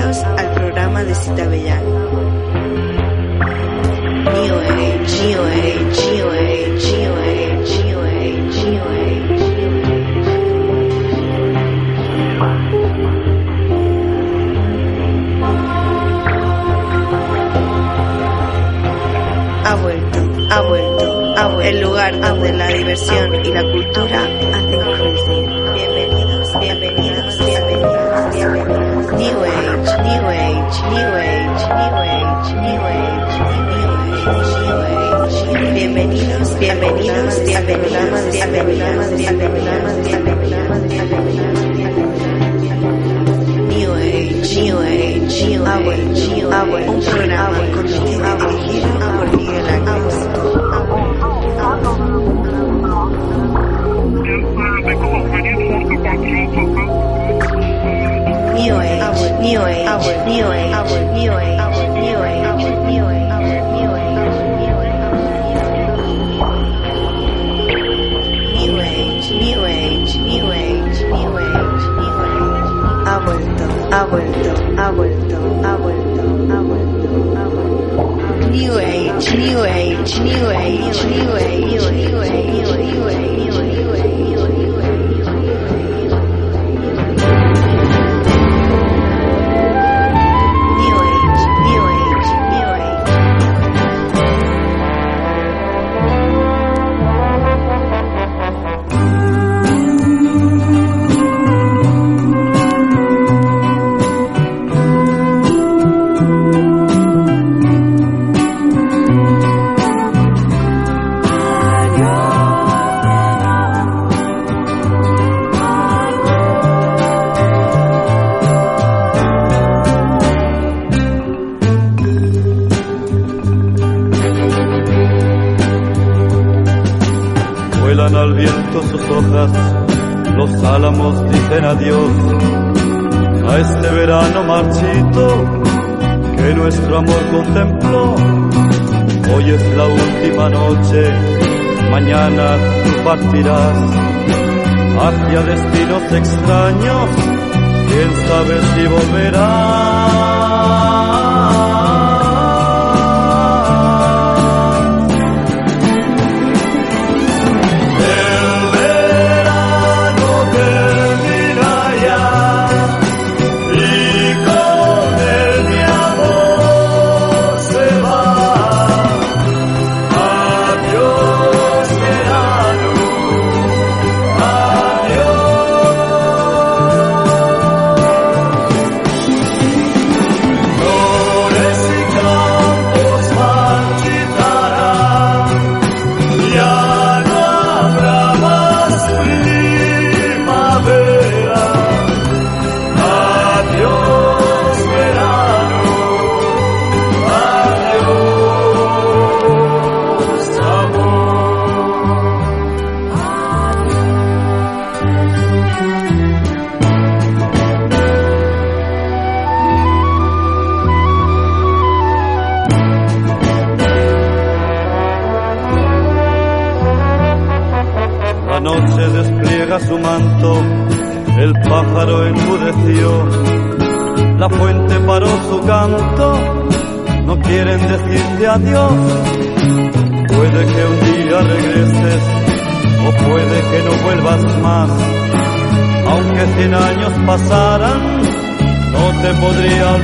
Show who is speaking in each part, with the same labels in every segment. Speaker 1: eh, eh, ha vuelto, ha vuelto. El lugar donde la diversión y la cultura hacen coincidir. Bienvenidos, bienvenidos, bienvenidos, bienvenidos. New Age, New Age, New Age, New Age, New Age, New Age, New Age. Bienvenidos, bienvenidos, bienvenidos, bienvenidos, bienvenidos, bienvenidos, bienvenidos. New Age, New Age, New Age, New Age. Un programa conducido y dirigido por Miguel Ángel. New Age, New Age, New Age, New Age, New Age, New Age, New Age. New Age, New Age, New Age, New Age, New Age. Ha vuelto, ha vuelto, ha vuelto, ha vuelto, ha vuelto, ha vuelto. New Age, New Age, New Age, New Age, New Age, New Age, New Age, New Age, New Age, New Age. New Age, New Age, New Age.
Speaker 2: vuelan al viento sus hojas, los álamos dicen adiós a este verano marchito que nuestro amor contempló. Hoy es la última noche, mañana tú partirás hacia destinos extraños, quién sabe si volverás. El verano termina ya y con él mi amor se va. Adiós verano, adiós. Flores y campos marchitarán. Ya no habrá más primavera. Adiós verano, adiós amor. La noche despliega su manto, el pájaro enmudeció, la fuente paró su canto, no quieren decirte adiós. Puede que un día regreses o puede que no vuelvas más, aunque cien años pasaran, no te podría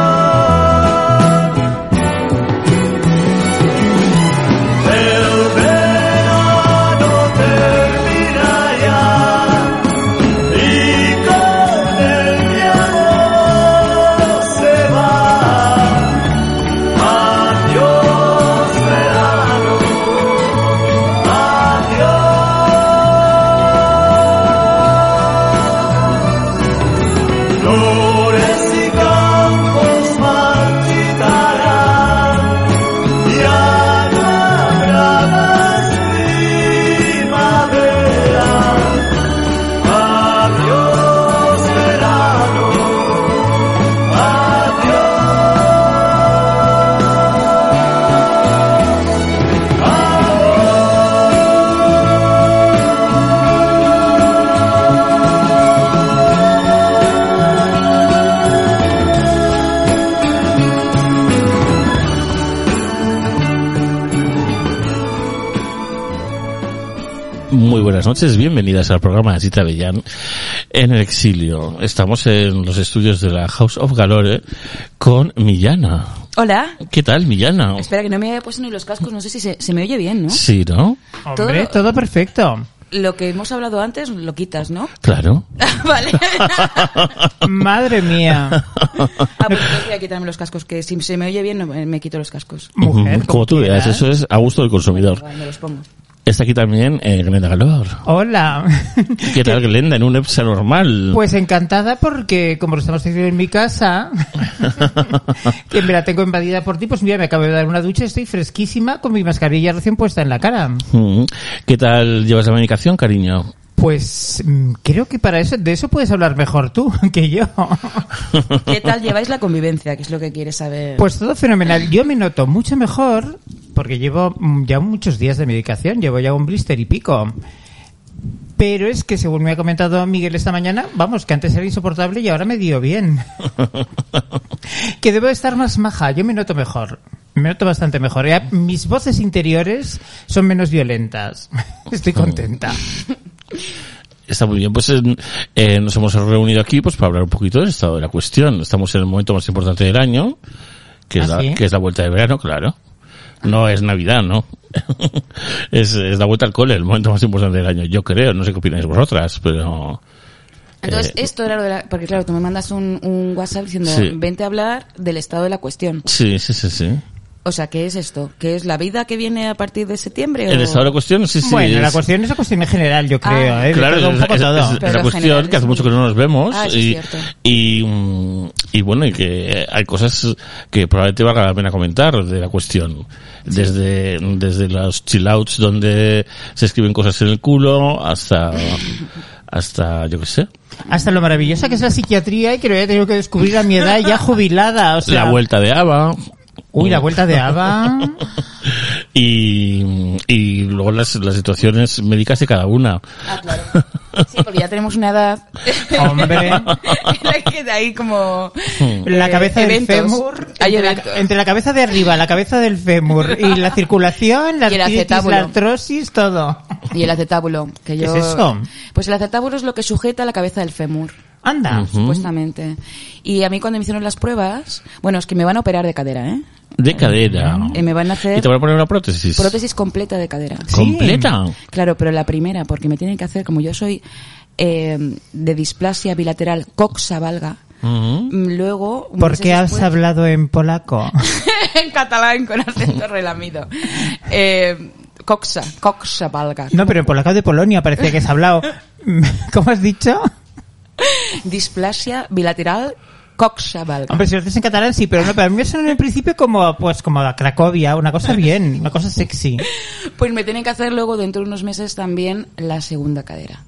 Speaker 2: olvidar. El verano termina ya y con el mi amor se va. Adiós verano, adiós. Flores y campos marchitarán. Ya no habrá más primavera. Adiós verano, adiós.
Speaker 3: Muy buenas noches, bienvenidas al programa de Así Travellán. en el exilio. Estamos en los estudios de la House of Galore con Millana.
Speaker 4: Hola.
Speaker 3: ¿Qué tal, Millana?
Speaker 4: Espera, que no me había puesto ni los cascos, no sé si se, se me oye bien, ¿no?
Speaker 3: Sí, ¿no?
Speaker 5: Hombre, todo, perfecto.
Speaker 4: Lo que hemos hablado antes lo quitas, ¿no? Ah,
Speaker 3: Claro.
Speaker 4: vale.
Speaker 5: Madre mía.
Speaker 4: Ah, pues entonces voy a quitarme los cascos, que si se me oye bien no, me me quito los cascos.
Speaker 5: Mujer.
Speaker 3: Ujú, Como tú veas,
Speaker 5: quieras.
Speaker 3: eso es a gusto del consumidor.
Speaker 4: Igual, Me los pongo.
Speaker 3: Está aquí también eh, Glenda Galor.
Speaker 5: Hola.
Speaker 3: ¿Qué tal, Glenda? En un EPSA normal.
Speaker 5: Pues encantada porque como lo estamos haciendo en mi casa, que me la tengo invadida por ti, pues mira, me acabo de dar una ducha, estoy fresquísima con mi mascarilla recién puesta en la cara.
Speaker 3: Mm. ¿Qué tal llevas la medicación, cariño?
Speaker 5: Pues mm, creo que para eso, de eso puedes hablar mejor tú que yo.
Speaker 4: ¿Qué tal lleváis la convivencia? Que es lo que quieres saber.
Speaker 5: Pues todo fenomenal. Yo me noto mucho mejor porque llevo mm, ya muchos días de medicación, llevo ya un blister y pico. Pero es que según me ha comentado Miguel esta mañana, vamos, que antes era insoportable y ahora me dio bien. que debo estar más maja, yo me noto mejor. Me noto bastante mejor. Ya mis voces interiores son menos violentas. Estoy contenta.
Speaker 3: Está muy bien, pues eh, eh, nos hemos reunido aquí pues para hablar un poquito del estado de la cuestión. Estamos en el momento más importante del año, que, es,
Speaker 5: ¿Ah,
Speaker 3: la,
Speaker 5: sí? Ah.
Speaker 3: que es la vuelta de verano, claro. No es Navidad, ¿no? es, es la vuelta al cole, el momento más importante del año, yo creo. No sé qué opináis vosotras, pero...
Speaker 4: Entonces,
Speaker 3: eh,
Speaker 4: esto era lo de la... Porque claro, tú me mandas un, un WhatsApp diciendo,
Speaker 3: Sí.
Speaker 4: vente a hablar del estado de la cuestión.
Speaker 3: Sí, sí, sí, sí.
Speaker 4: O sea, ¿qué es esto? ¿Qué es la vida que viene a partir de septiembre? o-
Speaker 3: El estado de la cuestión, sí, sí.
Speaker 5: bueno, la
Speaker 3: es-
Speaker 5: cuestión es la cuestión en general, yo creo.
Speaker 4: Ah.
Speaker 5: ¿eh? De
Speaker 3: Claro,
Speaker 5: todo, un
Speaker 3: es,
Speaker 5: poco
Speaker 3: es-
Speaker 5: todo.
Speaker 3: es- es la
Speaker 4: Pero lo
Speaker 3: cuestión
Speaker 4: general
Speaker 3: que hace
Speaker 4: es
Speaker 3: mucho que
Speaker 4: muy-
Speaker 3: no nos vemos
Speaker 4: Ah, eso es
Speaker 3: y,
Speaker 4: cierto.
Speaker 3: y, mm, y bueno, y que eh, hay cosas que probablemente valga la pena comentar de la cuestión. Desde, desde los chill outs donde se escriben cosas en el culo hasta, hasta, yo qué sé,
Speaker 5: Hasta lo maravillosa que es la psiquiatría y que lo he tenido que descubrir a mi edad ya jubilada. O sea,
Speaker 3: la vuelta de Ava.
Speaker 5: Uy, la vuelta de Ava.
Speaker 3: Y, y luego las, las situaciones médicas de cada una.
Speaker 4: Ah, claro. Sí, porque ya tenemos una edad.
Speaker 5: Hombre.
Speaker 4: En la que de ahí como...
Speaker 5: La
Speaker 3: Hmm.
Speaker 4: eh,
Speaker 5: cabeza del
Speaker 4: eventos.
Speaker 5: fémur.
Speaker 4: Hay
Speaker 5: entre,
Speaker 4: eventos.
Speaker 5: la, entre la cabeza de arriba, la cabeza del fémur y la circulación, la
Speaker 4: Y el
Speaker 5: artritis,
Speaker 4: acetábulo.
Speaker 5: la artrosis, todo.
Speaker 4: Y el acetábulo. Que
Speaker 5: ¿Qué
Speaker 4: yo...
Speaker 5: es eso?
Speaker 4: Pues el acetábulo es lo que sujeta la cabeza del fémur.
Speaker 5: Anda.
Speaker 3: Hmm.
Speaker 4: Supuestamente. Y a mí cuando me hicieron las pruebas, bueno, es que me van a operar de cadera, ¿eh?
Speaker 3: De cadera.
Speaker 4: Eh, me van a hacer
Speaker 3: Y te van a poner una prótesis.
Speaker 4: prótesis completa de cadera.
Speaker 3: Completa.
Speaker 4: Claro, pero la primera, porque me tienen que hacer, como yo soy eh, de displasia bilateral coxa-valga,
Speaker 3: Ujú.
Speaker 4: mm, luego...
Speaker 5: ¿Por
Speaker 4: meses
Speaker 5: qué has
Speaker 4: después-
Speaker 5: hablado en polaco?
Speaker 4: en catalán con acento relamido. Eh, coxa, coxa-valga.
Speaker 5: No, pero en polaco de Polonia parece que has hablado. ¿Cómo has dicho?
Speaker 4: Displasia bilateral coxa-valga.
Speaker 5: Hombre, si lo haces en catalán sí, pero no, para mí me suena en el principio como, pues, como a Cracovia, una cosa bien, una cosa sexy.
Speaker 4: Pues me tienen que hacer luego, dentro de unos meses, también la segunda cadera.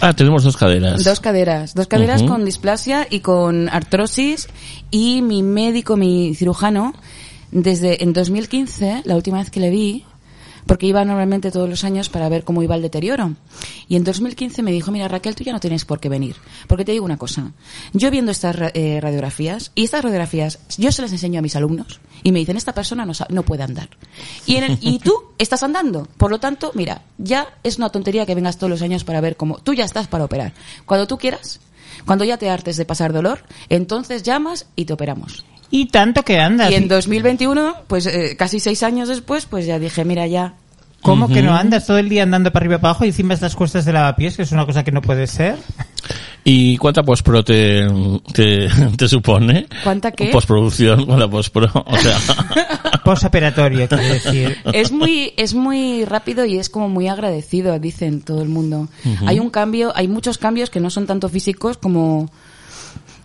Speaker 3: Ah, tenemos dos caderas.
Speaker 4: Dos caderas, dos caderas
Speaker 3: Ujú.
Speaker 4: con displasia y con artrosis y mi médico, mi cirujano, desde en 2015, la última vez que le vi, porque iba normalmente todos los años para ver cómo iba el deterioro. Y en 2015 me dijo, mira Raquel, tú ya no tienes por qué venir. Porque te digo una cosa, yo viendo estas ra- eh, radiografías, y estas radiografías yo se las enseño a mis alumnos, y me dicen, esta persona no, sa- no puede andar. Y, en el- y tú estás andando, por lo tanto, mira, ya es una tontería que vengas todos los años para ver cómo... Tú ya estás para operar. Cuando tú quieras, cuando ya te hartes de pasar dolor, entonces llamas y te operamos.
Speaker 5: Y tanto que andas.
Speaker 4: Y en 2021, pues eh, casi seis años después, pues ya dije, mira ya,
Speaker 5: ¿Cómo que no andas todo el día andando para arriba y para abajo y encima estas cuestas de lavapiés, que es una cosa que no puede ser?
Speaker 3: ¿Y cuánta postpro te, te, te supone?
Speaker 4: ¿Cuánta qué?
Speaker 5: Pues-
Speaker 3: Postproducción, cuánta postpro. O sea,
Speaker 5: Posoperatorio, quiero decir.
Speaker 4: es muy es muy rápido y es como muy agradecido dicen todo el mundo hay un cambio hay muchos cambios que no son tanto físicos como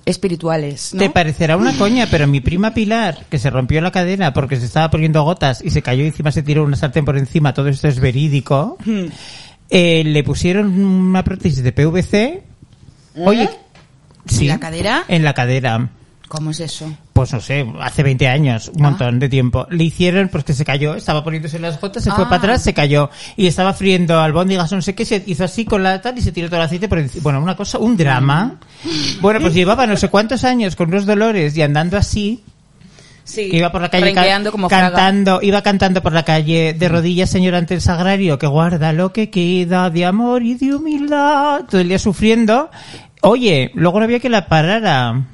Speaker 4: espirituales ¿no?
Speaker 5: Te parecerá una coña, pero mi prima Pilar, que se rompió la cadena porque se estaba poniendo gotas y se cayó y encima se tiró una sartén por encima, todo esto es verídico,
Speaker 4: Hmm.
Speaker 5: eh, le pusieron una prótesis de PVC. Oye, sí,
Speaker 4: ¿Eh? la cadera?
Speaker 5: En la cadera.
Speaker 4: cómo es eso
Speaker 5: Pues no sé, hace 20 años, un montón de tiempo. Le hicieron, pues que se cayó, estaba poniéndose las gotas, se fue
Speaker 4: Ah.
Speaker 5: para atrás, se cayó. Y estaba friendo albóndigas, no sé qué, se hizo así con la tal y se tiró todo el aceite por encima. Bueno, una cosa, un drama. Bueno, pues llevaba no sé cuántos años con unos dolores y andando así.
Speaker 4: Sí,
Speaker 5: iba por la calle
Speaker 4: renqueando
Speaker 5: ca-
Speaker 4: como fraga.
Speaker 5: cantando, iba cantando por la calle de rodillas, señor, ante el sagrario, que guarda lo que queda de amor y de humildad. Todo el día sufriendo. Oye, luego no había que la parara.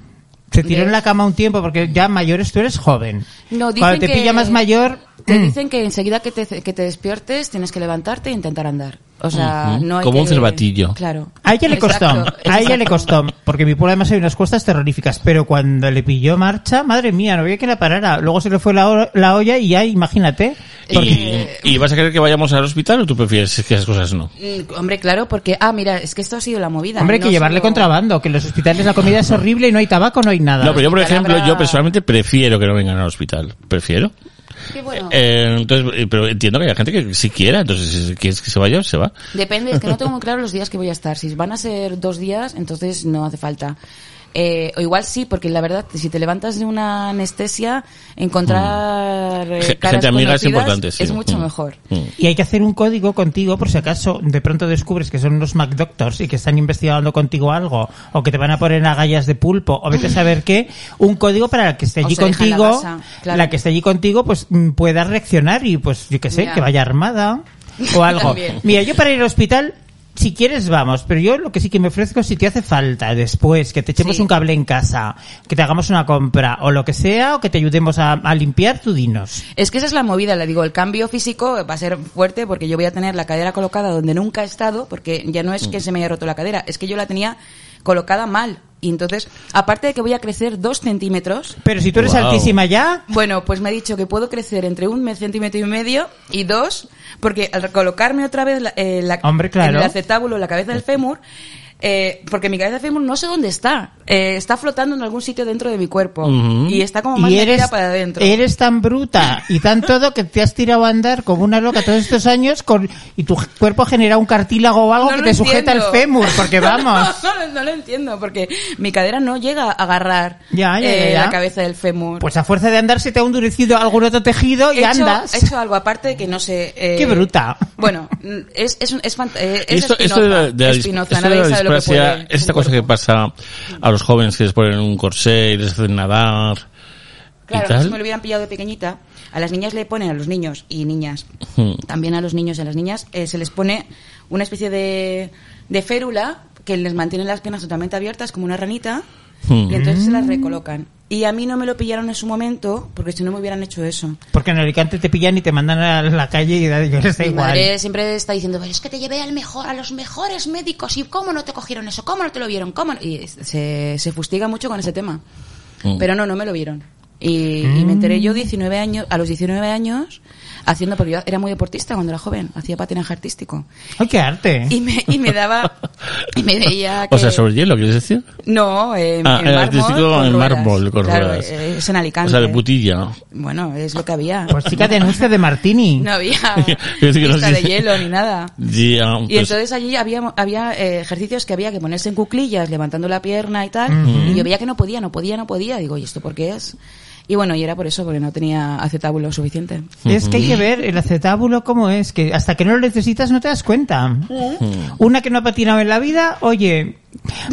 Speaker 5: Se tiró en la cama un tiempo porque ya mayores tú eres joven.
Speaker 4: No, dicen
Speaker 5: Cuando te
Speaker 4: que-
Speaker 5: pilla más mayor, mm,
Speaker 4: Te dicen que enseguida que te, que te despiertes tienes que levantarte e intentar andar. O sea,
Speaker 3: Ujú.
Speaker 4: no hay
Speaker 3: Como
Speaker 4: que-
Speaker 3: un cervatillo.
Speaker 4: Claro.
Speaker 5: A ella le costó,
Speaker 4: Exacto,
Speaker 5: a ella
Speaker 4: exacto.
Speaker 5: le costó, porque en mi pueblo además hay unas cuestas terroríficas, pero cuando le pilló marcha, madre mía, no había que la parara, luego se le fue la, o- la olla y ya, imagínate,
Speaker 3: Y,
Speaker 4: Eh,
Speaker 3: y vas a querer que vayamos al hospital o tú prefieres que esas cosas no?
Speaker 4: Mm, Hombre, claro, porque, ah, mira, es que esto ha sido la movida.
Speaker 5: hombre, que
Speaker 4: No
Speaker 5: llevarle
Speaker 4: solo-
Speaker 5: contrabando, que en los hospitales la comida es horrible y no hay tabaco, no hay nada.
Speaker 3: No, pero yo, por
Speaker 4: hospital
Speaker 3: ejemplo,
Speaker 4: habrá-
Speaker 3: yo personalmente prefiero que no vengan al hospital. Prefiero.
Speaker 4: Que bueno,
Speaker 3: Eh, entonces, eh, pero entiendo que hay gente que si quiera, entonces si quieres que se vaya, se va.
Speaker 4: Depende, es que no tengo muy claro los días que voy a estar. Si van a ser dos días, entonces no hace falta. Eh, o igual sí, porque la verdad, si te levantas de una anestesia, encontrar eh,
Speaker 3: Mm. Ge-
Speaker 4: caras
Speaker 3: gente amiga es
Speaker 4: conocidas
Speaker 3: importante, sí.
Speaker 4: es mucho
Speaker 3: Mm.
Speaker 4: mejor.
Speaker 3: Mm.
Speaker 5: Y hay que hacer un código contigo por si acaso de pronto descubres que son unos McDoctors y que están investigando contigo algo, o que te van a poner agallas de pulpo, o vete a saber qué, un código para la que esté
Speaker 4: O
Speaker 5: allí
Speaker 4: se deja en la
Speaker 5: contigo, la,
Speaker 4: basa, claro.
Speaker 5: que esté allí contigo, pues mm, pueda reaccionar y pues yo qué sé,
Speaker 4: Ya.
Speaker 5: que vaya armada o algo.
Speaker 4: También.
Speaker 5: Mira, yo para ir al hospital... Si quieres vamos, pero yo lo que sí que me ofrezco si te hace falta después, que te echemos
Speaker 4: Sí.
Speaker 5: un cable en casa, que te hagamos una compra o lo que sea, o que te ayudemos a, a limpiar, tú dinos.
Speaker 4: Es que esa es la movida, le digo, el cambio físico va a ser fuerte porque yo voy a tener la cadera colocada donde nunca he estado, porque ya no es
Speaker 3: Mm.
Speaker 4: que se me haya roto la cadera, es que yo la tenía colocada mal. Y entonces, aparte de que voy a crecer dos centímetros,
Speaker 5: Pero si tú eres
Speaker 3: Guau.
Speaker 5: altísima ya,
Speaker 4: Bueno, pues me ha dicho que puedo crecer entre un me- centímetro y medio y dos, porque al colocarme otra vez la- eh, la-
Speaker 5: Hombre, claro.
Speaker 4: en el acetábulo, la cabeza del fémur, eh, porque mi cabeza del fémur no sé dónde está, eh, está flotando en algún sitio dentro de mi cuerpo
Speaker 3: Ujú.
Speaker 4: y está como más
Speaker 5: y
Speaker 4: metida
Speaker 5: eres,
Speaker 4: para adentro.
Speaker 5: eres tan bruta y tan todo que te has tirado a andar como una loca todos estos años con, y tu cuerpo genera un cartílago o algo
Speaker 4: No
Speaker 5: que
Speaker 4: lo
Speaker 5: te sujeta el
Speaker 4: entiendo.
Speaker 5: fémur, porque vamos.
Speaker 4: No, no, no lo entiendo, porque mi cadera no llega a agarrar
Speaker 5: Ya, ya, ya,
Speaker 4: eh,
Speaker 5: ya.
Speaker 4: la cabeza del fémur.
Speaker 5: Pues a fuerza de andar se te ha endurecido algún otro tejido
Speaker 4: he
Speaker 5: y
Speaker 4: hecho,
Speaker 5: andas.
Speaker 4: he hecho algo aparte que no sé. eh,
Speaker 5: Qué bruta.
Speaker 4: Bueno, mm, es, es, un- es, fant- eh,
Speaker 3: Y
Speaker 4: es
Speaker 3: esto, esto de la, de la dis- esto
Speaker 4: Espinoza,
Speaker 3: de
Speaker 4: nadie
Speaker 3: la
Speaker 4: sabe lo que
Speaker 3: displasia,
Speaker 4: puede
Speaker 3: esta
Speaker 4: un
Speaker 3: cosa que
Speaker 4: cuerpo.
Speaker 3: pasa a los jóvenes que les ponen un corsé y les hacen nadar
Speaker 4: Claro,
Speaker 3: y
Speaker 4: que si
Speaker 3: tal.
Speaker 4: me lo hubieran pillado de pequeñita, a las niñas le ponen, a los niños y niñas,
Speaker 3: Hmm.
Speaker 4: también a los niños y a las niñas, eh, se les pone una especie de, de férula que les mantiene las piernas totalmente abiertas como una ranita
Speaker 3: Hmm.
Speaker 4: y entonces se las recolocan. Y a mí no me lo pillaron en su momento porque si no me hubieran hecho eso.
Speaker 5: Porque en Alicante te pillan y te mandan a la calle y da- yo les da
Speaker 4: Mi
Speaker 5: igual.
Speaker 4: madre siempre está diciendo, "Pues es que te llevé al mejor, a los mejores médicos y cómo no te cogieron eso, cómo no te lo vieron, cómo no?". Y se, se fustiga mucho con ese tema.
Speaker 3: Mm.
Speaker 4: Pero no, no me lo vieron. Y, y me enteré yo 19 años, a los 19 años haciendo, porque yo era muy deportista cuando era joven, hacía patinaje artístico.
Speaker 5: Ay, qué arte.
Speaker 4: Y me, y me daba... Y me veía que...
Speaker 3: ¿Eh? O sea, sobre hielo, ¿quieres decir?
Speaker 4: No, en,
Speaker 3: Ah,
Speaker 4: en
Speaker 3: el
Speaker 4: mármol
Speaker 3: artístico
Speaker 4: con
Speaker 3: en
Speaker 4: ruedas.
Speaker 3: mármol con
Speaker 4: Claro,
Speaker 3: ruedas.
Speaker 4: eh, es en Alicante.
Speaker 3: O sea, de putilla.
Speaker 4: Bueno, es lo que había.
Speaker 5: Pues chica denuncia de Martini.
Speaker 4: No había
Speaker 3: Yo sí que no
Speaker 4: pista
Speaker 3: sé.
Speaker 4: de hielo ni nada.
Speaker 3: Ya,
Speaker 4: Y
Speaker 3: pues,
Speaker 4: entonces allí había, había eh, ejercicios que había que ponerse en cuclillas, levantando la pierna y tal. Y yo veía que no podía, no podía, no podía. Digo, ¿y esto por qué es? Y bueno, y era por eso, porque no tenía acetábulo suficiente.
Speaker 5: Es que hay que ver el acetábulo cómo es, que hasta que no lo necesitas no te das cuenta. Una que no ha patinado en la vida, oye,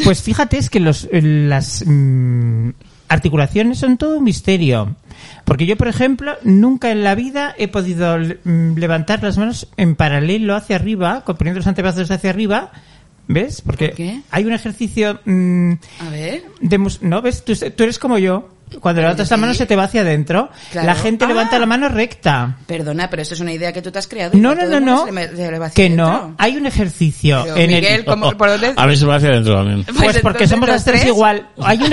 Speaker 5: pues fíjate es que los, las mm, articulaciones son todo un misterio. Porque yo, por ejemplo, nunca en la vida he podido mm, levantar las manos en paralelo hacia arriba, con- poniendo los antebrazos hacia arriba. ¿Ves? Porque
Speaker 4: ¿Por qué?
Speaker 5: hay un ejercicio... mm,
Speaker 4: A ver.
Speaker 5: de mus- no, ves, tú, tú eres como yo. Cuando levantas la mano se te va hacia adentro.
Speaker 4: Claro.
Speaker 5: La gente
Speaker 4: Ah.
Speaker 5: levanta la mano recta.
Speaker 4: Perdona, pero esto es una idea que tú te has creado. y
Speaker 5: No,
Speaker 4: que
Speaker 5: no,
Speaker 4: todo
Speaker 5: no,
Speaker 4: el mundo
Speaker 5: no.
Speaker 4: se le- se le va hacia
Speaker 5: Que no.
Speaker 4: adentro.
Speaker 5: Hay un ejercicio
Speaker 4: Pero,
Speaker 5: en
Speaker 4: Miguel,
Speaker 5: el...
Speaker 4: ¿cómo- por dónde-
Speaker 3: a mí se me hace adentro también.
Speaker 4: Pues
Speaker 5: Pues porque
Speaker 4: entonces
Speaker 5: somos
Speaker 4: los
Speaker 5: las tres
Speaker 4: tres
Speaker 5: igual. Hay un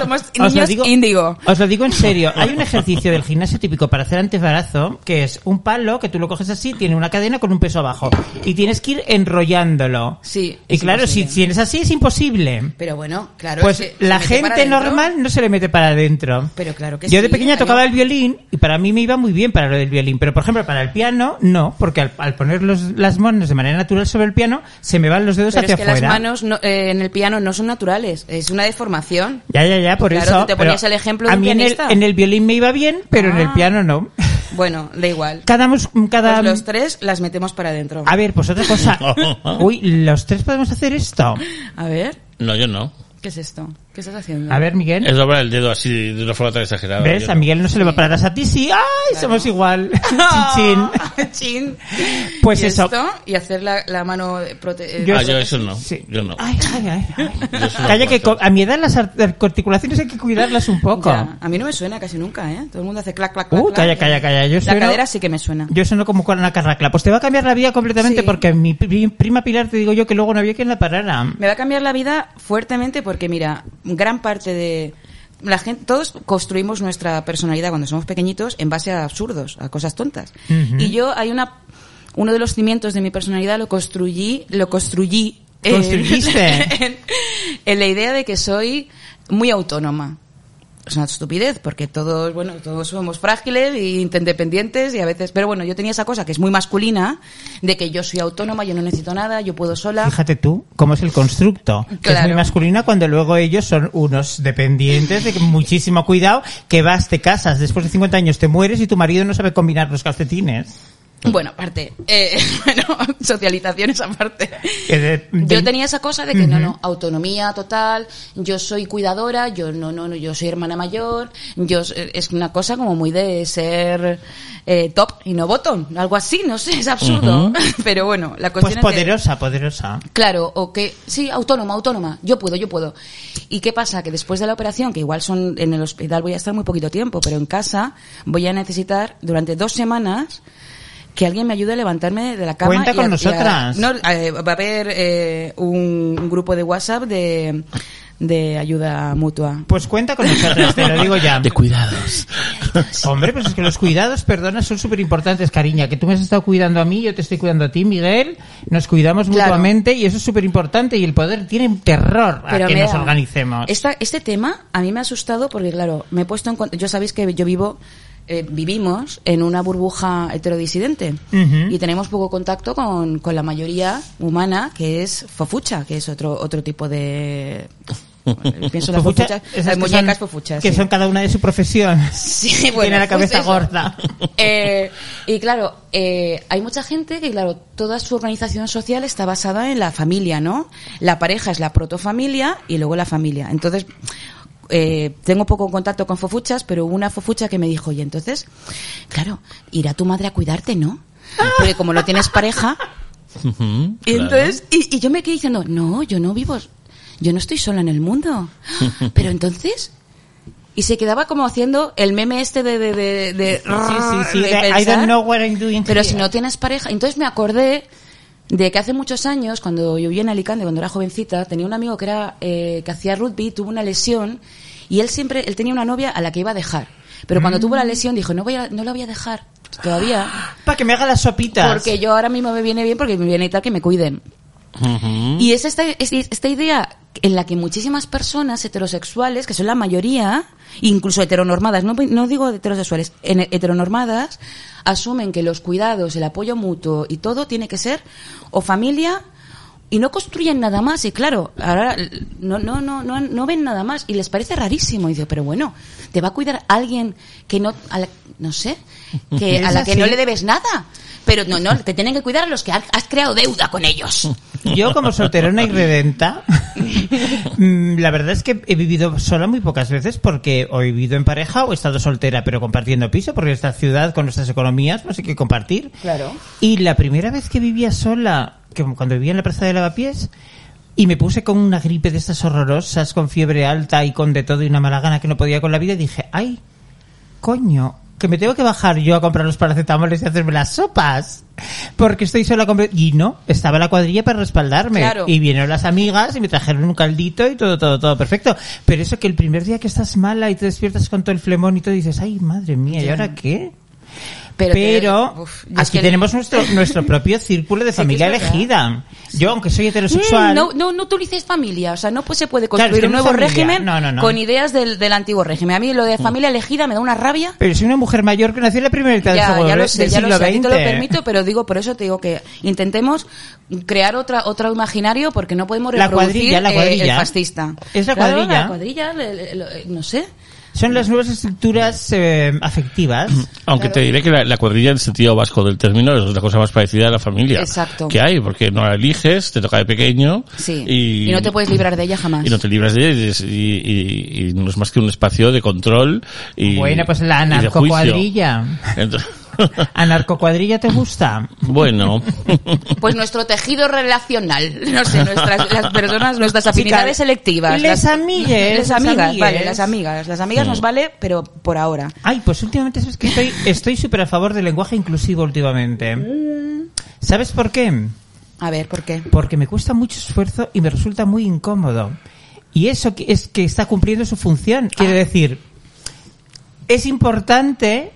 Speaker 4: somos
Speaker 5: Os lo
Speaker 4: niños
Speaker 5: digo-
Speaker 4: índigo.
Speaker 5: Os lo digo en serio. Hay un ejercicio del gimnasio típico para hacer antebarazo que es un palo que tú lo coges así, tiene una cadena con un peso abajo. Y tienes que ir enrollándolo.
Speaker 4: Sí,
Speaker 5: Y
Speaker 4: es
Speaker 5: claro, si
Speaker 4: imposible.
Speaker 5: tienes así es imposible.
Speaker 4: Pero bueno, claro.
Speaker 5: Pues
Speaker 4: es que se
Speaker 5: la
Speaker 4: mete para
Speaker 5: gente
Speaker 4: adentro.
Speaker 5: normal no se le mete para adentro.
Speaker 4: Pero claro que
Speaker 5: Yo de
Speaker 4: sí,
Speaker 5: pequeña
Speaker 4: claro.
Speaker 5: tocaba el violín y para mí me iba muy bien para lo del violín. Pero por ejemplo, para el piano, no, porque al, al poner los- las manos de manera natural sobre el piano, se me van los dedos
Speaker 4: Pero es que
Speaker 5: hacia
Speaker 4: las
Speaker 5: afuera.
Speaker 4: manos no- eh, en el piano no son naturales, es una deformación.
Speaker 5: Ya, ya, ya, por
Speaker 4: Claro,
Speaker 5: eso.
Speaker 4: tú te
Speaker 5: pero
Speaker 4: ponías el ejemplo de
Speaker 5: a
Speaker 4: un
Speaker 5: mí en el,
Speaker 4: pianista.
Speaker 5: en el violín me iba bien, pero en el
Speaker 4: Ah.
Speaker 5: piano no.
Speaker 4: Bueno, da igual.
Speaker 5: Cada, mus- cada
Speaker 4: Pues los tres las metemos para adentro.
Speaker 5: A ver, pues otra cosa. Uy, los tres podemos hacer esto.
Speaker 4: A ver,
Speaker 3: No, yo no.
Speaker 4: ¿qué es esto? ¿Qué estás haciendo?
Speaker 5: A ver, Miguel.
Speaker 3: Es doblar el dedo así de una forma tan exagerada.
Speaker 5: ¿Ves?
Speaker 3: Yo
Speaker 5: A
Speaker 3: no-
Speaker 5: Miguel no se le va a parar a ti, sí. ¡Ay! Somos igual. Chin, chin.
Speaker 4: Ah, Chin.
Speaker 5: Pues
Speaker 4: Y
Speaker 5: eso.
Speaker 4: esto, y hacer la, la mano de prote eh,
Speaker 5: Yo-
Speaker 3: Ah, yo eso no.
Speaker 5: Sí.
Speaker 3: Yo no.
Speaker 5: Ay, ay, ay, ay.
Speaker 3: Yo eso no
Speaker 5: Calla,
Speaker 3: puedo
Speaker 5: que
Speaker 3: hacer.
Speaker 5: co- a mi edad las art- articulaciones hay que cuidarlas un poco.
Speaker 4: Ya, A mí no me suena casi nunca, ¿eh? Todo el mundo hace clac, clac, clac.
Speaker 5: Uh,
Speaker 4: clac.
Speaker 5: calla, calla, calla. Yo
Speaker 4: La
Speaker 5: sueno,
Speaker 4: cadera sí que me suena.
Speaker 5: yo sueno como con una carracla. Pues te va a cambiar la vida completamente
Speaker 4: Sí.
Speaker 5: porque mi pri- prima Pilar te digo yo que luego no había quien la parara.
Speaker 4: Me va a cambiar la vida fuertemente porque, mira, gran parte de la gente, todos construimos nuestra personalidad cuando somos pequeñitos en base a absurdos, a cosas tontas.
Speaker 5: Ujú.
Speaker 4: Y yo hay una, uno de los cimientos de mi personalidad lo construí, lo construí. en-
Speaker 5: Construyiste.
Speaker 4: en- en la idea de que soy muy autónoma. es una estupidez porque todos bueno todos somos frágiles e independientes y a veces pero bueno yo tenía esa cosa que es muy masculina de que yo soy autónoma yo no necesito nada yo puedo sola
Speaker 5: Fíjate tú cómo es el constructo. que Es
Speaker 4: Claro.
Speaker 5: muy masculina cuando luego ellos son unos dependientes de que muchísimo cuidado que vas, te casas, después de 50 años te mueres y tu marido no sabe combinar los calcetines.
Speaker 4: bueno aparte eh, bueno socializaciones aparte
Speaker 5: Que Eh, de- de-
Speaker 4: yo tenía esa cosa de que no no autonomía total yo soy cuidadora yo no no no yo soy hermana mayor yo s- eh, es una cosa como muy de ser eh, top y no bottom algo así no sé es absurdo pero bueno la
Speaker 5: Pues
Speaker 4: cuestión es que-
Speaker 5: poderosa, poderosa.
Speaker 4: Claro, o que sí, autónoma, autónoma, yo puedo, yo puedo. ¿Y qué pasa? Que después de la operación, que igual son en el hospital voy a estar muy poquito tiempo, pero en casa voy a necesitar durante dos semanas que alguien me ayude a levantarme de la cama.
Speaker 5: Cuenta
Speaker 4: y
Speaker 5: con
Speaker 4: a- y a-
Speaker 5: nosotras.
Speaker 4: no, eh, va a haber eh, un, un grupo de WhatsApp de, de ayuda mutua.
Speaker 5: Pues cuenta con nosotras, te lo digo ya.
Speaker 3: De cuidados.
Speaker 5: Hombre, pues es que los cuidados, perdona, son súper importantes, cariña. Que tú me has estado cuidando a mí, yo te estoy cuidando a ti, Miguel. Nos cuidamos
Speaker 4: Claro.
Speaker 5: mutuamente y eso es súper importante. Y el poder tiene un terror a que
Speaker 4: mira,
Speaker 5: nos organicemos.
Speaker 4: esta- este tema a mí me ha asustado porque, claro, me he puesto en... cont- Yo sabéis que yo vivo... eh, vivimos en una burbuja heterodisidente
Speaker 5: Ujú.
Speaker 4: y tenemos poco contacto con, con la mayoría humana que es fofucha, que es otro otro tipo de... Pienso en las
Speaker 5: Fofucha,
Speaker 4: fofuchas,
Speaker 5: esas
Speaker 4: las
Speaker 5: que
Speaker 4: muñecas
Speaker 5: son-
Speaker 4: fofuchas.
Speaker 5: Que
Speaker 4: sí.
Speaker 5: son cada una de su profesión.
Speaker 4: Sí, bueno,
Speaker 5: Tiene la cabeza
Speaker 4: justo eso.
Speaker 5: gorda.
Speaker 4: Eh, y claro, eh, hay mucha gente que, claro, toda su organización social está basada en la familia, ¿no? La pareja es la protofamilia y luego la familia. Entonces, eh, tengo poco contacto con fofuchas, pero hubo una fofucha que me dijo, y entonces, claro, irá tu madre a cuidarte, ¿no? Porque como no tienes pareja,
Speaker 3: Ujú,
Speaker 4: y
Speaker 3: claro.
Speaker 4: entonces, y, y yo me quedé diciendo, no, yo no vivo, yo no estoy sola en el mundo. Pero entonces, y se quedaba como haciendo el meme este de, de, de, de-
Speaker 5: Sí, sí, sí.
Speaker 4: de
Speaker 5: de, I
Speaker 4: pensar,
Speaker 5: don't know what I'm doing.
Speaker 4: Pero
Speaker 5: here".
Speaker 4: si no tienes pareja, entonces me acordé de que hace muchos años, cuando yo vivía en Alicante, cuando era jovencita, tenía un amigo que era, eh, que hacía rugby, tuvo una lesión, y él siempre, él tenía una novia a la que iba a dejar. Pero
Speaker 5: Mm.
Speaker 4: cuando tuvo la lesión dijo, no voy a, no la voy a dejar todavía,
Speaker 5: Para que me haga las sopitas.
Speaker 4: porque yo ahora mismo me viene bien, porque me viene tal que me cuiden.
Speaker 3: Ujú.
Speaker 4: Y es esta, es- es esta idea en la que muchísimas personas heterosexuales, que son la mayoría, incluso heteronormadas, no, no digo heterosexuales, en- heteronormadas, asumen que los cuidados, el apoyo mutuo y todo tiene que ser o familia y no construyen nada más y claro ahora no no no no no ven nada más y les parece rarísimo y digo pero bueno te va a cuidar alguien que no a la- no sé que
Speaker 5: Es
Speaker 4: a la que no
Speaker 5: así.
Speaker 4: le debes nada pero no no te tienen que cuidar a los que has has creado deuda con ellos
Speaker 5: Yo como solterona y redenta, mm, la verdad es que he vivido sola muy pocas veces porque o he vivido en pareja o he estado soltera pero compartiendo piso porque esta ciudad con nuestras economías no sé qué compartir.
Speaker 4: Claro.
Speaker 5: Y la primera vez que vivía sola, que cuando vivía en la Plaza de Lavapiés, y me puse con una gripe de estas horrorosas, con fiebre alta y con de todo y una mala gana que no podía con la vida, y dije, ay, coño, que me tengo que bajar yo a comprar los paracetamoles y hacerme las sopas. Porque estoy sola con... Y no, estaba la cuadrilla para respaldarme.
Speaker 4: Claro.
Speaker 5: Y vinieron las amigas y me trajeron un caldito y todo, todo, todo perfecto. Pero eso que el primer día que estás mala y te despiertas con todo el flemón y todo dices, ay, madre mía, ¿y
Speaker 4: Ya.
Speaker 5: ahora qué?
Speaker 4: Pero,
Speaker 5: Pero,
Speaker 4: te- uf, yo es
Speaker 5: aquí
Speaker 4: que- Mm,
Speaker 5: tenemos nuestro, nuestro propio círculo de
Speaker 4: que
Speaker 5: familia
Speaker 4: es verdad.
Speaker 5: elegida. Yo, aunque soy heterosexual...
Speaker 4: Mm, No, no, no utilices familia, o sea, no pues, se puede
Speaker 5: Claro, es
Speaker 4: construir
Speaker 5: que
Speaker 4: un
Speaker 5: no es
Speaker 4: nuevo
Speaker 5: familia.
Speaker 4: régimen
Speaker 5: No, Mm. no, no.
Speaker 4: con ideas del, del antiguo régimen. A mí lo de familia elegida me da una rabia.
Speaker 5: Pero soy una mujer mayor que nació en la primera mitad del
Speaker 4: Ya,
Speaker 5: siglo,
Speaker 4: ya lo
Speaker 5: del
Speaker 4: sé, ya lo
Speaker 5: siglo
Speaker 4: sé, a ti te lo
Speaker 5: XX.
Speaker 4: permito, pero digo, por eso te digo que intentemos crear otra otro imaginario porque no podemos
Speaker 5: La
Speaker 4: reproducir
Speaker 5: cuadrilla, la
Speaker 4: eh,
Speaker 5: cuadrilla.
Speaker 4: el fascista.
Speaker 5: Es la
Speaker 4: Claro,
Speaker 5: cuadrilla.
Speaker 4: la cuadrilla, le- le- lo- eh, no sé.
Speaker 5: Son las nuevas estructuras eh, afectivas.
Speaker 3: Mm, Aunque te diré que la, la cuadrilla en sentido vasco del término es la cosa más parecida a la familia
Speaker 4: Exacto.
Speaker 3: que hay, porque no la eliges, te toca de pequeño
Speaker 4: Sí.
Speaker 3: y,
Speaker 4: Y, no te puedes librar de ella jamás.
Speaker 3: y no te libras de ella y, dices- y- y- y no es más que un espacio de control y
Speaker 5: bueno, pues la
Speaker 3: y de juicio.
Speaker 5: anarcocuadrilla.
Speaker 3: Entonces-
Speaker 5: ¿Anarcocuadrilla te gusta?
Speaker 3: bueno,
Speaker 4: Pues nuestro tejido relacional, no sé, nuestras las personas, nuestras afinidades selectivas.
Speaker 5: les
Speaker 4: las
Speaker 5: amigues,
Speaker 4: las
Speaker 5: las
Speaker 4: amigas,
Speaker 5: amigues.
Speaker 4: vale, las amigas. Las amigas nos vale, pero por ahora.
Speaker 5: Ay, pues últimamente sabes que estoy estoy súper a favor del lenguaje inclusivo últimamente. ¿Sabes por qué?
Speaker 4: A ver, ¿por qué?
Speaker 5: Porque me cuesta mucho esfuerzo y me resulta muy incómodo. Y eso que- es que está cumpliendo su función. Quiere
Speaker 4: Ah.
Speaker 5: decir, es importante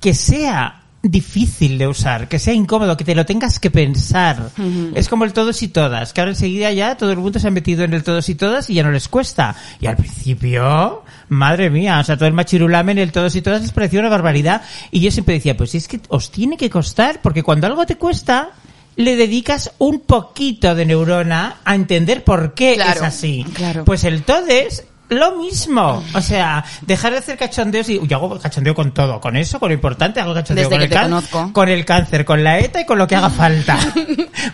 Speaker 5: que sea difícil de usar, que sea incómodo, que te lo tengas que pensar. Es como el todos y todas, que ahora enseguida ya todo el mundo se ha metido en el todos y todas y ya no les cuesta. Y al principio, madre mía, o sea, todo el machirulame en el todos y todas les pareció una barbaridad. Y yo siempre decía, pues es que os tiene que costar, porque cuando algo te cuesta, le dedicas un poquito de neurona a entender por qué
Speaker 4: Claro,
Speaker 5: es así.
Speaker 4: claro.
Speaker 5: Pues el todes lo mismo. O sea, dejar de hacer cachondeos y yo hago cachondeo con todo, con eso, con lo importante, hago cachondeo
Speaker 4: Desde
Speaker 5: con
Speaker 4: que
Speaker 5: el
Speaker 4: te
Speaker 5: can-
Speaker 4: conozco.
Speaker 5: con el cáncer, con la ETA y con lo que haga falta.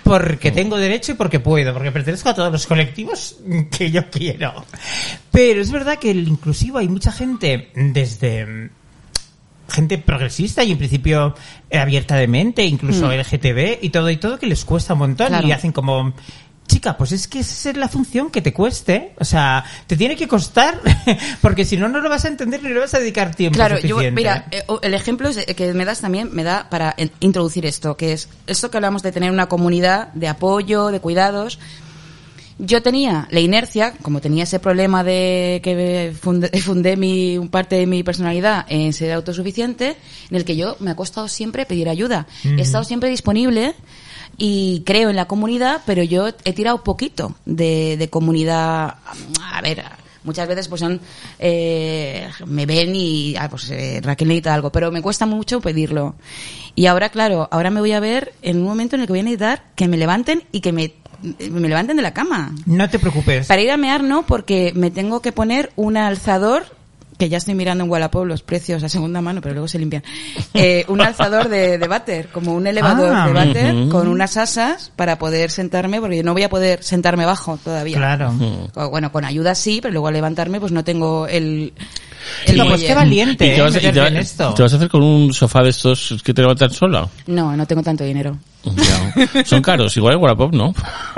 Speaker 5: porque tengo derecho y porque puedo, porque pertenezco a todos los colectivos que yo quiero. Pero es verdad que el inclusivo hay mucha gente desde gente progresista y en principio eh, abierta de mente, incluso LGTB y todo y todo que les cuesta un montón
Speaker 4: Mm. Claro.
Speaker 5: y hacen como chica, pues es que esa es la función que te cueste, o sea, te tiene que costar porque si no no lo vas a entender ni le vas a dedicar tiempo
Speaker 4: Claro, yo,
Speaker 5: suficiente.
Speaker 4: mira, eh, o- el ejemplo es- eh, que me das también me da para en- introducir esto, que es esto que hablamos de tener una comunidad de apoyo, de cuidados. Yo tenía la inercia, como tenía ese problema de que funde- fundé, mi parte de mi personalidad en ser autosuficiente, en el que yo me ha costado siempre pedir ayuda. He estado siempre disponible y creo en la comunidad, pero yo he tirado poquito de, de comunidad. A ver, muchas veces pues son eh, me ven y ah, pues eh, Raquel necesita algo, pero me cuesta mucho pedirlo. Y ahora, claro, ahora me voy a ver en un momento en el que voy a necesitar que me levanten y que me, me levanten de la cama.
Speaker 5: No te preocupes.
Speaker 4: Para ir a mear no, porque me tengo que poner un alzador que ya estoy mirando en Wallapop los precios a segunda mano, pero luego se limpian. Eh, un alzador de, de váter, como un elevador
Speaker 5: Ah.
Speaker 4: de váter
Speaker 3: Ujú.
Speaker 4: con unas asas para poder sentarme, porque yo no voy a poder sentarme bajo todavía.
Speaker 5: Claro.
Speaker 4: O, bueno, con ayuda sí, pero luego al levantarme pues no tengo el...
Speaker 5: Chica, pues
Speaker 4: muelle.
Speaker 5: qué valiente
Speaker 3: y te,
Speaker 5: eh,
Speaker 3: vas, y te
Speaker 5: meterte
Speaker 3: va-
Speaker 5: en esto.
Speaker 3: y te vas a hacer con un sofá de estos que te levantan sola.
Speaker 4: No, no tengo tanto dinero.
Speaker 3: Ya. Son caros, igual en Wallapop, ¿no?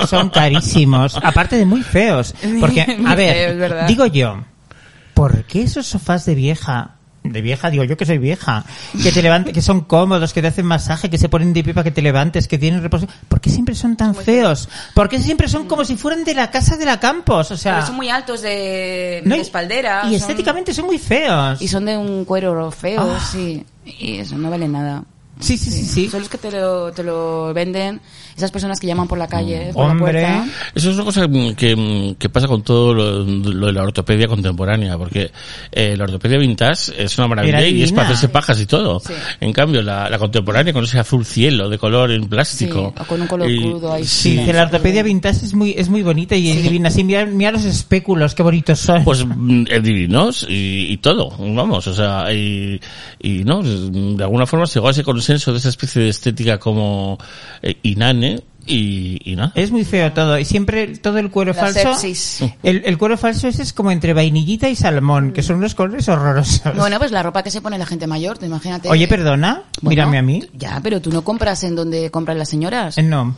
Speaker 5: Son carísimos, aparte de muy feos. Porque,
Speaker 4: Muy
Speaker 5: a ver,
Speaker 4: feos, ¿verdad?
Speaker 5: digo yo, ¿por qué esos sofás de vieja, de vieja, digo yo que soy vieja, que te levante, que son cómodos, que te hacen masaje, que se ponen de pie para que te levantes, que tienen reposo, ¿por qué siempre son tan feos? ¿Por qué siempre son como si fueran de la casa de la Campos? O sea,
Speaker 4: Porque son muy altos de,
Speaker 5: no
Speaker 4: de
Speaker 5: hay-
Speaker 4: espaldera.
Speaker 5: Y
Speaker 4: son-
Speaker 5: estéticamente son muy feos.
Speaker 4: Y son de un cuero feo,
Speaker 5: Ah.
Speaker 4: sí. Y eso no vale nada.
Speaker 5: Sí, sí, sí, sí.
Speaker 4: Son los que te lo, te lo venden, esas personas que llaman por la calle, por
Speaker 5: Hombre.
Speaker 4: la puerta.
Speaker 3: Eso es una cosa mm, que, mm, que pasa con todo lo, lo de la ortopedia contemporánea, porque eh, la ortopedia vintage es una maravilla
Speaker 5: Era
Speaker 3: y es para
Speaker 5: divina.
Speaker 3: hacerse pajas y todo.
Speaker 4: Sí.
Speaker 3: En cambio, la, la contemporánea con ese azul cielo de color en plástico.
Speaker 4: Sí, o con un color
Speaker 3: y-
Speaker 4: crudo ahí.
Speaker 5: Sí,
Speaker 3: Sí,
Speaker 5: que la ortopedia vintage es muy, es muy bonita y es divina. Sí, mira, mira los espéculos, qué bonitos son.
Speaker 3: pues mm, eh, divinos y, y todo, vamos, o sea, y, y no, de alguna forma se llegó a ese consenso de esa especie de estética como eh, inane y, y nada.
Speaker 5: Es muy feo todo. Y siempre todo el cuero
Speaker 4: La
Speaker 5: falso.
Speaker 4: sepsis.
Speaker 5: El, el cuero falso ese es como entre vainillita y salmón, que son unos colores horrorosos.
Speaker 4: Bueno, pues la ropa que se pone la gente mayor, te imagínate.
Speaker 5: Oye, perdona,
Speaker 4: Bueno,
Speaker 5: mírame a mí.
Speaker 4: Ya, pero tú no compras en donde compran las señoras.
Speaker 5: Eh, No.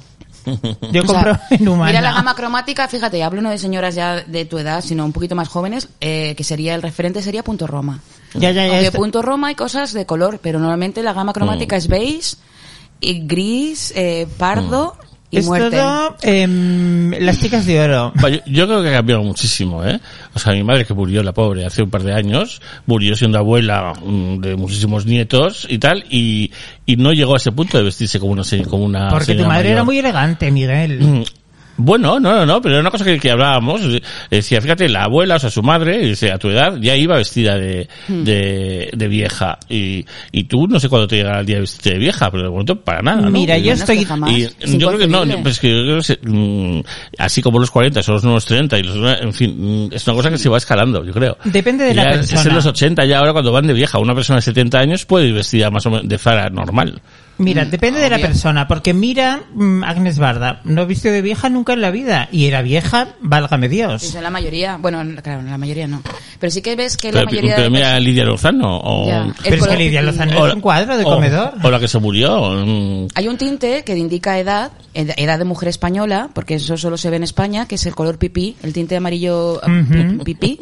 Speaker 5: Yo
Speaker 4: O sea,
Speaker 5: compro en humana.
Speaker 4: Mira la gama cromática, fíjate, hablo no de señoras ya de tu edad, sino un poquito más jóvenes, eh, que sería el referente sería Punto Roma.
Speaker 5: Ya, ya, ya.
Speaker 4: Aunque
Speaker 5: esto-
Speaker 4: punto Roma hay cosas de color, pero normalmente la gama
Speaker 5: Mm.
Speaker 4: cromática es beige, y gris, eh, pardo y
Speaker 5: es
Speaker 4: muerte.
Speaker 5: todo em, las chicas de oro.
Speaker 3: Va, Yo, yo creo que ha cambiado muchísimo, ¿eh? O sea, mi madre que murió, la pobre, hace un par de años, murió siendo abuela mm, de muchísimos nietos y tal, y, y no llegó a ese punto de vestirse como una, se- como una
Speaker 5: Porque tu
Speaker 3: señora
Speaker 5: madre era
Speaker 3: mayor.
Speaker 5: muy elegante, Miguel.
Speaker 3: Bueno, no, no, no, pero era una cosa que, que hablábamos. eh, Decía, fíjate, la abuela, o sea, su madre, dice, a tu edad ya iba vestida de, de, de vieja. Y, y tú no sé cuándo te llegará el día de vestirte de vieja, pero de momento para nada, ¿no?
Speaker 5: Mira,
Speaker 3: Y-
Speaker 5: yo
Speaker 4: Menos
Speaker 5: estoy-
Speaker 4: que jamás.
Speaker 3: y
Speaker 4: Es
Speaker 3: yo creo que no,
Speaker 4: inconcebible.
Speaker 3: pues que yo creo que se- mm, así como los 40 son los nuevos 30 y los, en fin, mm, es una cosa que se va escalando, yo creo.
Speaker 5: Depende de la
Speaker 3: Ya es- Es en
Speaker 5: persona.
Speaker 3: los 80 ya ahora cuando van de vieja, una persona de 70 años puede ir vestida más o menos de Zara normal.
Speaker 5: Mira, depende de la
Speaker 4: Mm. obvio.
Speaker 5: persona, porque mira mm, Agnes Barda, no vistió de vieja nunca en la vida, y era vieja, válgame Dios.
Speaker 4: Pues en la mayoría, bueno, claro, en la mayoría no. Pero sí que ves que la
Speaker 3: Pero,
Speaker 4: mayoría
Speaker 3: pero
Speaker 4: de
Speaker 3: mira a Lidia Lozano o,
Speaker 4: Ya. El
Speaker 5: Pero es que
Speaker 4: color
Speaker 5: Lidia
Speaker 4: que-
Speaker 5: Lozano
Speaker 3: o
Speaker 5: es un cuadro de
Speaker 3: o-
Speaker 5: comedor.
Speaker 3: o la que se murió. mm,
Speaker 4: Hay un tinte que indica edad, ed- edad de mujer española, porque eso solo se ve en España, que es el color pipí, el tinte amarillo eh,
Speaker 5: Ujú.
Speaker 4: pipí,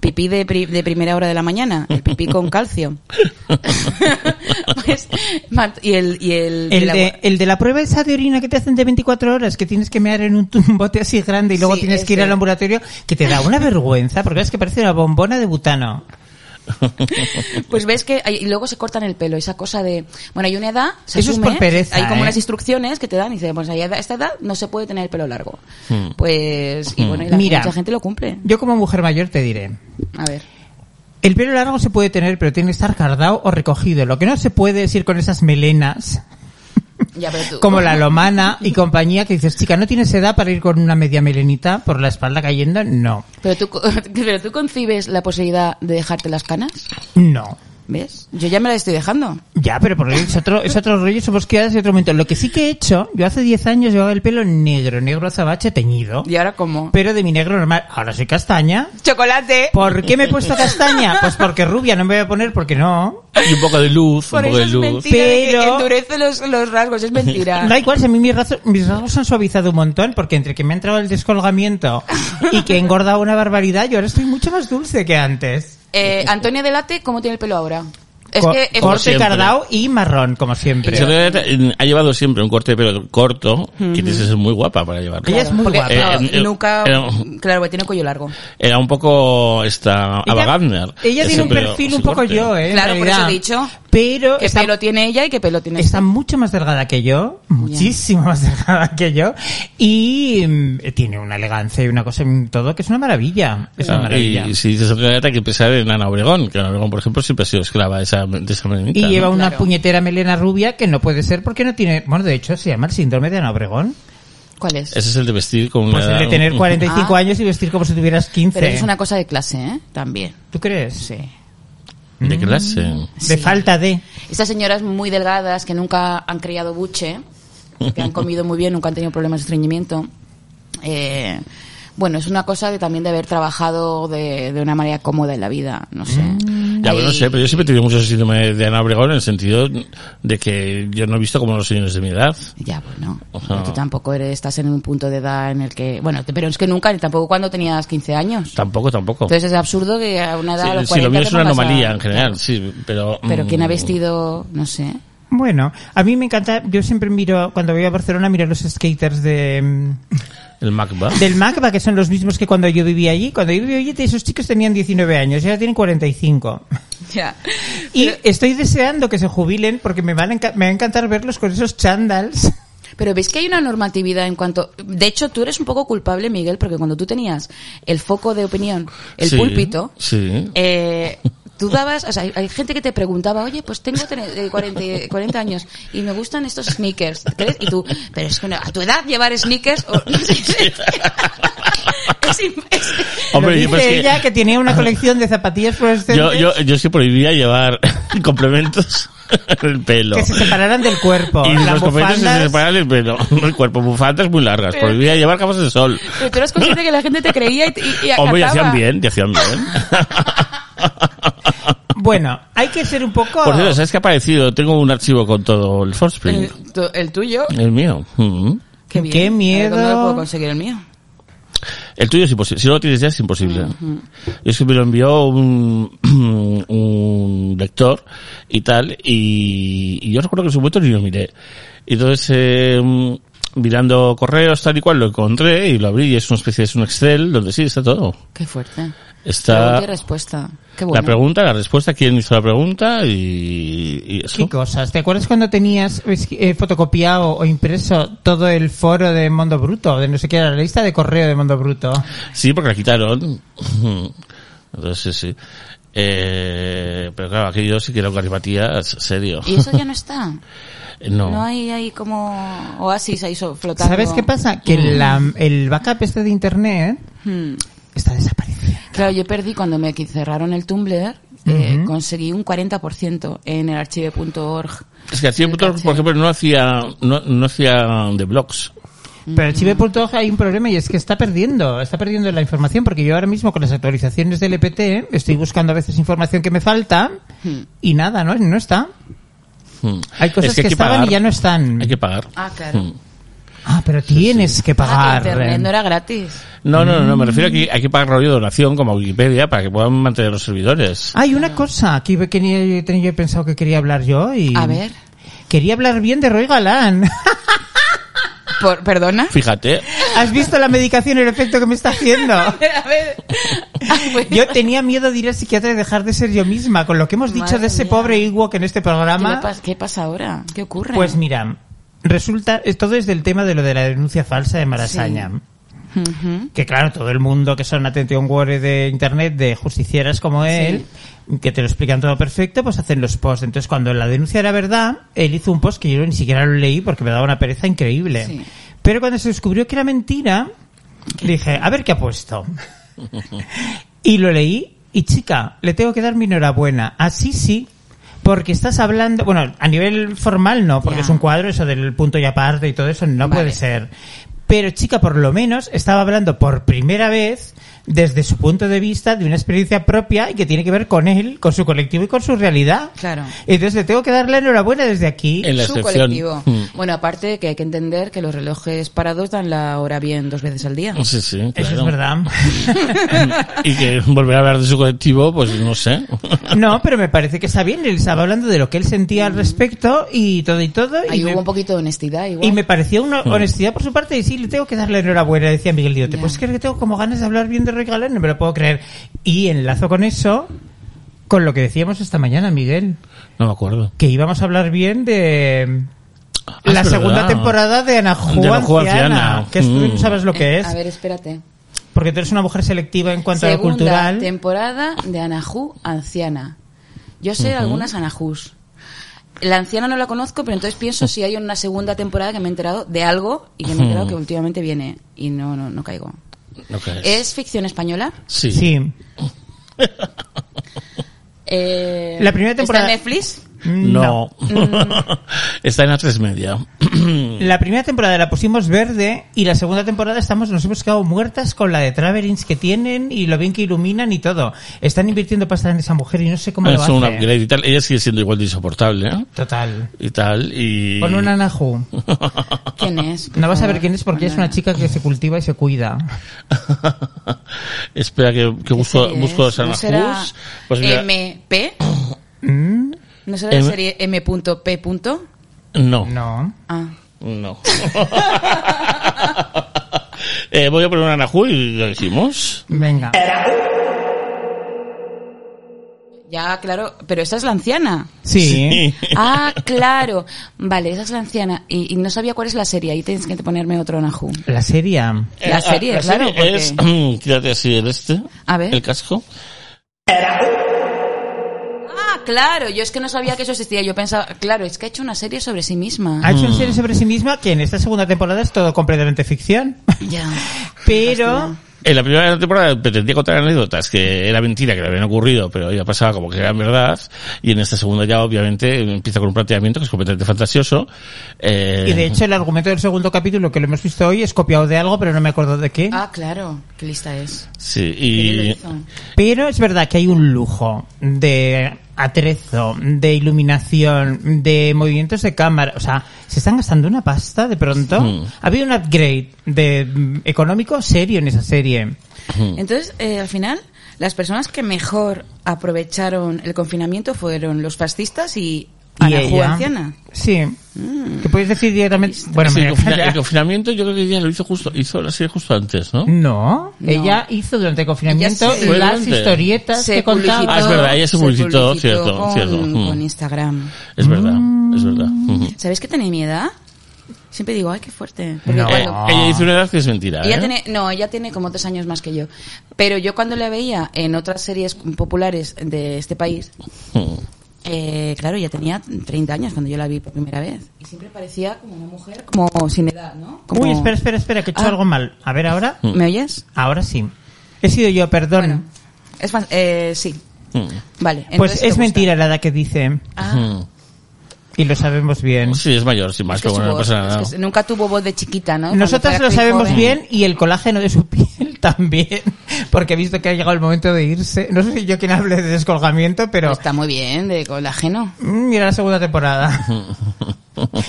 Speaker 4: pipí de, pri- de primera hora de la mañana, el pipí con calcio. Pues, Matt, y el, y el, y
Speaker 5: El
Speaker 4: la-
Speaker 5: de, el de la prueba esa de orina que te hacen de 24 horas, que tienes que mear en un tu- un bote así grande y luego
Speaker 4: Sí,
Speaker 5: tienes que ir
Speaker 4: ese.
Speaker 5: al ambulatorio, que te da una vergüenza, porque es que parece una bombona de butano.
Speaker 4: Pues ves que hay- y luego se cortan el pelo, esa cosa de, bueno, hay una edad, se
Speaker 5: Eso es
Speaker 4: asume,
Speaker 5: por pereza,
Speaker 4: hay como
Speaker 5: ¿eh?
Speaker 4: unas instrucciones que te dan y dicen, pues a esta edad- esta edad no se puede tener el pelo largo. Pues y bueno, y la,
Speaker 5: Mira.
Speaker 4: mucha gente lo cumple.
Speaker 5: Yo como mujer mayor te diré,
Speaker 4: A ver.
Speaker 5: el pelo largo se puede tener, pero tiene que estar cardado o recogido. Lo que no se puede es ir con esas melenas
Speaker 4: Ya, pero tú-
Speaker 5: como la lomana y compañía que dices, chica, ¿no tienes edad para ir con una media melenita por la espalda cayendo? No,
Speaker 4: Pero tú, co- pero tú concibes la posibilidad de dejarte las canas,
Speaker 5: no.
Speaker 4: ¿ves? Yo ya me las estoy dejando.
Speaker 5: Ya, pero por es otro, es otro rollo, somos criadas de otro momento. Lo que sí que he hecho, yo hace 10 años llevaba el pelo negro, negro azabache teñido,
Speaker 4: ¿Y ahora cómo?
Speaker 5: pero de mi negro normal. Ahora soy castaña.
Speaker 4: ¡Chocolate!
Speaker 5: ¿Por qué me he puesto castaña? Pues porque rubia no me voy a poner, porque no.
Speaker 3: y un poco de luz,
Speaker 4: Por
Speaker 3: un poco
Speaker 4: eso
Speaker 3: de
Speaker 4: es
Speaker 3: luz.
Speaker 4: mentira de que
Speaker 5: Pero-
Speaker 4: endurece los, los rasgos, es mentira.
Speaker 5: Da igual, si a mí mis rasgos, mis rasgos han suavizado un montón, porque entre que me ha entrado el descolgamiento y que he engordado una barbaridad, yo ahora estoy mucho más dulce que antes.
Speaker 4: Eh, Antonia Delate, ¿cómo tiene el pelo ahora? Es
Speaker 5: Co-
Speaker 4: que es-
Speaker 3: como
Speaker 5: corte
Speaker 3: siempre.
Speaker 5: cardao y marrón, como siempre.
Speaker 3: Se ve- eh, Ha llevado siempre un corte de pelo corto, que dices es muy guapa para llevarlo.
Speaker 5: Ella es muy
Speaker 4: porque,
Speaker 5: guapa.
Speaker 4: claro,
Speaker 3: Eh, eh,
Speaker 4: nunca...
Speaker 3: eh,
Speaker 4: claro, porque tiene cuello largo.
Speaker 3: Era un poco esta Ava Gardner.
Speaker 5: ella tiene
Speaker 3: Ese
Speaker 5: un
Speaker 3: pelo,
Speaker 5: perfil
Speaker 3: ese
Speaker 5: un poco
Speaker 3: corte.
Speaker 5: yo, ¿eh? en
Speaker 4: Claro, por eso
Speaker 5: realidad.
Speaker 4: he dicho.
Speaker 5: Pero
Speaker 4: ¿Qué
Speaker 5: está,
Speaker 4: pelo tiene ella y qué pelo tiene este?
Speaker 5: está
Speaker 4: esta?
Speaker 5: mucho más delgada que yo, muchísimo más delgada que yo, y mm, tiene una elegancia y una cosa en todo que es una maravilla. Es una
Speaker 3: Ah,
Speaker 5: maravilla.
Speaker 3: y si dices otra edad, hay que pensar en Ana Obregón, que Ana Obregón, por ejemplo, siempre ha sido esclava de esa, de esa melenita,
Speaker 5: Y
Speaker 3: ¿no?
Speaker 5: lleva una
Speaker 4: Claro.
Speaker 5: puñetera melena rubia que no puede ser porque no tiene... Bueno, de hecho se llama el síndrome de Ana Obregón.
Speaker 4: ¿Cuál es?
Speaker 3: Ese es el de vestir con
Speaker 5: Pues
Speaker 3: una-
Speaker 5: el de tener 45
Speaker 4: Ah.
Speaker 5: años y vestir como si tuvieras 15.
Speaker 4: Pero eso es una cosa de clase, ¿eh? También.
Speaker 5: ¿Tú crees?
Speaker 4: Sí.
Speaker 3: de clase.
Speaker 5: De
Speaker 4: Sí.
Speaker 5: falta de...
Speaker 4: Estas señoras muy delgadas que nunca han criado buche, que han comido muy bien, nunca han tenido problemas de estreñimiento. eh, bueno, es una cosa de también de haber trabajado de, de una manera cómoda en la vida, no pues sé.
Speaker 3: Ya, bueno, no
Speaker 4: Ahí-
Speaker 3: sé, pero yo siempre he tenido mucho síndrome de Ana Obregón en el sentido de que yo no he visto como los señores de mi edad.
Speaker 4: Ya, bueno.
Speaker 3: Ajá.
Speaker 4: Tú tampoco eres, estás en un punto de edad en el que... Bueno, te- pero es que nunca, ni tampoco cuando tenías 15 años.
Speaker 3: Tampoco, tampoco.
Speaker 4: Entonces es absurdo que a una edad a los
Speaker 3: si, si
Speaker 4: 40
Speaker 3: lo mío
Speaker 4: te
Speaker 3: es una
Speaker 4: pongas a-
Speaker 3: anomalía en general, sí, pero...
Speaker 4: Pero
Speaker 3: mm,
Speaker 4: ¿quién ha vestido, no sé?
Speaker 5: Bueno, a mí me encanta, yo siempre miro, cuando voy a Barcelona, miro los skaters de, mm,
Speaker 3: El MacBa.
Speaker 5: del MACBA, que son los mismos que cuando yo vivía allí. Cuando yo vivía allí, esos chicos tenían 19 años, ya tienen 45.
Speaker 4: Ya.
Speaker 5: Y estoy deseando que se jubilen porque me, van a enca- me va a encantar verlos con esos chandals.
Speaker 4: Pero veis que hay una normatividad en cuanto. De hecho, tú eres un poco culpable, Miguel, porque cuando tú tenías el foco de opinión, el
Speaker 3: Sí,
Speaker 4: púlpito,
Speaker 3: Sí.
Speaker 4: eh, tú dabas. O sea, hay, hay gente que te preguntaba, oye, pues tengo tre- eh, 40, y- 40 años y me gustan estos sneakers. ¿crees?". Y tú, pero es que no, a tu edad llevar sneakers. o- no sé, es im- es-
Speaker 3: Hombre,
Speaker 5: Lo
Speaker 3: yo, pues,
Speaker 5: dice
Speaker 3: que-
Speaker 5: ella que... tenía una colección de zapatillas
Speaker 3: yo,
Speaker 5: fluorescentes
Speaker 3: yo, yo sí prohibía llevar complementos en el pelo.
Speaker 5: que se separaran del cuerpo.
Speaker 3: Y
Speaker 5: Las
Speaker 3: los complementos se
Speaker 5: bufandas,
Speaker 3: separan el pelo. El cuerpo, bufandas muy largas.
Speaker 4: Pero-
Speaker 3: Prohibía llevar capas de sol.
Speaker 4: pero tú eras consciente que la gente te creía y, y, y
Speaker 3: Hombre, y hacían
Speaker 4: acataba.
Speaker 3: bien, y hacían bien.
Speaker 5: Bueno, hay que ser un poco...
Speaker 3: Por cierto, ¿sabes qué ha aparecido? Tengo un archivo con todo el Forspring.
Speaker 5: Eh.
Speaker 4: El, tu- el tuyo.
Speaker 3: El mío. Mm.
Speaker 4: Qué,
Speaker 5: Qué
Speaker 4: bien.
Speaker 5: miedo.
Speaker 4: ¿Cómo lo puedo conseguir el mío?
Speaker 3: El tuyo es imposible. Si no lo tienes ya es imposible. Yo es que me lo envió un, un lector y tal, y, y yo recuerdo que en su momento ni lo miré. Y entonces, eh, mirando correos tal y cual, lo encontré y lo abrí y es una especie, es un Excel donde sí está todo.
Speaker 4: Qué fuerte.
Speaker 3: Está
Speaker 4: Pregunta y respuesta. Qué
Speaker 3: la
Speaker 4: bueno.
Speaker 3: pregunta, la respuesta, quién hizo la pregunta y, y eso.
Speaker 5: ¿Qué cosas? ¿Te acuerdas cuando tenías eh, fotocopiado o impreso todo el foro de Mundo Bruto? De no sé qué era la lista de correo de Mundo Bruto.
Speaker 3: Sí, porque la quitaron. Entonces, sí, sí. Eh, pero claro, aquello sí que era un garimatías serio. Eh,
Speaker 4: Y eso ya no está.
Speaker 3: No.
Speaker 4: No hay ahí como oasis ahí so- flotando.
Speaker 5: ¿Sabes qué pasa? Que
Speaker 4: Mm.
Speaker 5: la- el backup este de internet
Speaker 4: Hmm.
Speaker 5: está desapareciendo.
Speaker 4: Claro, yo perdí cuando me qui- cerraron el Tumblr. eh,
Speaker 5: Ujú.
Speaker 4: Conseguí un 40% en el archive.org.
Speaker 3: Es que hacía,
Speaker 4: El
Speaker 3: por
Speaker 4: caché.
Speaker 3: ejemplo, no hacía, no, no hacía de blogs.
Speaker 4: Mm.
Speaker 5: Pero el Chive.org hay un problema y es que está perdiendo, está perdiendo la información porque yo ahora mismo con las actualizaciones del EPT estoy buscando a veces información que me falta
Speaker 4: Mm.
Speaker 5: y nada, no, no está.
Speaker 3: Hmm.
Speaker 5: Hay cosas que estaban y ya no están.
Speaker 3: Hay que pagar.
Speaker 4: Ah, claro.
Speaker 3: Hmm.
Speaker 5: Ah, pero tienes que
Speaker 4: Ah,
Speaker 5: pagar.
Speaker 4: que internet no era gratis.
Speaker 3: No, no,
Speaker 5: Mm.
Speaker 3: no, me refiero a que hay que pagar rollo de donación como Wikipedia para que puedan mantener los servidores.
Speaker 4: Ah,
Speaker 5: Hay una cosa que iba- que ni- tenía yo pensado que quería hablar yo y
Speaker 4: A ver.
Speaker 5: quería hablar bien de Roy Galán.
Speaker 4: Por, ¿Perdona?
Speaker 3: Fíjate.
Speaker 5: ¿Has visto la medicación el efecto que me está haciendo?
Speaker 4: A ver. Ah, bueno.
Speaker 5: Yo tenía miedo de ir al psiquiatra y dejar de ser yo misma con lo que hemos dicho
Speaker 4: Madre
Speaker 5: de ese
Speaker 4: mía.
Speaker 5: pobre Ewok en este
Speaker 4: ¿Qué, me
Speaker 5: programa.
Speaker 4: pas- qué pasa ahora? ¿Qué ocurre?
Speaker 5: Pues mira, resulta, eh, todo es del tema de lo de la denuncia falsa de Marasaña.
Speaker 4: Ujú.
Speaker 5: Que claro, todo el mundo que son atención warrior de internet, de justicieras como él, que te lo explican todo perfecto, pues hacen los posts. Entonces cuando la denuncia era verdad, él hizo un post que yo ni siquiera lo leí porque me daba una pereza increíble.
Speaker 4: Sí.
Speaker 5: Pero cuando se descubrió que era mentira, dije, a ver qué ha puesto. Y lo leí y chica, le tengo que dar mi enhorabuena. Así sí, porque estás hablando, bueno, a nivel formal no, porque
Speaker 4: Ya.
Speaker 5: es un cuadro, eso del punto y aparte y todo eso no
Speaker 4: Vale.
Speaker 5: puede ser. Pero chica, por lo menos estaba hablando por primera vez desde su punto de vista de una experiencia propia y que tiene que ver con él, con su colectivo y con su realidad.
Speaker 4: Claro.
Speaker 5: Entonces le tengo que dar la enhorabuena desde aquí.
Speaker 3: En la
Speaker 4: Su
Speaker 3: excepción.
Speaker 4: colectivo.
Speaker 5: Mm.
Speaker 3: Hmm.
Speaker 4: Bueno, aparte de que hay que entender que los relojes parados dan la hora bien dos veces al día.
Speaker 3: Sí, sí,
Speaker 5: Eso es
Speaker 3: claro.
Speaker 5: verdad.
Speaker 3: Y que volver a hablar de su colectivo, pues no sé.
Speaker 5: No, pero me parece que está bien. Él estaba hablando de lo que él sentía al respecto y todo y todo.
Speaker 4: Mm. Ahí
Speaker 5: y me-
Speaker 4: hubo un poquito de honestidad igual.
Speaker 5: Y me pareció una honestidad por su parte y sí, le tengo que darle enhorabuena, decía Miguel Díaz. ¿Te
Speaker 4: Ya.
Speaker 5: puedes creer que tengo como ganas de hablar bien de Roy Galán? No me lo puedo creer. Y enlazo con eso, con lo que decíamos esta mañana, Miguel,
Speaker 3: No me acuerdo.
Speaker 5: que íbamos a hablar bien de
Speaker 3: Ah,
Speaker 5: la
Speaker 3: es
Speaker 5: segunda
Speaker 3: verdad.
Speaker 5: temporada de Anajú
Speaker 3: De Anajú
Speaker 5: Anciana,
Speaker 3: Anciana.
Speaker 5: que tú
Speaker 3: Mm.
Speaker 5: no sabes lo que
Speaker 4: Eh,
Speaker 5: es,
Speaker 4: A ver, espérate.
Speaker 5: porque tú eres una mujer selectiva en cuanto a lo
Speaker 4: Segunda
Speaker 5: cultural.
Speaker 4: temporada de Anajú anciana. Yo sé algunas Anajús. La anciana no la conozco, pero entonces pienso si hay una segunda temporada que me he enterado de algo y que me he enterado que últimamente viene y no no no caigo.
Speaker 3: Lo que es.
Speaker 4: ¿Es ficción española?
Speaker 3: Sí.
Speaker 5: Sí.
Speaker 4: Eh,
Speaker 5: La primera
Speaker 4: ¿Está
Speaker 5: temporada-
Speaker 4: en Netflix?
Speaker 3: No. Está en la tres media.
Speaker 5: La primera temporada la pusimos verde y la segunda temporada estamos, nos hemos quedado muertas con la de Traverins que tienen y lo bien que iluminan y todo. Están invirtiendo pasta en esa mujer y no sé cómo
Speaker 3: es
Speaker 5: lo hace.
Speaker 3: un upgrade y tal. Ella sigue siendo igual de insoportable, ¿eh?
Speaker 5: Total.
Speaker 3: Y tal, y...
Speaker 5: Con una Naju.
Speaker 4: ¿Quién es? por
Speaker 5: No vas a
Speaker 4: favor?
Speaker 5: ver quién es porque es
Speaker 4: Bueno,
Speaker 5: una chica que se cultiva y se cuida.
Speaker 3: Espera que, que busco,
Speaker 4: serie
Speaker 3: busco
Speaker 4: es?
Speaker 3: los
Speaker 4: ¿No será
Speaker 3: Anahus. Pues mira,
Speaker 4: MP?
Speaker 5: ¿Mm?
Speaker 4: ¿No será la
Speaker 3: M-
Speaker 4: serie M.P.
Speaker 3: no, no.
Speaker 5: No.
Speaker 4: Ah.
Speaker 3: Eh, voy a poner un Anahu y lo decimos.
Speaker 5: Venga.
Speaker 4: Ya, claro, pero esa es la anciana.
Speaker 5: Sí.
Speaker 4: Ah, claro. Vale, esa es la anciana. Y, y no sabía cuál es la serie. Ahí tienes que ponerme otro Nahu.
Speaker 5: La serie.
Speaker 4: La
Speaker 3: Eh,
Speaker 4: serie,
Speaker 3: la
Speaker 4: claro, porque-
Speaker 3: es... Quédate así el este.
Speaker 4: A ver.
Speaker 3: El casco.
Speaker 4: Ah, claro. Yo es que no sabía que eso existía. Yo pensaba, claro, es que ha hecho una serie sobre sí misma.
Speaker 5: Ha hecho
Speaker 3: Mm.
Speaker 5: una serie sobre sí misma que en esta segunda temporada es todo completamente ficción.
Speaker 4: Ya.
Speaker 5: Pero...
Speaker 3: En la primera temporada pretendía contar anécdotas que era mentira, que le habían ocurrido, pero ya pasaba como que eran verdad. Y en esta segunda ya, obviamente, empieza con un planteamiento que es completamente fantasioso. Eh,
Speaker 5: Y de hecho el argumento del segundo capítulo que lo hemos visto hoy es copiado de algo pero no me acuerdo de qué.
Speaker 4: Ah, claro. Qué lista es.
Speaker 3: sí,
Speaker 4: Qué bien lo
Speaker 3: y...
Speaker 4: hizo.
Speaker 5: Pero es verdad que hay un lujo de atrezo, de iluminación, de movimientos de cámara. O sea, se están gastando una pasta de pronto.
Speaker 3: Sí.
Speaker 5: Ha habido un upgrade de mm, económico serio en esa serie.
Speaker 3: Mm.
Speaker 4: Entonces, eh, al final, las personas que mejor aprovecharon el confinamiento fueron los fascistas y
Speaker 5: Y
Speaker 4: Ana
Speaker 5: ella-
Speaker 4: Juanciana.
Speaker 5: Sí. Que puedes decir directamente... Bueno,
Speaker 3: Sí, el,
Speaker 5: María
Speaker 3: confina-
Speaker 5: Clara-
Speaker 3: el confinamiento yo creo que ella lo hizo justo, hizo la serie justo antes,
Speaker 4: Mm.
Speaker 3: ¿no?
Speaker 5: No,
Speaker 4: No.
Speaker 5: ella hizo durante el confinamiento
Speaker 4: Ella sí. Fue
Speaker 5: las
Speaker 3: durante.
Speaker 5: historietas que contaba.
Speaker 3: Ah, es verdad, ella se publicitó,
Speaker 4: publicitó
Speaker 3: cierto,
Speaker 4: con,
Speaker 3: cierto. Mm.
Speaker 4: con Instagram.
Speaker 3: Es verdad, es verdad.
Speaker 4: Mm.
Speaker 3: Ujú.
Speaker 4: ¿Sabéis que tenía mi edad? Siempre digo, ay, qué fuerte.
Speaker 5: No.
Speaker 3: Eh,
Speaker 5: Bueno.
Speaker 3: ella dice una edad que es mentira.
Speaker 4: Ella
Speaker 3: ¿eh?
Speaker 4: tiene, no, ella tiene como tres años más que yo. Pero yo cuando la veía en otras series populares de este país,
Speaker 3: Ujú.
Speaker 4: eh, claro, ya tenía 30 años cuando yo la vi por primera vez. Y siempre parecía como una mujer como sin edad, ¿no? Como-
Speaker 5: Ah, Uy, espera, espera, espera, que he hecho
Speaker 4: Ah.
Speaker 5: algo mal. A ver, ahora,
Speaker 3: Mm.
Speaker 4: ¿Me oyes?
Speaker 5: ahora sí. He sido yo, perdón.
Speaker 4: Bueno, es fan- eh, sí,
Speaker 3: Ujú.
Speaker 4: vale.
Speaker 5: pues
Speaker 4: entonces
Speaker 5: es
Speaker 4: te gusta.
Speaker 5: mentira la edad que dice,
Speaker 4: Ah,
Speaker 5: y lo sabemos bien.
Speaker 3: Pues
Speaker 4: Pues
Speaker 3: Sí, es mayor, sin más,
Speaker 4: es que
Speaker 3: pero
Speaker 4: su
Speaker 3: bueno, no
Speaker 4: voz,
Speaker 3: pasa nada.
Speaker 4: es que nunca tuvo voz de chiquita, ¿no? Cuando
Speaker 5: Nosotras
Speaker 4: fuera
Speaker 5: lo
Speaker 4: actriz
Speaker 5: sabemos
Speaker 4: joven.
Speaker 5: bien y el colágeno de su piel también, porque he visto que ha llegado el momento de irse. No sé si yo quien hable de descolgamiento, pero
Speaker 4: Está muy bien, de colágeno.
Speaker 5: mm, mira la segunda temporada.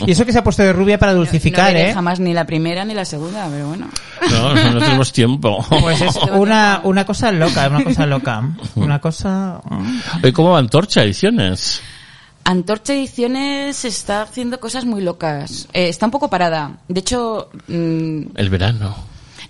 Speaker 5: y eso que se ha puesto de rubia para dulcificar,
Speaker 4: no veré
Speaker 5: ¿eh?
Speaker 4: jamás ni la primera ni la segunda, pero bueno.
Speaker 3: No, no, no tenemos tiempo.
Speaker 5: Pues es una, una cosa loca, una cosa loca. Una cosa...
Speaker 3: Oye, ¿Cómo va Antorcha Ediciones?
Speaker 4: Antorcha Ediciones está haciendo cosas muy locas. Eh, está un poco parada. De hecho, mm,
Speaker 3: El verano.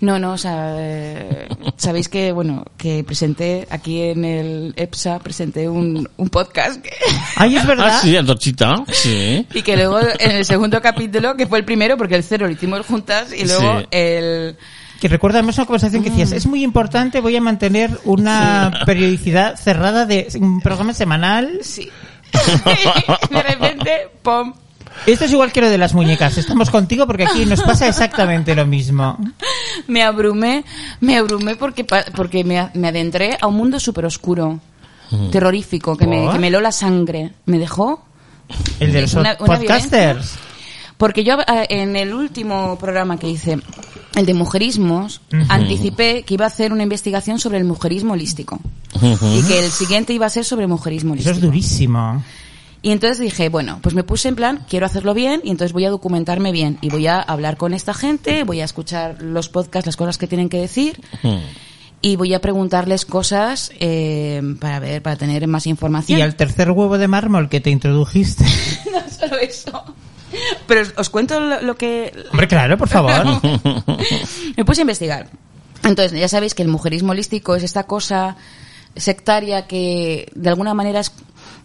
Speaker 4: no, no, o sea, eh, sabéis que, bueno, que presenté aquí en el EPSA, presenté un, un podcast que-
Speaker 5: Ay, es verdad.
Speaker 3: Ah, sí, Antorchita. Sí.
Speaker 4: y que luego en el segundo capítulo, que fue el primero, porque el cero lo hicimos juntas, y luego
Speaker 3: Sí.
Speaker 4: el...
Speaker 5: Que recuerda además una conversación que decías, es muy importante, voy a mantener una periodicidad cerrada de un programa semanal.
Speaker 4: Sí. de repente, ¡pum!
Speaker 5: Esto es igual que lo de las muñecas, estamos contigo porque aquí nos pasa exactamente lo mismo.
Speaker 4: me abrumé, me abrumé porque, pa- porque me, a- me adentré a un mundo súper oscuro,
Speaker 5: Mm.
Speaker 4: terrorífico, que me,
Speaker 5: ¿Por?
Speaker 4: que me heló la sangre. Me dejó.
Speaker 5: El de los
Speaker 4: Una- una
Speaker 5: podcasters.
Speaker 4: Porque yo eh, en el último programa que hice, el de mujerismos, anticipé que iba a hacer una investigación sobre el mujerismo holístico. Y que el siguiente iba a ser sobre mujerismo
Speaker 5: Eso
Speaker 4: holístico.
Speaker 5: es durísimo.
Speaker 4: Y entonces dije, bueno, pues me puse en plan, quiero hacerlo bien y entonces voy a documentarme bien y voy a hablar con esta gente, voy a escuchar los podcasts, las cosas que tienen que decir y voy a preguntarles cosas eh, para ver, para tener más información.
Speaker 5: Y al tercer huevo de mármol que te introdujiste.
Speaker 4: no solo eso. Pero os, os cuento lo, lo que
Speaker 5: Hombre, claro, por favor.
Speaker 4: me puse a investigar. Entonces, ya sabéis que el mujerismo holístico es esta cosa sectaria que de alguna manera es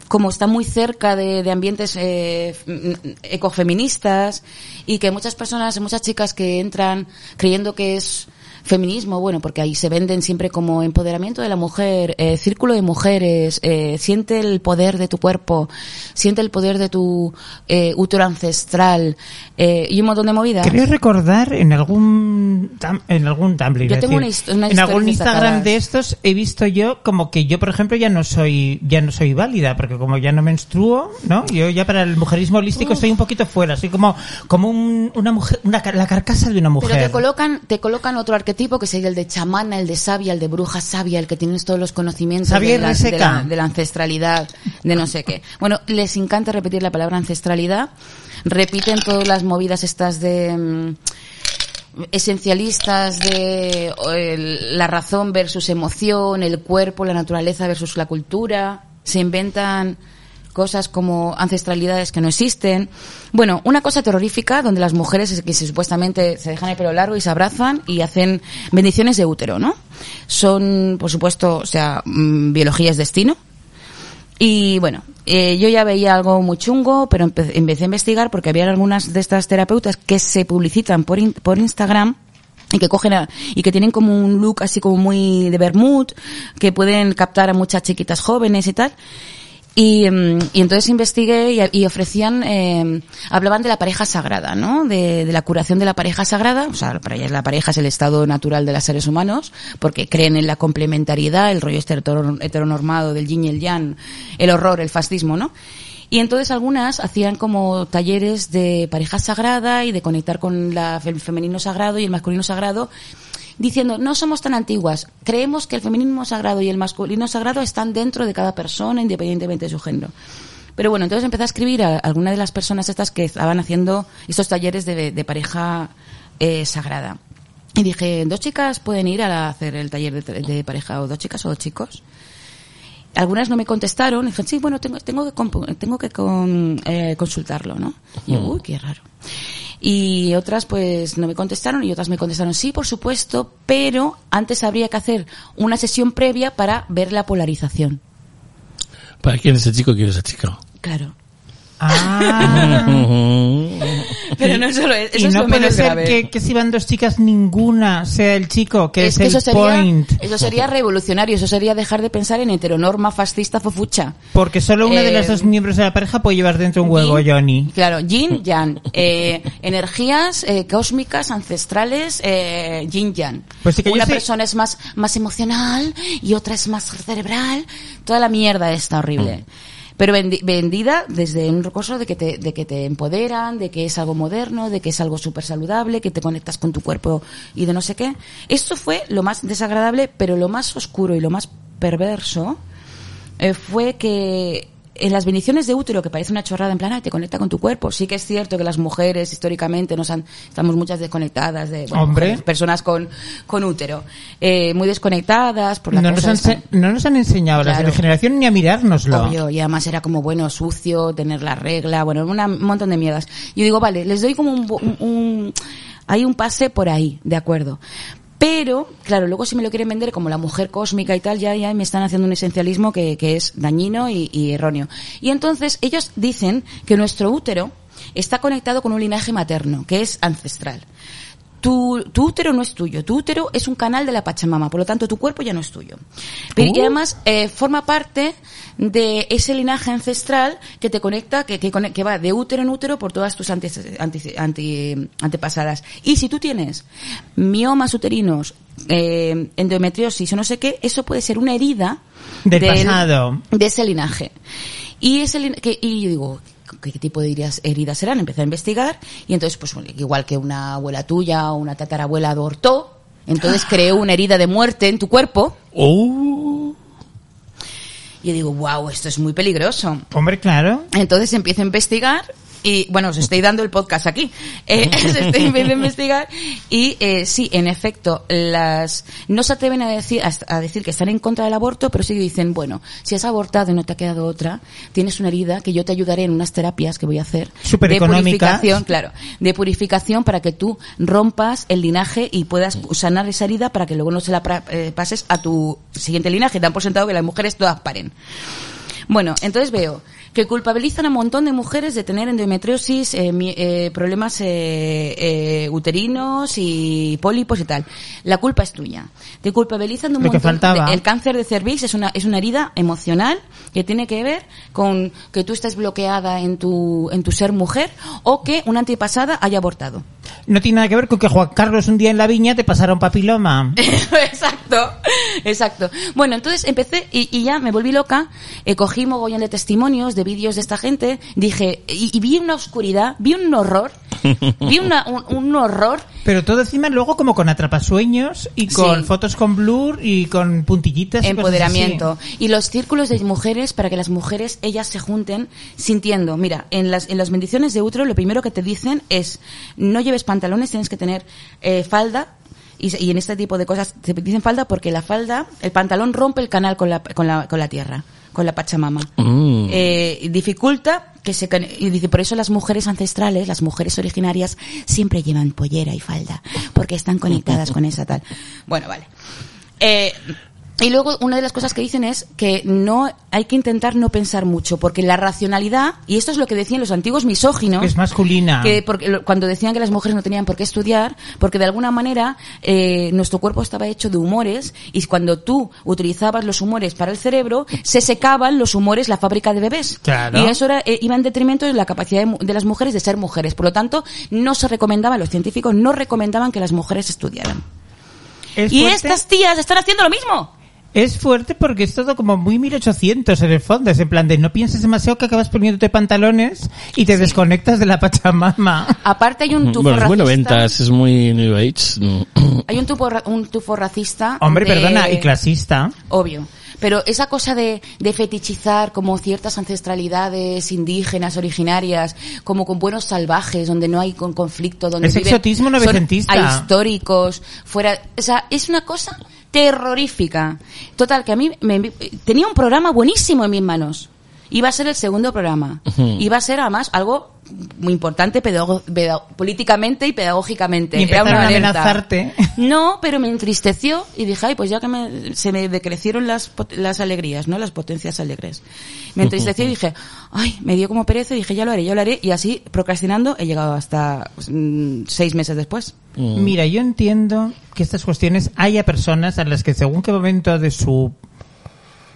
Speaker 4: como está muy cerca de, de ambientes eh, mm, ecofeministas y que muchas personas, muchas chicas que entran creyendo que es feminismo, bueno, porque ahí se venden siempre como empoderamiento de la mujer, eh, círculo de mujeres, eh, siente el poder de tu cuerpo, siente el poder de tu eh, útero ancestral eh, y un montón de movidas.
Speaker 5: Creo recordar en algún tam- en algún Tumblr, iba
Speaker 4: Yo
Speaker 5: a
Speaker 4: tengo
Speaker 5: decir.
Speaker 4: una hist- unas
Speaker 5: en algún
Speaker 4: historias destacadas.
Speaker 5: Instagram de estos he visto yo como que yo por ejemplo ya no soy ya no soy válida porque como ya no menstruo, ¿no? Yo ya para el mujerismo holístico estoy un poquito fuera, soy como como un- una mujer una ca- la carcasa de una mujer.
Speaker 4: Pero te colocan, te colocan otro arquetipo que sería el de chamana, el de sabia, el de bruja sabia, el que tienes todos los conocimientos
Speaker 5: Sabia y
Speaker 4: de la, de
Speaker 5: reseca.
Speaker 4: la- de la ancestralidad, de no sé qué. Bueno, les encanta repetir la palabra ancestralidad, repiten todas las movidas estas de mm, esencialistas de o el- la razón versus emoción, el cuerpo, la naturaleza versus la cultura, se inventan cosas como ancestralidades que no existen. Bueno, una cosa terrorífica donde las mujeres es que se- supuestamente se dejan el pelo largo y se abrazan y hacen bendiciones de útero, ¿no? Son, por supuesto, o sea, mm, biología es destino. Y bueno, eh, yo ya veía algo muy chungo, pero empe- empecé a investigar porque había algunas de estas terapeutas que se publicitan por, in- por Instagram y que cogen a- y que tienen como un look así como muy de Bermud, que pueden captar a muchas chiquitas jóvenes y tal. Y, mm, y entonces investigué y, y ofrecían, eh, hablaban de la pareja sagrada, ¿no? De, de la curación de la pareja sagrada, o sea, para ellas la pareja es el estado natural de los seres humanos, porque creen en la complementariedad, el rollo este hetero- heteronormado del yin y el yang, el horror, el fascismo, ¿no? Y entonces algunas hacían como talleres de pareja sagrada y de conectar con la, el femenino sagrado y el masculino sagrado, diciendo no somos tan antiguas, creemos que el feminismo sagrado y el masculino sagrado están dentro de cada persona independientemente de su género. Pero bueno, entonces empecé a escribir a alguna de las personas estas que estaban haciendo estos talleres de, de pareja eh, sagrada. Y dije, dos chicas pueden ir a la- hacer el taller de, de pareja, o dos chicas o dos chicos. Algunas no me contestaron, y dijeron, sí, bueno, tengo, tengo que, compu- tengo que con- eh, consultarlo, ¿no? Y yo, uy, qué raro. Y otras pues no me contestaron y otras me contestaron sí, por supuesto, pero antes habría que hacer una sesión previa para ver la polarización.
Speaker 3: ¿Para quién es ese chico y quién es esa chica?
Speaker 4: Claro.
Speaker 5: Ah,
Speaker 4: Pero no solo es, eso
Speaker 5: y
Speaker 4: es
Speaker 5: no
Speaker 4: lo
Speaker 5: puede
Speaker 4: menos
Speaker 5: ser
Speaker 4: grave.
Speaker 5: que, que si van dos chicas ninguna sea el chico, que es,
Speaker 4: que
Speaker 5: el
Speaker 4: eso sería,
Speaker 5: point.
Speaker 4: eso sería revolucionario, eso sería dejar de pensar en heteronorma fascista fofucha.
Speaker 5: Porque solo una de las
Speaker 4: Eh,
Speaker 5: dos miembros de la pareja puede llevar dentro un huevo,
Speaker 4: Yin-
Speaker 5: Johnny.
Speaker 4: Claro, yin yang, eh, energías eh, cósmicas ancestrales, eh, yin yang.
Speaker 5: Pues sí que yo
Speaker 4: Una
Speaker 5: sé-
Speaker 4: persona es más más emocional y otra es más cerebral. Toda la mierda está horrible. Pero vendi- vendida desde un recurso de que, te, de que te empoderan, de que es algo moderno, de que es algo súper saludable, que te conectas con tu cuerpo y de no sé qué. Esto fue lo más desagradable, pero lo más oscuro y lo más perverso eh, fue que en las bendiciones de útero, que parece una chorrada en plan, "Ay, te conecta con tu cuerpo, sí que es cierto que las mujeres históricamente nos han, estamos muchas desconectadas de bueno,
Speaker 5: Hombre.
Speaker 4: mujeres, personas con, con útero, eh, muy desconectadas por la
Speaker 5: No nos,
Speaker 4: cosa
Speaker 5: han,
Speaker 4: esta.
Speaker 5: se- no nos han enseñado las de
Speaker 4: Claro.
Speaker 5: la generación ni a mirárnoslo.
Speaker 4: Obvio, y además era como, bueno, sucio, tener la regla, bueno, una- un montón de mierdas. Yo digo, vale, les doy como un, bo- un- un- hay un pase por ahí, de acuerdo. Pero, claro, luego si me lo quieren vender como la mujer cósmica y tal, ya, ya me están haciendo un esencialismo que, que es dañino y, y erróneo. Y entonces ellos dicen que nuestro útero está conectado con un linaje materno, que es ancestral. Tu, tu útero no es tuyo, tu útero es un canal de la Pachamama, por lo tanto tu cuerpo ya no es tuyo. Pero, y además eh, forma parte de ese linaje ancestral que te conecta, que, que, conec- que va de útero en útero por todas tus antes- antes- anti- antepasadas. Y si tú tienes miomas uterinos, eh, endometriosis o no sé qué, eso puede ser una herida
Speaker 5: Del pasado.
Speaker 4: de ese linaje. Y, ese lin- que, y yo digo, ¿qué, qué tipo de heridas, heridas serán? Empecé a investigar y entonces, pues bueno, igual que una abuela tuya o una tatarabuela abortó, entonces creó una herida de muerte en tu cuerpo.
Speaker 3: Oh.
Speaker 4: Y yo digo, wow, esto es muy peligroso.
Speaker 5: Hombre, claro.
Speaker 4: Entonces empiezo a investigar y, bueno, os estoy dando el podcast aquí. Eh, os estoy empiezo a investigar y, eh, sí, en efecto, las, no se atreven a decir, a, a decir que están en contra del aborto, pero sí que dicen, bueno, si has abortado y no te ha quedado otra, tienes una herida que yo te ayudaré en unas terapias que voy a hacer.
Speaker 5: Súper
Speaker 4: de
Speaker 5: económicas.
Speaker 4: purificación, claro, de purificación para que tú rompas el linaje y puedas sanar esa herida para que luego no se la pra- eh, pases a tu siguiente linaje. Dan por sentado que las mujeres todas paren. Bueno, entonces veo que culpabilizan a un montón de mujeres de tener endometriosis, eh, mi- eh, problemas eh, eh, uterinos y pólipos y tal. La culpa es tuya. Te culpabilizan de un
Speaker 5: Lo que
Speaker 4: montón.
Speaker 5: faltaba.
Speaker 4: de- el cáncer de cervix es una es una herida emocional que tiene que ver con que tú estés bloqueada en tu en tu ser mujer o que una antepasada haya abortado.
Speaker 5: No tiene nada que ver con que Juan Carlos un día en la viña te pasara un papiloma.
Speaker 4: exacto, exacto. Bueno, entonces empecé y, y ya me volví loca, eh, cogí mogollón de testimonios, de vídeos de esta gente, dije, y, y vi una oscuridad, vi un horror, vi una- un, un horror.
Speaker 5: Pero todo encima luego como con atrapasueños y con
Speaker 4: Sí.
Speaker 5: fotos con blur y con puntillitas. y cosas así.
Speaker 4: Empoderamiento. Y los círculos de mujeres para que las mujeres ellas se junten sintiendo. Mira, en las, en las bendiciones de útero lo primero que te dicen es no lleves pantalones, tienes que tener eh, falda. Y, se- y en este tipo de cosas te dicen falda porque la falda, el pantalón rompe el canal con la, con la, con la tierra, con la Pachamama.
Speaker 3: Mm.
Speaker 4: Eh, y dificulta que se... con- Y dice, por eso las mujeres ancestrales, las mujeres originarias, siempre llevan pollera y falda, porque están conectadas con esa tal. Bueno, vale. Eh, y luego una de las cosas que dicen es que no hay que intentar no pensar mucho, porque la racionalidad, y esto es lo que decían los antiguos misóginos,
Speaker 5: Es masculina.
Speaker 4: que porque lo- cuando decían que las mujeres no tenían por qué estudiar, porque de alguna manera eh, nuestro cuerpo estaba hecho de humores y cuando tú utilizabas los humores para el cerebro, se secaban los humores la fábrica de bebés.
Speaker 5: Claro.
Speaker 4: Y eso era, eh, iba en detrimento de la capacidad de, mu- de las mujeres de ser mujeres. Por lo tanto, no se recomendaba, los científicos no recomendaban que las mujeres estudiaran.
Speaker 5: Es
Speaker 4: y
Speaker 5: fuerte-
Speaker 4: estas tías están haciendo lo mismo.
Speaker 5: Es fuerte porque es todo como muy 1800 en el fondo. Es en plan de no pienses demasiado que acabas poniéndote pantalones y te desconectas de la Pachamama.
Speaker 4: Aparte hay
Speaker 5: Mm,
Speaker 4: un tufo
Speaker 3: Bueno, es muy
Speaker 4: racista.
Speaker 3: noventas, es muy New Age.
Speaker 4: Hay un tufo, ra- un tufo racista.
Speaker 5: Hombre,
Speaker 4: de-
Speaker 5: perdona, y clasista.
Speaker 4: Obvio. Pero esa cosa de, de fetichizar como ciertas ancestralidades indígenas, originarias, como con buenos salvajes, donde no hay con conflicto, donde
Speaker 5: Es
Speaker 4: viven-
Speaker 5: exotismo novecentista.
Speaker 4: son ahistóricos, fuera, o sea, es una cosa terrorífica. Total, que a mí me envi- tenía un programa buenísimo en mis manos. Iba a ser el segundo programa.
Speaker 3: Ujú.
Speaker 4: Iba a ser además algo muy importante pedago- peda- políticamente y pedagógicamente.
Speaker 5: Y
Speaker 4: Era
Speaker 5: empezaron
Speaker 4: una
Speaker 5: a
Speaker 4: alerta.
Speaker 5: amenazarte.
Speaker 4: No, pero me entristeció y dije, ay, pues ya que me- se me decrecieron las, pot- las alegrías, ¿no? Las potencias alegres. Me entristeció y dije, ay, me dio como pereza y dije, ya lo haré, ya lo haré. Y así, procrastinando, he llegado hasta pues, mm, seis meses después.
Speaker 3: Mm.
Speaker 5: Mira, yo entiendo que estas cuestiones haya personas a las que según qué momento de su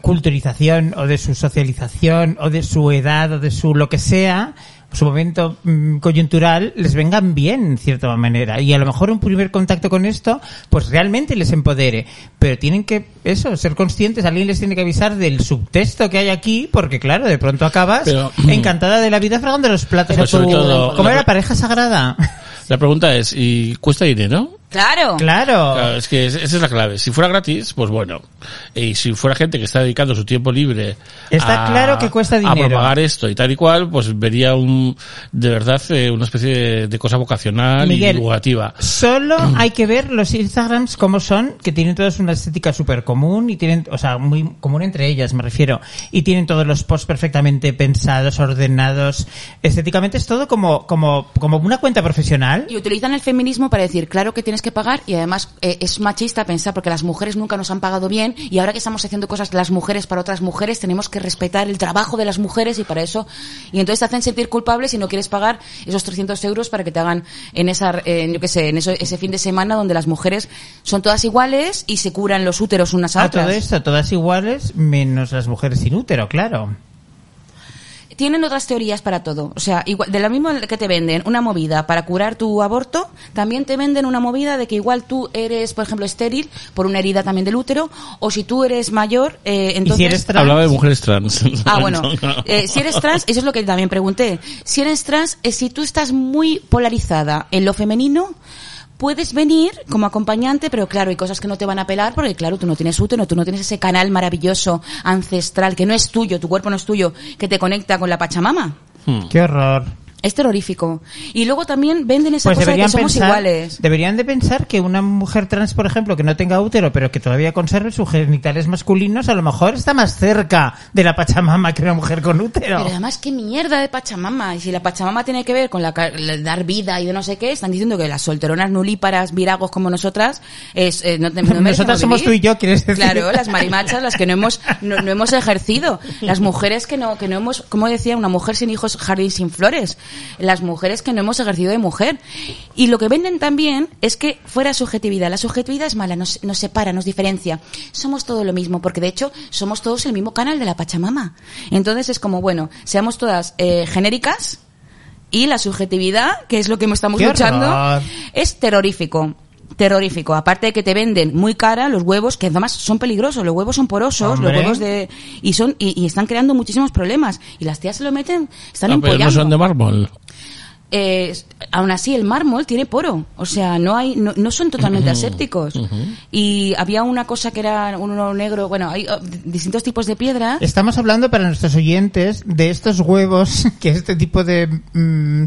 Speaker 5: culturización o de su socialización o de su edad o de su lo que sea, su momento mm, coyuntural, les vengan bien en cierta manera. Y a lo mejor un primer contacto con esto, pues realmente les empodere. Pero tienen que, eso, ser conscientes, alguien les tiene que avisar del subtexto que hay aquí, porque claro, de pronto acabas
Speaker 3: Pero-
Speaker 5: encantada de la vida fregando los platos
Speaker 3: Pero
Speaker 5: a
Speaker 3: sobre
Speaker 5: tu-
Speaker 3: todo-
Speaker 5: ¿Cómo
Speaker 3: la-
Speaker 5: era? Pareja sagrada.
Speaker 3: La pregunta es, ¿y cuesta dinero?
Speaker 4: ¡Claro!
Speaker 5: Claro.
Speaker 3: Claro, es que es- esa es la clave. Si fuera gratis, pues bueno. Y si fuera gente que está dedicando su tiempo libre
Speaker 5: Está claro que cuesta
Speaker 3: a
Speaker 5: dinero.
Speaker 3: propagar esto y tal y cual, pues vería un, de verdad, eh, una especie de, de cosa vocacional
Speaker 5: Miguel.
Speaker 3: y divulgativa.
Speaker 5: Solo hay que ver los Instagrams como son, que tienen todas una estética súper común y tienen, o sea, muy común entre ellas, me refiero, y tienen todos los posts perfectamente pensados, ordenados. Estéticamente es todo como como como una cuenta profesional.
Speaker 4: Y utilizan el feminismo para decir, claro que tienes que pagar y además eh, es machista pensar porque las mujeres nunca nos han pagado bien y ahora que estamos haciendo cosas las mujeres para otras mujeres tenemos que respetar el trabajo de las mujeres y para eso y entonces te hacen sentir culpable si no quieres pagar esos 300 euros para que te hagan en esa en, yo qué sé en eso- ese fin de semana donde las mujeres son todas iguales y se curan los úteros unas a
Speaker 5: A
Speaker 4: otras.
Speaker 5: todo esto, todas iguales, menos las mujeres sin útero, claro.
Speaker 4: tienen otras teorías para todo. O sea, igual, de lo mismo que te venden una movida para curar tu aborto, también te venden una movida de que igual tú eres, por ejemplo, estéril por una herida también del útero, o si tú eres mayor, eh, entonces...
Speaker 5: eres Trans.
Speaker 3: Hablaba de mujeres trans.
Speaker 4: Ah, bueno, eh, si eres trans, eso es lo que también pregunté. Si eres trans, eh, si tú estás muy polarizada en lo femenino, puedes venir como acompañante, pero claro, hay cosas que no te van a pelar porque claro, tú no tienes útero, tú no tienes ese canal maravilloso ancestral que no es tuyo, tu cuerpo no es tuyo, que te conecta con la Pachamama.
Speaker 3: Hmm.
Speaker 5: Qué horror.
Speaker 4: Es terrorífico. Y luego también venden esa cosa
Speaker 5: Pues
Speaker 4: de que
Speaker 5: deberían
Speaker 4: somos
Speaker 5: pensar,
Speaker 4: iguales.
Speaker 5: deberían de pensar que una mujer trans, por ejemplo, que no tenga útero, pero que todavía conserve sus genitales masculinos, a lo mejor está más cerca de la Pachamama que una mujer con útero.
Speaker 4: Pero además, qué mierda de Pachamama. Y si la Pachamama tiene que ver con la, ca- la- dar vida y de no sé qué, están diciendo que las solteronas nulíparas, viragos como nosotras, es, eh, no, te- no merecemos
Speaker 5: Nosotras somos
Speaker 4: vivir.
Speaker 5: tú y yo, quieres decir.
Speaker 4: Claro, las marimachas, las que no hemos, no, no hemos ejercido. Las mujeres que no, que no hemos, como decía, una mujer sin hijos, jardín sin flores. Las mujeres que no hemos ejercido de mujer. Y lo que venden también es que fuera subjetividad. La subjetividad es mala, nos, nos separa, nos diferencia. Somos todo lo mismo, porque de hecho somos todos el mismo canal de la Pachamama. Entonces es como, bueno, seamos todas eh, genéricas y la subjetividad, que es lo que estamos
Speaker 5: ¡Qué
Speaker 4: luchando,
Speaker 5: horror!
Speaker 4: es terrorífico. Terrorífico. Aparte de que te venden muy cara los huevos, que además son peligrosos, los huevos son porosos,
Speaker 5: Hombre.
Speaker 4: los huevos de. y son y, y están creando muchísimos problemas. Y las tías se lo meten, están
Speaker 3: Ah, pero no
Speaker 4: empollando.
Speaker 3: son de mármol.
Speaker 4: Eh, aún así el mármol tiene poro o sea no hay no, no son totalmente asépticos y había una cosa que era un oro negro bueno hay oh, distintos tipos de piedra
Speaker 5: Estamos hablando para nuestros oyentes de estos huevos que este tipo de mm,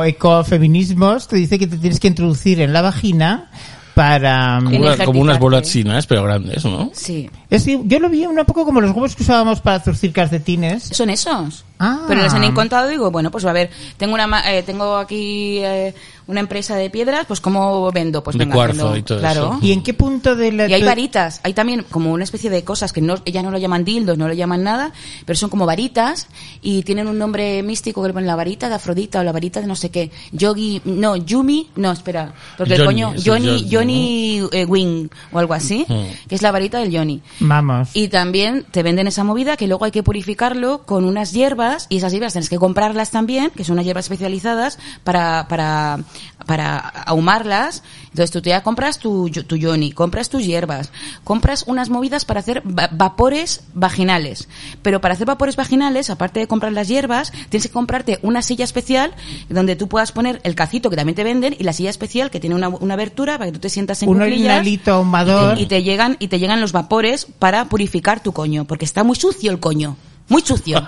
Speaker 5: neo-ecofeminismos te dice que te tienes que introducir en la vagina para... mm,
Speaker 3: Como, una- como
Speaker 4: Energizarte.
Speaker 3: unas bolas chinas, pero grandes, ¿no?
Speaker 4: sí
Speaker 5: Es que yo lo vi un poco como los huevos que usábamos para zurcir calcetines.
Speaker 4: Son esos.
Speaker 5: Ah.
Speaker 4: Pero los han encontrado y digo, bueno, pues a ver, tengo una ma- eh, tengo aquí eh, una empresa de piedras, pues ¿cómo vendo? Pues
Speaker 3: De
Speaker 4: venga,
Speaker 3: cuarzo
Speaker 4: vendo-
Speaker 3: y todo
Speaker 4: claro.
Speaker 3: eso.
Speaker 5: ¿Y en qué punto de la...
Speaker 4: Y hay
Speaker 5: tu-
Speaker 4: varitas, hay también como una especie de cosas que no, ellas no lo llaman dildos, no lo llaman nada, pero son como varitas y tienen un nombre místico que le ponen la varita de Afrodita o la varita de no sé qué. Yogi, no, Yumi, no, espera, porque el
Speaker 3: Johnny,
Speaker 4: coño,
Speaker 3: es el
Speaker 4: Johnny,
Speaker 3: Johnny,
Speaker 4: Johnny eh, Wing o algo así,
Speaker 3: Ujú.
Speaker 4: que es la varita del Johnny.
Speaker 5: Vamos.
Speaker 4: Y también te venden esa movida que luego hay que purificarlo con unas hierbas hierbas y esas hierbas tienes que comprarlas también, que son unas hierbas especializadas para, para, para ahumarlas. Entonces tú te ya compras tu, yo- tu yoni, compras tus hierbas, compras unas movidas para hacer va- vapores vaginales. Pero para hacer vapores vaginales, aparte de comprar las hierbas, tienes que comprarte una silla especial donde tú puedas poner el cacito que también te venden y la silla especial que tiene una, una abertura para que tú te sientas en
Speaker 5: Un
Speaker 4: cuclillas
Speaker 5: orinalito ahumador.
Speaker 4: y te llegan y te llegan los vapores para purificar tu coño, porque está muy sucio el coño, muy sucio.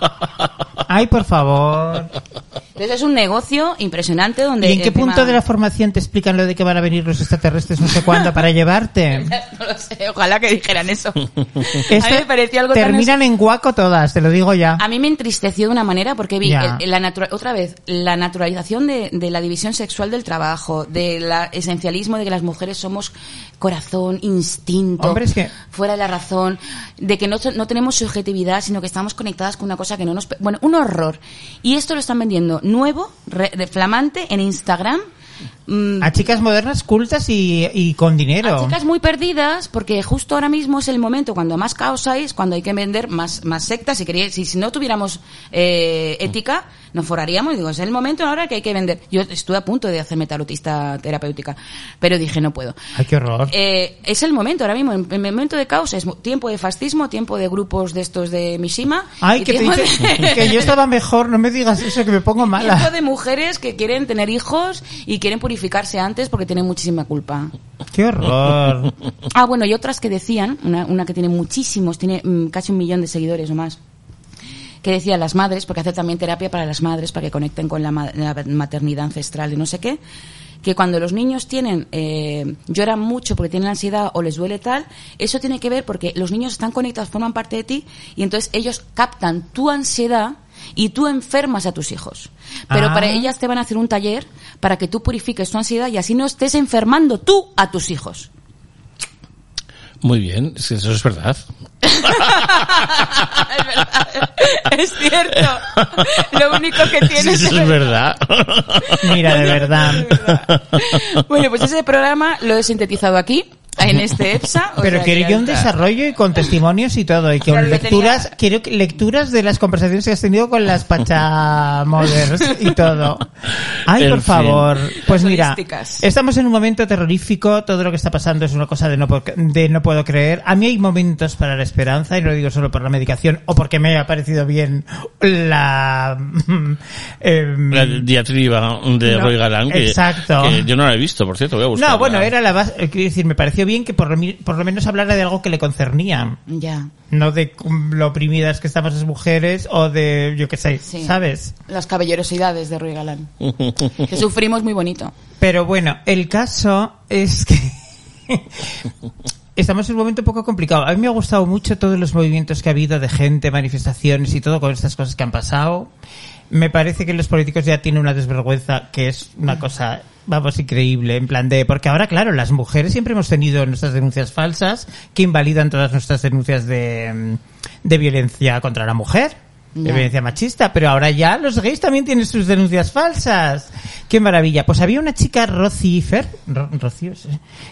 Speaker 5: Ay, por favor.
Speaker 4: Entonces es un negocio impresionante donde
Speaker 5: ¿Y en qué
Speaker 4: el tema-
Speaker 5: punto de la formación te explican lo de que van a venir los extraterrestres no sé cuándo para llevarte?
Speaker 4: no lo sé, ojalá que dijeran eso. a mí
Speaker 5: Esto
Speaker 4: me pareció algo tan
Speaker 5: terminan en guaco todas, te lo digo ya.
Speaker 4: A mí me entristeció de una manera porque vi
Speaker 5: Ya.
Speaker 4: el- la natura- otra vez la naturalización de, de la división sexual del trabajo, del esencialismo de que las mujeres somos corazón, instinto,
Speaker 5: Hombre, es que-
Speaker 4: fuera de la razón, de que no, so- no tenemos subjetividad, sino que estamos conectadas con una cosa que no nos... pe- Bueno, un horror. Y esto lo están vendiendo nuevo, re- de flamante, en Instagram. mm,
Speaker 5: A chicas modernas, cultas y, y con dinero.
Speaker 4: a chicas muy perdidas, porque justo ahora mismo es el momento cuando más caos hay, es cuando hay que vender más, más sectas. Si, quería- si, si no tuviéramos eh, ética, nos forraríamos. Y Digo, es el momento ahora que hay que vender. Yo estuve a punto de hacerme tarotista terapéutica, pero dije, no puedo.
Speaker 5: Ay, qué horror.
Speaker 4: Eh, es el momento ahora mismo, en en momento de caos, es mo- tiempo de fascismo, tiempo de grupos de estos de Mishima.
Speaker 5: Ay,
Speaker 4: y
Speaker 5: que te
Speaker 4: tiempo
Speaker 5: dije
Speaker 4: de-
Speaker 5: que yo estaba mejor, no me digas eso, que me pongo
Speaker 4: tiempo
Speaker 5: mala.
Speaker 4: de mujeres que quieren tener hijos y quieren purificarse antes porque tienen muchísima culpa.
Speaker 5: Qué horror.
Speaker 4: Ah, bueno, y otras que decían, una, una que tiene muchísimos, tiene mm, casi un millón de seguidores o más, que decía las madres, porque hace también terapia para las madres, para que conecten con la, ma- la maternidad ancestral y no sé qué, que cuando los niños tienen, eh, lloran mucho porque tienen ansiedad o les duele tal, eso tiene que ver porque los niños están conectados, forman parte de ti, y entonces ellos captan tu ansiedad y tú enfermas a tus hijos. Pero
Speaker 5: Ah.
Speaker 4: para ellas te van a hacer un taller para que tú purifiques tu ansiedad y así no estés enfermando tú a tus hijos.
Speaker 3: Muy bien, es que eso es verdad.
Speaker 4: es verdad. Es cierto. Lo único que
Speaker 3: Sí,
Speaker 4: tiene
Speaker 3: eso es verdad.
Speaker 5: Mira, de verdad.
Speaker 4: Bueno, pues ese programa lo he sintetizado aquí, en este EPSA. o
Speaker 5: Pero
Speaker 4: sea,
Speaker 5: quería
Speaker 4: ya
Speaker 5: un
Speaker 4: está.
Speaker 5: desarrollo y con testimonios y todo. Y con
Speaker 4: Claro, yo
Speaker 5: lecturas,
Speaker 4: tenía-
Speaker 5: quiero que- lecturas de las conversaciones que has tenido con las Pachamoders y todo. Ay,
Speaker 3: En
Speaker 5: por
Speaker 3: fin.
Speaker 5: favor. Pues mira,
Speaker 4: Holísticas.
Speaker 5: estamos en un momento terrorífico. Todo lo que está pasando es una cosa de no, po- de no puedo creer. A mí hay momentos para la esperanza y no lo digo solo por la medicación o porque me haya parecido bien la... em,
Speaker 3: La diatriba de
Speaker 5: No,
Speaker 3: Roy Galán, que,
Speaker 5: exacto.
Speaker 3: que yo no la he visto, por cierto, voy a buscarla.
Speaker 5: No, bueno, era la base. eh, Quiero decir, me pareció bien que por lo, mi- por lo menos hablara de algo que le concernía.
Speaker 4: Ya.
Speaker 5: No de cum- lo oprimidas que estamos las mujeres o de, yo qué sé,
Speaker 4: Sí.
Speaker 5: ¿sabes?
Speaker 4: Las caballerosidades de Ruy Galán. Que sufrimos muy bonito.
Speaker 5: Pero bueno, el caso es que estamos en un momento un poco complicado. A mí me ha gustado mucho todos los movimientos que ha habido de gente, manifestaciones y todo con estas cosas que han pasado. Me parece que los políticos ya tienen una desvergüenza que es una cosa, vamos, increíble, en plan de... Porque ahora, claro, las mujeres siempre hemos tenido nuestras denuncias falsas que invalidan todas nuestras denuncias de, mm, de violencia contra la mujer. de
Speaker 4: Ya.
Speaker 5: violencia machista, pero ahora ya los gays también tienen sus denuncias falsas. ¡Qué maravilla! Pues había una chica, Rocifer,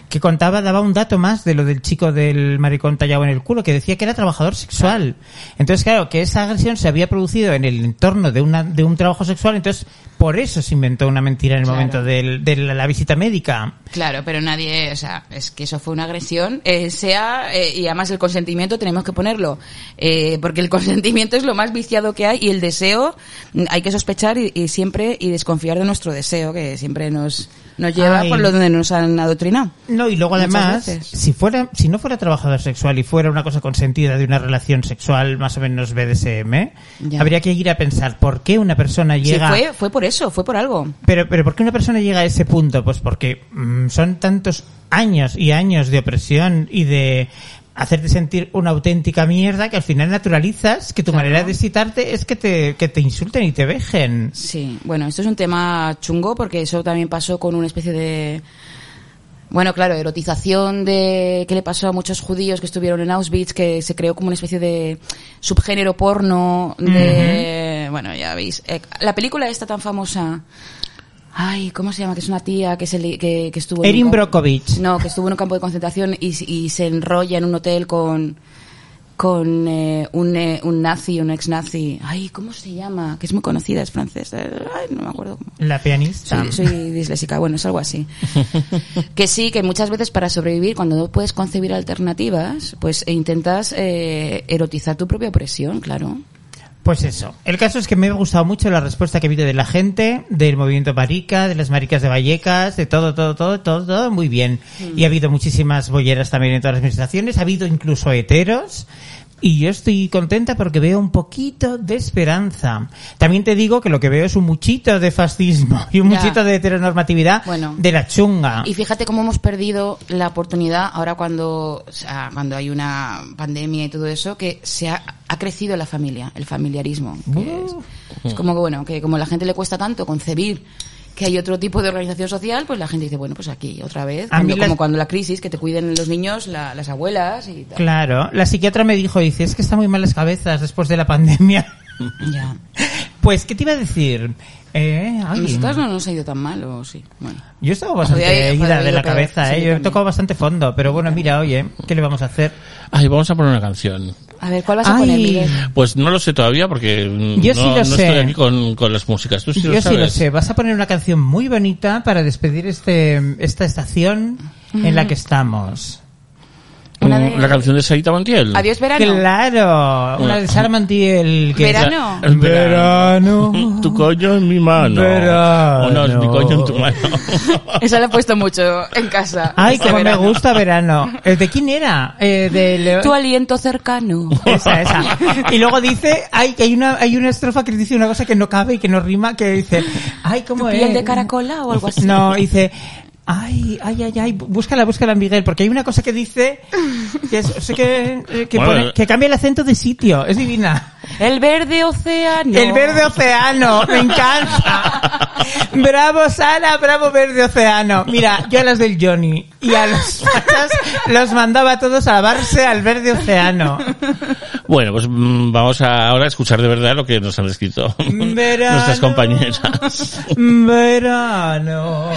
Speaker 5: que contaba, daba un dato más de lo del chico del maricón tallado en el culo, que decía que era trabajador sexual. Entonces, claro, que esa agresión se había producido en el entorno de, una, de un trabajo sexual, entonces por eso se inventó una mentira en el
Speaker 4: Claro.
Speaker 5: momento del- de la, la visita médica.
Speaker 4: Claro, pero nadie, o sea, es que eso fue una agresión, eh, sea, eh, y además el consentimiento tenemos que ponerlo, eh, porque el consentimiento es lo más viciado que hay y el deseo mm, hay que sospechar y, y siempre y desconfiar de nuestro deseo, que siempre nos, nos lleva
Speaker 5: Ay.
Speaker 4: por lo donde nos han adoctrinado.
Speaker 5: No, y luego
Speaker 4: Muchas
Speaker 5: además,
Speaker 4: veces.
Speaker 5: si fuera, si no fuera trabajador sexual y fuera una cosa consentida de una relación sexual más o menos BDSM,
Speaker 4: Ya.
Speaker 5: habría que ir a pensar por qué una persona
Speaker 4: Sí,
Speaker 5: llega.
Speaker 4: fue, fue por eso, fue por algo.
Speaker 5: Pero, pero ¿por qué una persona llega a ese punto? Pues porque mm, son tantos años y años de opresión y de hacerte sentir una auténtica mierda que al final naturalizas que tu
Speaker 4: Claro.
Speaker 5: manera de excitarte es que te, que te insulten y te vejen.
Speaker 4: Sí, bueno, esto es un tema chungo porque eso también pasó con una especie de bueno, claro, erotización de que le pasó a muchos judíos que estuvieron en Auschwitz, que se creó como una especie de subgénero porno de bueno, ya veis, Eh, la película esta tan famosa Ay, ¿cómo se llama? Que es una tía que se li- que, que estuvo en
Speaker 5: Erin
Speaker 4: un campo-
Speaker 5: Brockovich.
Speaker 4: No, que estuvo en un campo de concentración y, y se enrolla en un hotel con con eh, un, eh, un nazi, un ex nazi. Ay, ¿cómo se llama? Que es muy conocida, es francesa. Ay, no me acuerdo cómo. Ah,
Speaker 5: La pianista.
Speaker 4: Soy, soy disléxica, bueno, es algo así. que sí, que muchas veces para sobrevivir, cuando no puedes concebir alternativas, pues intentas eh, erotizar tu propia opresión, claro.
Speaker 5: Pues eso. El caso es que me ha gustado mucho la respuesta que vi de la gente, del movimiento marica, de las maricas de Vallecas, de todo, todo, todo, todo, todo muy bien.
Speaker 4: Mm.
Speaker 5: Y ha habido muchísimas bolleras también en todas las administraciones, ha habido incluso heteros. Y yo estoy contenta porque veo un poquito de esperanza. También te digo que lo que veo es un muchito de fascismo y un
Speaker 4: Ya.
Speaker 5: muchito de heteronormatividad
Speaker 4: Bueno.
Speaker 5: de la chunga.
Speaker 4: Y fíjate cómo hemos perdido la oportunidad ahora cuando, o sea, cuando hay una pandemia y todo eso, que se ha, ha crecido la familia, el familiarismo.
Speaker 5: Uh.
Speaker 4: que es,
Speaker 5: Hmm.
Speaker 4: es como que, bueno, que como a la gente le cuesta tanto concebir que hay otro tipo de organización social, pues la gente dice, bueno, pues aquí otra vez,
Speaker 5: A mí
Speaker 4: cuando-
Speaker 5: las-
Speaker 4: como cuando la crisis, que te cuiden los niños, la- las abuelas y tal.
Speaker 5: Claro, la psiquiatra me dijo, dice, es que está muy mal las cabezas después de la pandemia.
Speaker 4: Ya.
Speaker 5: Pues, ¿qué te iba a decir? Eh,
Speaker 4: A
Speaker 5: ay,
Speaker 4: nosotras no nos ha ido tan mal, o sí. Bueno.
Speaker 5: Yo estaba bastante
Speaker 4: Joder, joder,
Speaker 5: ida de
Speaker 4: yo
Speaker 5: la
Speaker 4: peor.
Speaker 5: cabeza,
Speaker 4: Sí, yo
Speaker 5: eh. yo he
Speaker 4: también.
Speaker 5: tocado bastante fondo, pero bueno, mira, oye, ¿qué le vamos a hacer?
Speaker 3: Ay, vamos a poner una canción.
Speaker 4: A ver, ¿cuál vas a poner,
Speaker 5: Ay,
Speaker 4: Miguel?
Speaker 3: Pues no lo sé todavía porque mm,
Speaker 5: Yo
Speaker 3: no,
Speaker 5: sí lo
Speaker 3: no
Speaker 5: sé.
Speaker 3: estoy aquí con, con las músicas. Tú sí
Speaker 5: yo
Speaker 3: lo
Speaker 5: sí
Speaker 3: sabes.
Speaker 5: lo sé, vas a poner una canción muy bonita para despedir este esta estación en la que estamos.
Speaker 4: Una
Speaker 3: Mm,
Speaker 4: de-
Speaker 3: La canción de Sarita Montiel.
Speaker 4: Adiós, verano.
Speaker 5: Claro, una de Sara Montiel que
Speaker 4: Verano.
Speaker 5: Verano.
Speaker 3: Tu coño en mi mano.
Speaker 5: Verano.
Speaker 3: O no, es mi coño en tu mano.
Speaker 4: Esa la he puesto mucho en casa.
Speaker 5: Ay,
Speaker 4: este
Speaker 5: cómo me
Speaker 4: verano.
Speaker 5: gusta verano. Eh, ¿De quién era? Eh, de Leo-
Speaker 4: Tu aliento cercano.
Speaker 5: Esa, esa. Y luego dice, ay, que hay una, hay una estrofa que dice una cosa que no cabe y que no rima, que dice, ay, ¿cómo es?
Speaker 4: piel de caracola o algo así.
Speaker 5: No, dice, ay, ay, ay, ay, búscala, búscala, Miguel, porque hay una cosa que dice, que es, sé que, eh, que,
Speaker 3: Bueno.
Speaker 5: pone- que cambia el acento de sitio, es divina.
Speaker 4: El verde océano.
Speaker 5: El verde océano, me encanta. Bravo Sara, bravo verde océano. Mira, yo a las del Johnny y a los patas los mandaba a todos a lavarse al verde océano.
Speaker 3: Bueno, pues mm, vamos a ahora a escuchar de verdad lo que nos han escrito
Speaker 5: Verano.
Speaker 3: nuestras compañeras.
Speaker 5: Verano.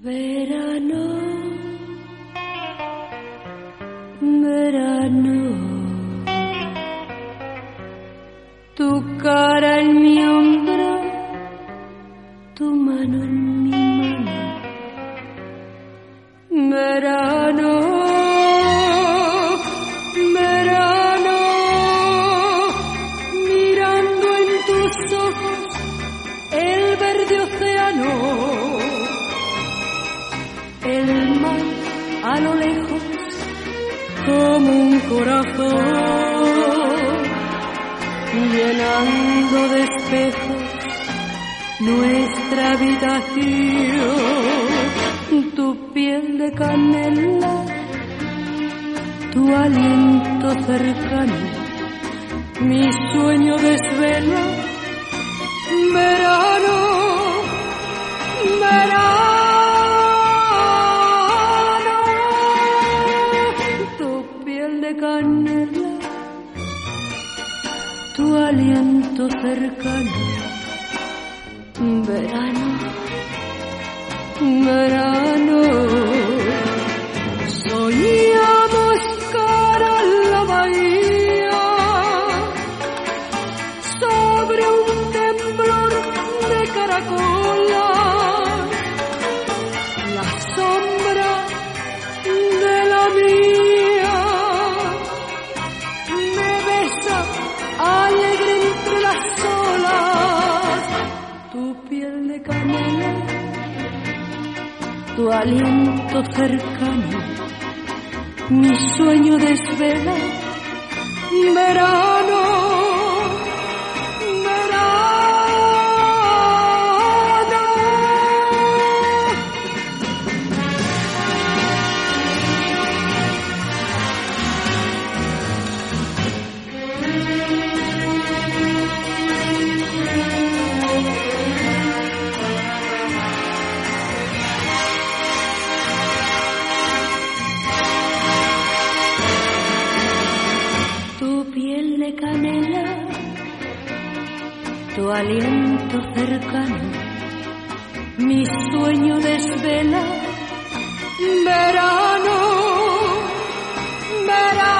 Speaker 6: Verano, verano, tu cara en mi hombro, tu mano en mi mano. Verano, verano, mirando en tus ojos el verde océano el mar a lo lejos como un corazón llenando de espejos nuestra habitación tu piel de canela tu aliento cercano mi sueño desvela verano verano, tu piel de canela, tu aliento cercano, verano, verano, soñamos cara a la bahía sobre un temblor de caracola, la sombra de la mía me besa alegre entre las olas, tu piel de canela, tu aliento cercano, mi sueño desvela, verano. Verano. Tu piel de canela.
Speaker 7: aliento cercano, mi sueño desvela verano, verano,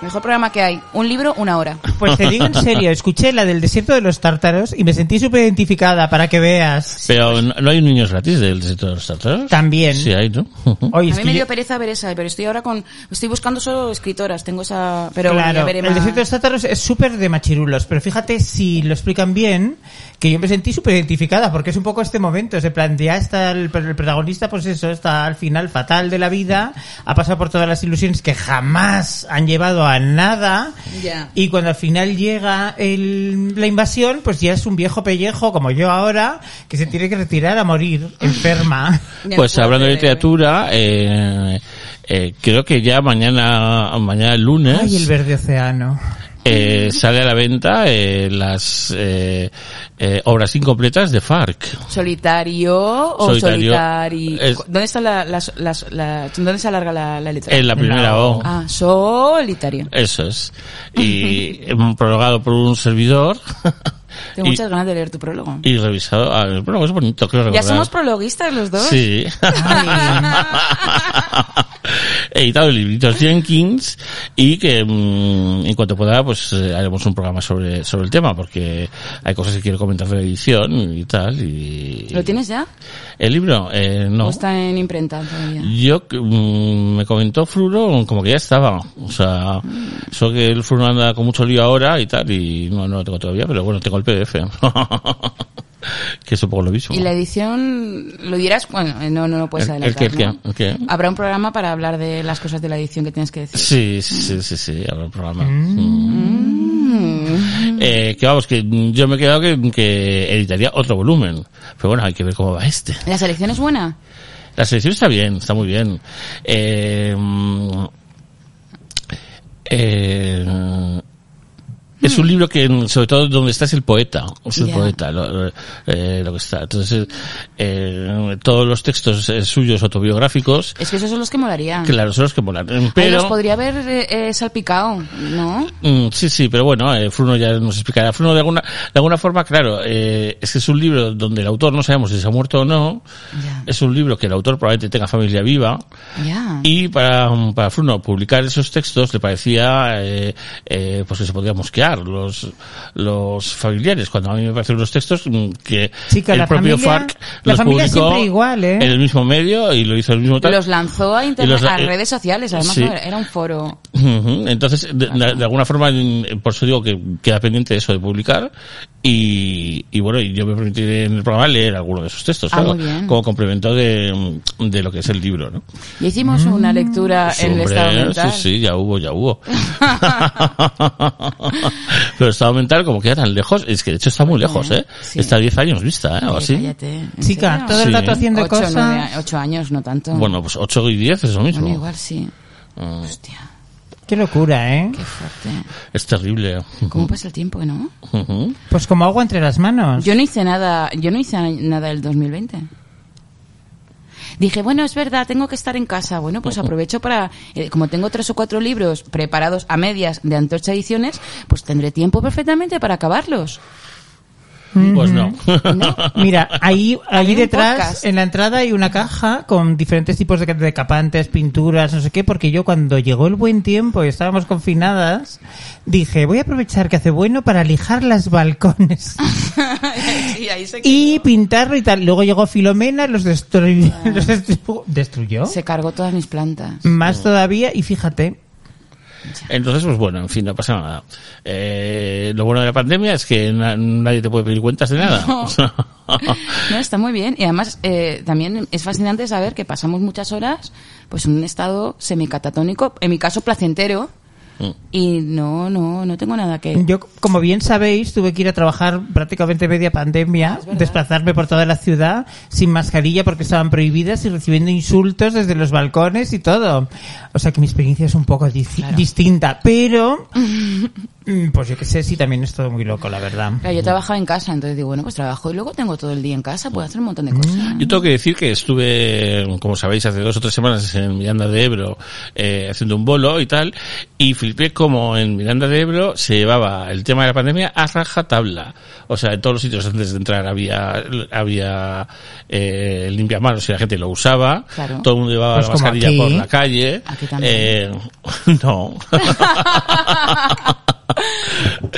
Speaker 4: Mejor programa que hay. Un libro, una hora.
Speaker 5: Pues te digo en serio, escuché la del desierto de los tártaros y me sentí súper identificada para que veas.
Speaker 3: Pero no no hay un niño gratis del desierto de los tártaros.
Speaker 5: También.
Speaker 3: Sí, hay, ¿no?
Speaker 5: Oye,
Speaker 4: a
Speaker 5: es
Speaker 4: mí
Speaker 5: que
Speaker 4: me
Speaker 5: yo-
Speaker 4: dio pereza ver esa, pero estoy ahora con... Estoy buscando solo escritoras, tengo esa... Pero bueno, ya
Speaker 5: claro,
Speaker 4: veré
Speaker 5: el
Speaker 4: más.
Speaker 5: desierto de los tátaros es súper de machirulos, pero fíjate si lo explican bien, que yo me sentí súper identificada, porque es un poco este momento, se plantea, está el, el protagonista, pues eso, está al final fatal de la vida, ha pasado por todas las ilusiones que jamás han llevado a nada,
Speaker 4: Ya.
Speaker 5: y cuando al final llega el- la invasión, pues ya es un viejo pellejo, como yo ahora, que se tiene que retirar a morir, enferma.
Speaker 4: Ya
Speaker 3: Pues
Speaker 4: puedo
Speaker 3: hablando de
Speaker 4: creer.
Speaker 3: literatura, eh, eh, creo que ya mañana, mañana lunes,
Speaker 5: Ay, el verde océano.
Speaker 3: eh, sale a la venta eh, las eh, eh, obras incompletas de Farc.
Speaker 4: Solitario o
Speaker 3: Solitario.
Speaker 4: solitario.
Speaker 3: Es-
Speaker 4: ¿Dónde está la, las- las- la- dónde se alarga la, la letra?
Speaker 3: En la primera O.
Speaker 4: Ah, solitario.
Speaker 3: Eso es. Y em, prologado por un servidor.
Speaker 4: Tengo
Speaker 3: y,
Speaker 4: muchas ganas de leer tu prólogo.
Speaker 3: y revisado. ah, el prólogo es bonito, creo
Speaker 4: Ya
Speaker 3: recordar.
Speaker 4: somos prologuistas los dos.
Speaker 3: Sí.
Speaker 4: Ah.
Speaker 3: Editado en libritos Jenkins y que mm, en cuanto pueda pues eh, haremos un programa sobre, sobre el tema porque hay cosas que quiero comentar de la edición y tal y
Speaker 4: ¿Lo Pues tienes ya?
Speaker 3: el libro eh, no
Speaker 4: ¿O está en imprenta todavía?
Speaker 3: yo mm, me comentó Fruro como que ya estaba o sea solo que el Fruro anda con mucho lío ahora y tal y no, no lo tengo todavía pero bueno tengo el PDF que es un poco lo mismo
Speaker 4: Y la edición, lo dirás, bueno, eh, no, no, no puedes
Speaker 3: El- el
Speaker 4: adelantar.
Speaker 3: que- el
Speaker 4: ¿no?
Speaker 3: que- el que-
Speaker 4: Habrá un programa para hablar de las cosas de la edición que tienes que decir.
Speaker 3: Sí, sí, sí, sí, habrá un programa. Mm. Eh, que vamos, que yo me he quedado que, que editaría otro volumen. Pero bueno, hay que ver cómo va este.
Speaker 4: ¿La selección es buena?
Speaker 3: La selección está bien, está muy bien. Eh, mm, eh, es un libro que, mm, sobre todo, donde está es el poeta. Es el
Speaker 4: Ya.
Speaker 3: poeta lo, lo- eh, lo que está. Entonces, eh, todos los textos eh, suyos autobiográficos,
Speaker 4: Es que esos son los que molaría.
Speaker 3: claro, son los que molan.
Speaker 4: Ah. Ahí
Speaker 3: Pero...
Speaker 4: los podría haber eh, eh, salpicado, ¿no?
Speaker 3: Mm, sí, sí, pero bueno, eh, Fruno ya nos explicará. Fruno, de alguna, de alguna forma, claro, eh, es que es un libro donde el autor no sabemos si se ha muerto o no.
Speaker 4: Ya.
Speaker 3: Es un libro que el autor probablemente tenga familia viva.
Speaker 4: Ya.
Speaker 3: Eh, Y para, um, para Fruno publicar esos textos le parecía eh, eh, pues que se podía mosquear los, los familiares. Cuando a mí me parecen los textos mm, que
Speaker 5: Chica,
Speaker 3: el
Speaker 5: la
Speaker 3: propio
Speaker 5: familia-
Speaker 3: Farc
Speaker 5: la
Speaker 3: los
Speaker 5: familia
Speaker 3: publicó
Speaker 5: siempre igual, ¿eh?
Speaker 3: en el mismo medio y lo hizo el mismo tal.
Speaker 4: Los lanzó a, internet,
Speaker 3: Y los-
Speaker 4: a
Speaker 3: eh,
Speaker 4: redes sociales, además
Speaker 3: sí.
Speaker 4: ¿no? era un foro.
Speaker 3: Ujú, Entonces, de, de- de alguna forma, en- por eso digo que queda pendiente eso de publicar. Y, y bueno, y yo me permitiré en el programa leer alguno de esos textos,
Speaker 4: Ah,
Speaker 3: claro,
Speaker 4: muy bien.
Speaker 3: como complemento de, de lo que es el libro, ¿no?
Speaker 4: Y hicimos una lectura
Speaker 3: Sí,
Speaker 4: en el
Speaker 3: Pues hombre,
Speaker 4: estado mental.
Speaker 3: Sí, sí, ya hubo, ya hubo. Pero el estado mental, como queda tan lejos, es que de hecho está muy lejos, ¿eh?
Speaker 4: Sí.
Speaker 3: Está a 10 años vista, ¿eh? O
Speaker 4: Oye,
Speaker 3: así.
Speaker 4: cállate, ¿en
Speaker 5: Chica,
Speaker 4: serio?
Speaker 5: todo el
Speaker 3: Sí.
Speaker 5: rato haciendo
Speaker 4: Ocho,
Speaker 5: cosas.
Speaker 4: nueve a- ocho años, no tanto.
Speaker 3: Bueno, pues 8 y 10 es lo mismo. Mm,
Speaker 4: Bueno, igual sí. Hostia,
Speaker 5: Qué locura, ¿eh?
Speaker 4: qué fuerte.
Speaker 3: Es terrible.
Speaker 4: ¿Cómo pasa el tiempo, no?
Speaker 3: Ujú.
Speaker 5: Pues como agua entre las manos.
Speaker 4: Yo no hice nada, yo no hice nada el 2020. Dije, bueno, es verdad, tengo que estar en casa. Bueno, pues aprovecho para, eh, como tengo tres o cuatro libros preparados a medias de Antorcha Ediciones, pues tendré tiempo perfectamente para acabarlos.
Speaker 3: Pues no.
Speaker 5: Mira, ahí, ahí
Speaker 4: Hay un
Speaker 5: detrás,
Speaker 4: podcast.
Speaker 5: en la entrada, hay una caja con diferentes tipos de decapantes, pinturas, no sé qué, porque yo cuando llegó el buen tiempo y estábamos confinadas, dije, voy a aprovechar que hace bueno para lijar los balcones
Speaker 4: y ahí se,
Speaker 5: y pintarlo y tal. Luego llegó Filomena, los, destruyó.
Speaker 4: Ah.
Speaker 5: los destru- destruyó.
Speaker 4: cargó todas mis plantas.
Speaker 5: Más todavía, y fíjate,
Speaker 3: Entonces, pues bueno, en fin, no pasa nada. Eh, lo bueno de la pandemia es que na- nadie te puede pedir cuentas de nada.
Speaker 4: No, está muy bien. Y además, eh, también es fascinante saber que pasamos muchas horas, pues en un estado semicatatónico, en mi caso placentero, Mm. y no, no, no tengo nada que...
Speaker 5: Yo, como bien sabéis, tuve que ir a trabajar prácticamente media pandemia, desplazarme por toda la ciudad sin mascarilla porque estaban prohibidas y recibiendo insultos desde los balcones y todo. O sea que mi experiencia es un poco dis- distinta, pero Mm, Pues yo qué sé, sí, también es todo muy loco, la verdad.
Speaker 4: Claro, yo trabajaba en casa, entonces digo, bueno, pues trabajo y luego tengo todo el día en casa, puedo hacer un montón de cosas.
Speaker 5: Mm.
Speaker 3: Yo tengo que decir que estuve, como sabéis, hace dos o tres semanas en Miranda de Ebro eh, haciendo un bolo y tal, y flipé como en Miranda de Ebro se llevaba el tema de la pandemia a rajatabla. O sea, en todos los sitios antes de entrar había había eh, limpiamanos y la gente lo usaba.
Speaker 4: Claro.
Speaker 3: Todo el mundo llevaba
Speaker 5: Pues
Speaker 3: la
Speaker 5: como
Speaker 3: mascarilla
Speaker 5: aquí.
Speaker 3: por la calle.
Speaker 4: Aquí también.
Speaker 3: Eh, no.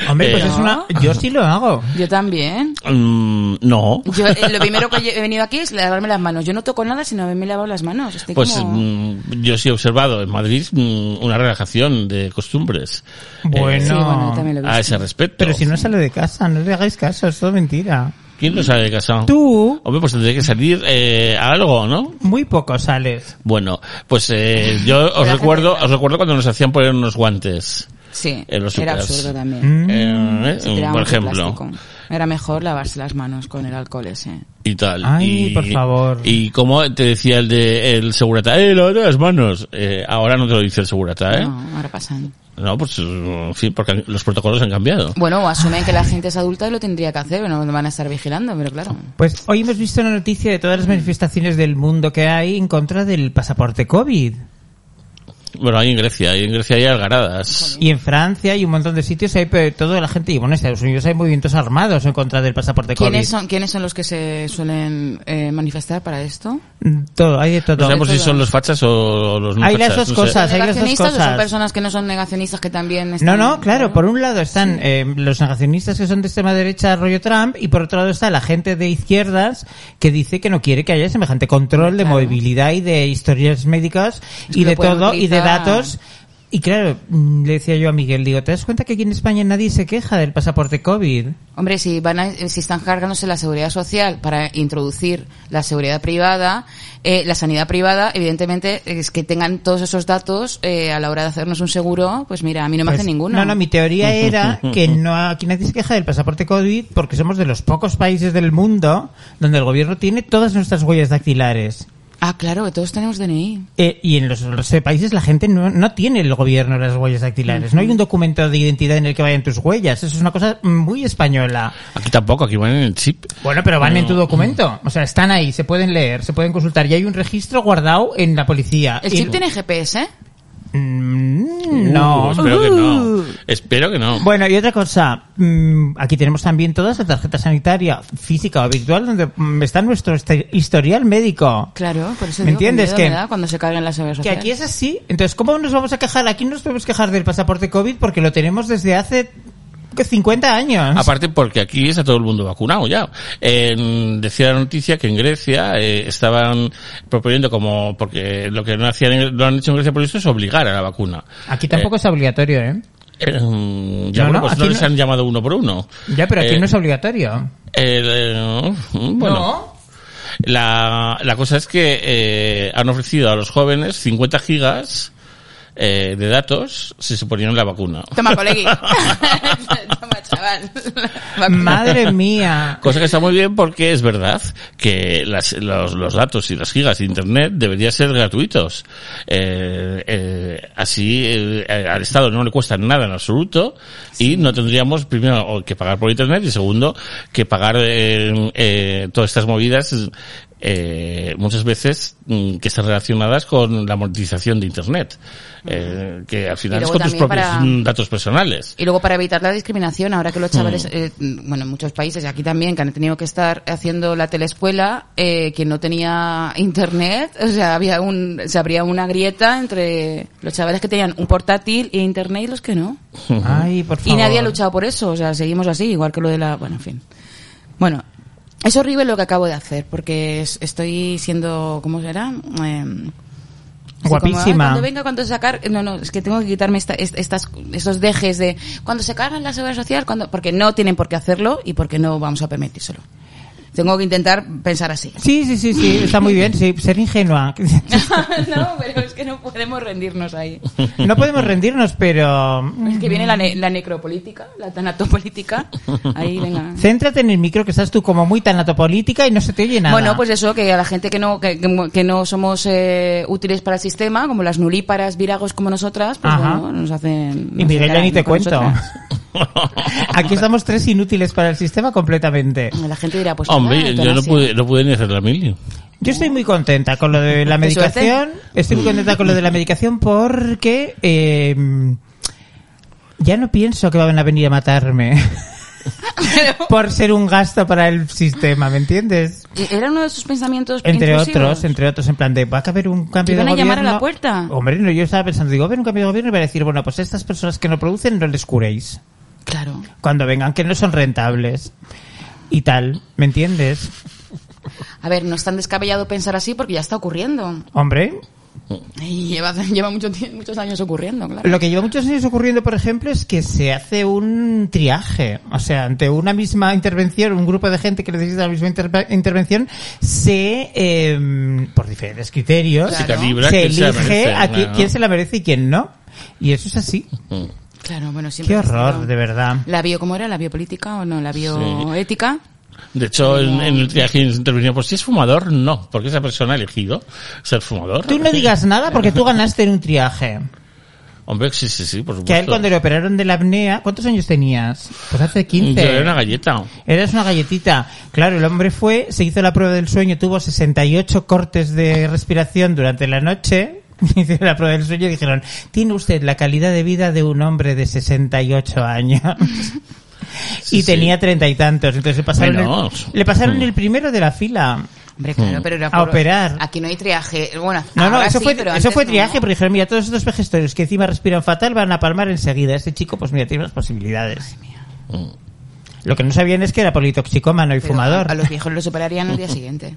Speaker 5: Hombre, pues
Speaker 3: Eh,
Speaker 5: es una...
Speaker 4: ¿no?
Speaker 5: Yo sí lo hago.
Speaker 4: Yo también.
Speaker 3: Mm, no.
Speaker 4: Yo eh, lo primero que he venido aquí es lavarme las manos. Yo no toco nada si no me he lavado las manos. Estoy
Speaker 3: Pues
Speaker 4: como...
Speaker 3: mm, yo sí he observado en Madrid mm, una relajación de costumbres Eh,
Speaker 5: Bueno.
Speaker 4: Sí, bueno, yo también lo he visto.
Speaker 3: a ese respecto.
Speaker 5: Pero si no sale de casa, no le hagáis caso, es todo mentira.
Speaker 3: ¿Quién no sale de casa?
Speaker 5: Tú,
Speaker 3: Hombre, pues tendría que salir eh, a algo, ¿no?
Speaker 5: muy poco sales.
Speaker 3: Bueno, pues eh, yo os
Speaker 4: Relaja-
Speaker 3: recuerdo, os recuerdo cuando nos hacían poner unos guantes.
Speaker 4: Sí,
Speaker 3: en los
Speaker 4: era
Speaker 3: supers.
Speaker 4: absurdo también.
Speaker 5: eh, Mm.
Speaker 3: eh,
Speaker 4: Sí, tiraba
Speaker 3: por
Speaker 4: mucho
Speaker 3: ejemplo.
Speaker 4: plástico. Era mejor lavarse las manos con el alcohol ese.
Speaker 3: Y tal.
Speaker 5: Ay,
Speaker 3: y,
Speaker 5: por favor.
Speaker 3: Y como te decía el de el segurata, eh, lávate las manos. Eh, ahora no te lo dice el segurata, ¿eh?
Speaker 4: No, ahora pasan.
Speaker 3: No, pues, en fin, porque los protocolos han cambiado.
Speaker 4: Bueno, asumen que la gente es adulta y lo tendría que hacer, no van a estar vigilando, pero claro.
Speaker 5: Pues hoy hemos visto una noticia de todas las manifestaciones del mundo que hay en contra del pasaporte COVID.
Speaker 3: Bueno, hay en Grecia, hay en Grecia hay algaradas.
Speaker 5: Y en Francia y un montón de sitios hay pero toda la gente, y bueno, en Estados Unidos hay movimientos armados en contra del pasaporte COVID.
Speaker 4: ¿Quiénes son, ¿Quiénes son los que se suelen eh, manifestar para esto?
Speaker 5: Mm, Todo, hay de
Speaker 3: No
Speaker 5: todo.
Speaker 3: sabemos si
Speaker 4: Todas.
Speaker 3: son los fachas o los no
Speaker 5: Hay las
Speaker 3: fachas,
Speaker 5: dos
Speaker 3: no sé.
Speaker 5: cosas. Pues hay las dos
Speaker 4: ¿Negacionistas o son
Speaker 5: cosas.
Speaker 4: personas que no son negacionistas que también
Speaker 5: No,
Speaker 4: están...
Speaker 5: no, claro, por un lado están eh, los negacionistas que son de extrema derecha, rollo Trump, y por otro lado está la gente de izquierdas que dice que no quiere que haya semejante control de movilidad y de historias médicas
Speaker 4: Es que
Speaker 5: y
Speaker 4: lo
Speaker 5: de
Speaker 4: pueden
Speaker 5: todo y de
Speaker 4: utilizar.
Speaker 5: datos. Y claro, mm, le decía yo a Miguel, digo, ¿te das cuenta que aquí en España nadie se queja del pasaporte COVID?
Speaker 4: Hombre, si van a- si están cargándose la seguridad social para introducir la seguridad privada, eh, la sanidad privada, evidentemente es que tengan todos esos datos eh, a la hora de hacernos un seguro, pues mira, a mí no me
Speaker 5: Pues,
Speaker 4: hace ninguno.
Speaker 5: No, no, mi teoría era que no aquí nadie se queja del pasaporte COVID porque somos de los pocos países del mundo donde el gobierno tiene todas nuestras huellas dactilares.
Speaker 4: Ah, claro, que todos tenemos DNI.
Speaker 5: Eh, y en los, los, eh, países la gente no, no tiene el gobierno las huellas dactilares. No hay un documento de identidad en el que vayan tus huellas. Eso es una cosa muy española.
Speaker 3: Aquí tampoco, aquí van en el chip.
Speaker 5: Bueno, pero van en tu documento. O sea, están ahí, se pueden leer, se pueden consultar. Y hay un registro guardado en la policía.
Speaker 4: ¿El
Speaker 5: Y-
Speaker 4: chip tiene GPS?
Speaker 5: Mm, no.
Speaker 3: Uh, espero que no. Espero que no.
Speaker 5: Bueno, y otra cosa, mm, aquí tenemos también toda esa tarjeta sanitaria física o virtual donde mm, está nuestro este- historial médico.
Speaker 4: Claro, por eso digo
Speaker 5: ¿Me
Speaker 4: que
Speaker 5: entiendes?
Speaker 4: miedo
Speaker 5: Que-
Speaker 4: me da cuando se cargan la seguridad
Speaker 5: Que
Speaker 4: social.
Speaker 5: aquí es así. Entonces, ¿cómo nos vamos a quejar? Aquí nos podemos quejar del pasaporte COVID porque lo tenemos desde hace que 50 años.
Speaker 3: Aparte porque aquí está todo el mundo vacunado ya. En- decía la noticia que en Grecia eh, estaban proponiendo como, porque lo que no hacían, en- lo han hecho en Grecia por esto es obligar a la vacuna.
Speaker 5: Aquí tampoco
Speaker 3: Eh,
Speaker 5: es obligatorio, ¿eh?
Speaker 3: eh, ya
Speaker 5: No,
Speaker 3: bueno,
Speaker 5: no,
Speaker 3: pues
Speaker 5: aquí
Speaker 3: no
Speaker 5: no-
Speaker 3: les han llamado uno por uno.
Speaker 5: Ya, pero aquí
Speaker 3: Eh,
Speaker 5: no es obligatorio.
Speaker 3: el, eh, bueno.
Speaker 5: ¿No?
Speaker 3: La, la cosa es que eh, han ofrecido a los jóvenes 50 gigas eh, de datos si se ponían la vacuna.
Speaker 4: Toma, colegui. Toma, chaval.
Speaker 5: Madre mía.
Speaker 3: Cosa que está muy bien porque es verdad que las- los, los datos y las gigas de Internet deberían ser gratuitos. Eh, eh, así eh, eh, al Estado no le cuesta nada en absoluto y no tendríamos primero o que pagar por Internet y segundo que pagar eh, eh, todas estas movidas eh, muchas veces mm, que están relacionadas con la monetización de Internet, eh, que al final es
Speaker 4: luego
Speaker 3: con tus
Speaker 4: también
Speaker 3: propios
Speaker 4: para-
Speaker 3: mm, datos personales.
Speaker 4: Y luego para evitar la discriminación, ahora que los chavales, eh, mm, bueno, en muchos países y aquí también, que han tenido que estar haciendo la telescuela, eh, quien no tenía internet, o sea, había un, se abría una grieta entre los chavales que tenían un portátil e internet y los que no.
Speaker 5: Ay, por
Speaker 4: Y
Speaker 5: favor.
Speaker 4: nadie ha luchado por eso, o sea, seguimos así, igual que lo de la... Bueno, en fin. Bueno, es horrible lo que acabo de hacer, porque es- estoy siendo, ¿cómo será? Em, así como,
Speaker 5: Guapísima.
Speaker 4: "Ay, cuando venga, cuando sacar... No, no, es que tengo que quitarme esta- est- estas, estos dejes de... Cuando se cargan la seguridad social, cuando, porque no tienen por qué hacerlo y porque no vamos a permitírselo. Tengo que intentar pensar así.
Speaker 5: Sí, sí, sí, sí, está muy bien, sí, ser ingenua.
Speaker 4: no, pero es que no podemos rendirnos ahí.
Speaker 5: No podemos rendirnos, pero... mm,
Speaker 4: Es que viene la, ne- la necropolítica, la tanatopolítica. Ahí, venga.
Speaker 5: Céntrate en el micro, que estás tú como muy tanatopolítica y no se te oye nada.
Speaker 4: Bueno, pues eso, que a la gente que no, que, que- que no somos eh, útiles para el sistema, como las nulíparas, viragos como nosotras, pues
Speaker 5: Ajá.
Speaker 4: bueno, nos hacen...
Speaker 5: Y
Speaker 4: nos
Speaker 5: Miguel ya
Speaker 4: encaran
Speaker 5: ni te
Speaker 4: con
Speaker 5: cuento.
Speaker 4: nosotras.
Speaker 5: Aquí estamos tres inútiles para el sistema completamente.
Speaker 4: La gente dirá, pues nada,
Speaker 3: Hombre, yo no
Speaker 4: eutanasia.
Speaker 3: pude, no pude ni hacer la mili.
Speaker 5: Yo estoy muy contenta con lo de la
Speaker 4: ¿Qué suerte?
Speaker 5: medicación. Estoy muy contenta con lo de la medicación porque eh, ya no pienso que van a venir a matarme por ser un gasto para el sistema, ¿me entiendes?
Speaker 4: ¿E-, Era uno de sus pensamientos
Speaker 5: Entre
Speaker 4: intrusivos.
Speaker 5: otros, entre otros, en plan de, va a haber un cambio
Speaker 4: Te
Speaker 5: de
Speaker 4: van a
Speaker 5: gobierno.
Speaker 4: llamar a la puerta.
Speaker 5: Hombre, no, yo estaba pensando, digo, va a haber un cambio de gobierno y va a decir, bueno, pues a estas personas que no producen no les curéis.
Speaker 4: Claro.
Speaker 5: Cuando vengan, que no son rentables. Y tal, ¿me entiendes?
Speaker 4: A ver, no es tan descabellado pensar así porque ya está ocurriendo.
Speaker 5: Hombre,
Speaker 4: Y lleva, lleva mucho tie- muchos años ocurriendo, claro.
Speaker 5: Lo que lleva muchos años ocurriendo, por ejemplo, es que se hace un triaje. O sea, ante una misma intervención, un grupo de gente que necesita la misma interve- intervención, se, eh, por diferentes criterios,
Speaker 4: Se
Speaker 3: calibra
Speaker 5: se
Speaker 3: quién se la
Speaker 5: elige
Speaker 3: merece,
Speaker 5: a qui-
Speaker 3: claro.
Speaker 5: quién se la merece y quién no. Y eso es así.
Speaker 4: Claro, bueno, siempre.
Speaker 5: Qué
Speaker 4: ha estado-
Speaker 5: horror, de verdad.
Speaker 4: La bio, ¿cómo era? ¿La biopolítica o no? ¿La bioética?
Speaker 3: De hecho, en, en el triaje intervinieron, pues si es fumador, no, porque esa persona ha elegido ser fumador.
Speaker 5: Tú no digas nada porque tú ganaste en un triaje.
Speaker 3: Hombre, sí, sí, sí, por supuesto.
Speaker 5: Que a él cuando le operaron de la apnea, ¿cuántos años tenías? Pues hace 15.
Speaker 3: Yo era una galleta.
Speaker 5: Eras una galletita. Claro, el hombre fue, se hizo la prueba del sueño, tuvo 68 cortes de respiración durante la noche. Hicieron la prueba del sueño y dijeron, tiene usted la calidad de vida de un hombre de 68 años. y
Speaker 3: Sí, Mm.
Speaker 5: tenía treinta y tantos. Entonces le pasaron, el,
Speaker 3: Menos.
Speaker 5: le pasaron el primero de la fila.
Speaker 4: Hombre,
Speaker 3: Mm.
Speaker 4: claro, pero era
Speaker 5: A operar.
Speaker 4: Aquí no hay triaje. Bueno,
Speaker 5: No, no,
Speaker 4: ahora
Speaker 5: eso
Speaker 4: sí,
Speaker 5: fue,
Speaker 4: pero
Speaker 5: eso
Speaker 4: antes
Speaker 5: fue
Speaker 4: no.
Speaker 5: triaje, porque dijeron, mira, todos estos vegetarios que encima respiran fatal van a palmar enseguida. Este chico, pues mira, tiene unas posibilidades.
Speaker 3: Mm.
Speaker 5: Lo que no sabían es que era politoxicómano y
Speaker 4: Pero
Speaker 5: fumador.
Speaker 4: A, a los viejos los operarían al día siguiente.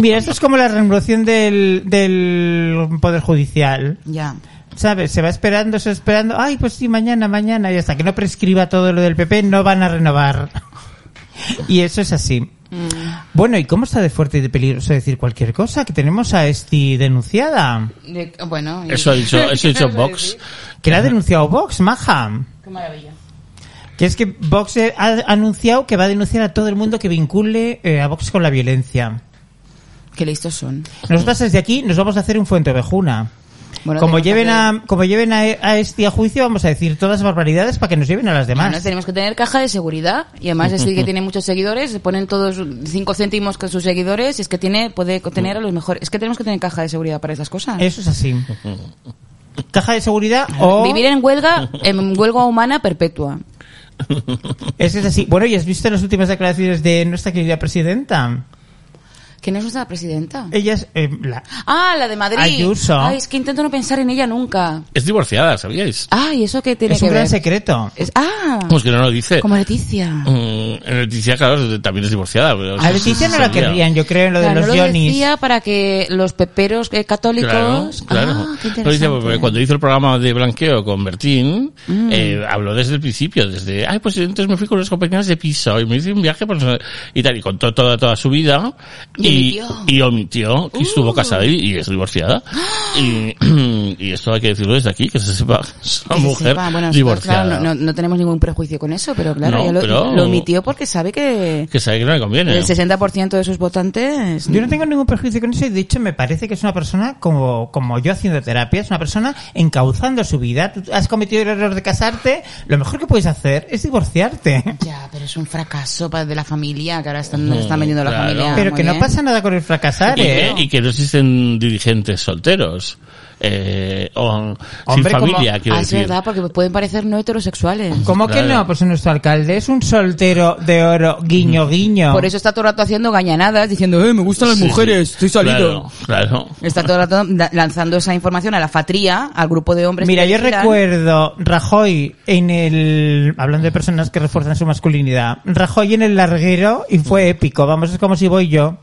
Speaker 5: Mira, esto es como la revolución del, del Poder Judicial.
Speaker 4: Ya.
Speaker 5: ¿Sabes? Se va esperando, se va esperando. Ay, pues sí, mañana, mañana. Y hasta que no prescriba todo lo del PP, no van a renovar. Y eso es así. Bueno, ¿y cómo está de fuerte y de peligroso decir cualquier cosa? Que tenemos a Esti denunciada.
Speaker 4: De- bueno, y-
Speaker 3: Eso ha dicho, eso ha dicho
Speaker 4: ¿Qué
Speaker 3: Vox.
Speaker 5: Que la ha denunciado Vox, maja.
Speaker 4: Qué maravilla.
Speaker 5: Que es que Vox eh, ha anunciado que va a denunciar a todo el mundo que vincule eh, a Vox con la violencia.
Speaker 4: Qué listos son.
Speaker 5: Nosotras desde aquí nos vamos a hacer un fuente ovejuna.
Speaker 4: Bueno, tenemos
Speaker 5: como
Speaker 4: que
Speaker 5: lleven
Speaker 4: hacer-
Speaker 5: a como lleven a, a este a juicio vamos a decir todas las barbaridades para que nos lleven a las demás.
Speaker 4: Bueno, tenemos que tener caja de seguridad y además es que tiene muchos seguidores, se ponen todos cinco céntimos con sus seguidores y es que tiene puede tener a los mejores. Es que tenemos que tener caja de seguridad para estas cosas.
Speaker 5: Eso es así. Caja de seguridad o
Speaker 4: Vivir en huelga, en huelga humana perpetua.
Speaker 5: eso es así. Bueno, y has visto las últimas declaraciones de nuestra querida presidenta.
Speaker 4: Ah. ¿Quién es nuestra presidenta?
Speaker 5: Ella es eh, la-
Speaker 4: Ah, la de Madrid.
Speaker 5: Ayuso.
Speaker 4: Ay, es que intento no pensar en ella nunca.
Speaker 3: Es divorciada, ¿sabíais?
Speaker 5: Ah.
Speaker 4: Ay, eso que tiene
Speaker 5: es
Speaker 4: que
Speaker 5: un gran eh,
Speaker 4: ver?
Speaker 5: secreto.
Speaker 4: Es- ah,
Speaker 3: Pues que no lo dice.
Speaker 4: como Leticia.
Speaker 3: Mm, Leticia, claro, también es divorciada. pero
Speaker 5: A
Speaker 3: eso Pues sí
Speaker 5: Leticia
Speaker 3: se
Speaker 5: no la
Speaker 3: sabía.
Speaker 5: querrían, yo creo en lo de
Speaker 4: Claro,
Speaker 5: los
Speaker 4: no lo
Speaker 5: Johnnies.
Speaker 4: decía para que los peperos eh, católicos.
Speaker 3: Claro, claro.
Speaker 4: Ah, qué
Speaker 3: Lo dice,
Speaker 4: interesante. Mm.
Speaker 3: porque cuando hizo el programa de blanqueo con Bertín, eh, habló desde el principio, desde, ay, pues entonces me fui con unos compañeros de piso y me hice un viaje por... y tal, y contó toda, toda su vida
Speaker 4: Y
Speaker 3: y,
Speaker 4: omitió. Uh.
Speaker 3: y omitió que estuvo casada y, y es divorciada. Y, y esto hay que decirlo desde aquí, que se sepa, es una
Speaker 4: Que se
Speaker 3: mujer
Speaker 4: sepa. Bueno, nosotros,
Speaker 3: divorciada.
Speaker 4: claro, no, no- no tenemos ningún prejuicio con eso, pero claro,
Speaker 3: No,
Speaker 4: ella lo,
Speaker 3: pero-
Speaker 4: lo omitió porque sabe que
Speaker 3: Que sabe que no le conviene.
Speaker 4: el 60% de sus votantes...
Speaker 5: Yo no tengo ningún prejuicio con eso y de hecho me parece que es una persona como, como yo haciendo terapia, es una persona encauzando su vida. Tú has cometido el error de casarte, lo mejor que puedes hacer es divorciarte.
Speaker 4: Ya, pero es un fracaso pa- de la familia, que ahora están, nos están vendiendo la
Speaker 3: claro.
Speaker 4: familia. eh?
Speaker 5: Pero
Speaker 4: muy
Speaker 5: que no
Speaker 4: bien.
Speaker 5: pasa nada con el fracasar,
Speaker 3: y,
Speaker 5: ¿eh?
Speaker 3: que, y que no existen dirigentes solteros. Eh, o
Speaker 5: Hombre,
Speaker 3: sin
Speaker 5: como-
Speaker 3: familia, quiero
Speaker 4: Ah, es
Speaker 3: decir.
Speaker 4: verdad, porque pueden parecer no heterosexuales.
Speaker 5: ¿Cómo que
Speaker 3: Claro.
Speaker 5: no? Pues nuestro alcalde es un soltero de oro, guiño, guiño.
Speaker 4: Por eso está todo el rato haciendo gañanadas, diciendo, eh, me gustan las
Speaker 3: Sí, sí.
Speaker 4: mujeres, estoy salido.
Speaker 3: Claro, claro.
Speaker 4: Está todo el rato da- lanzando esa información a la fatría, al grupo de hombres.
Speaker 5: Mira,
Speaker 4: que
Speaker 5: yo
Speaker 4: vigilan.
Speaker 5: recuerdo Rajoy en el... Hablando de personas que refuerzan su masculinidad. Rajoy en el larguero y fue épico. Vamos, es como si voy yo.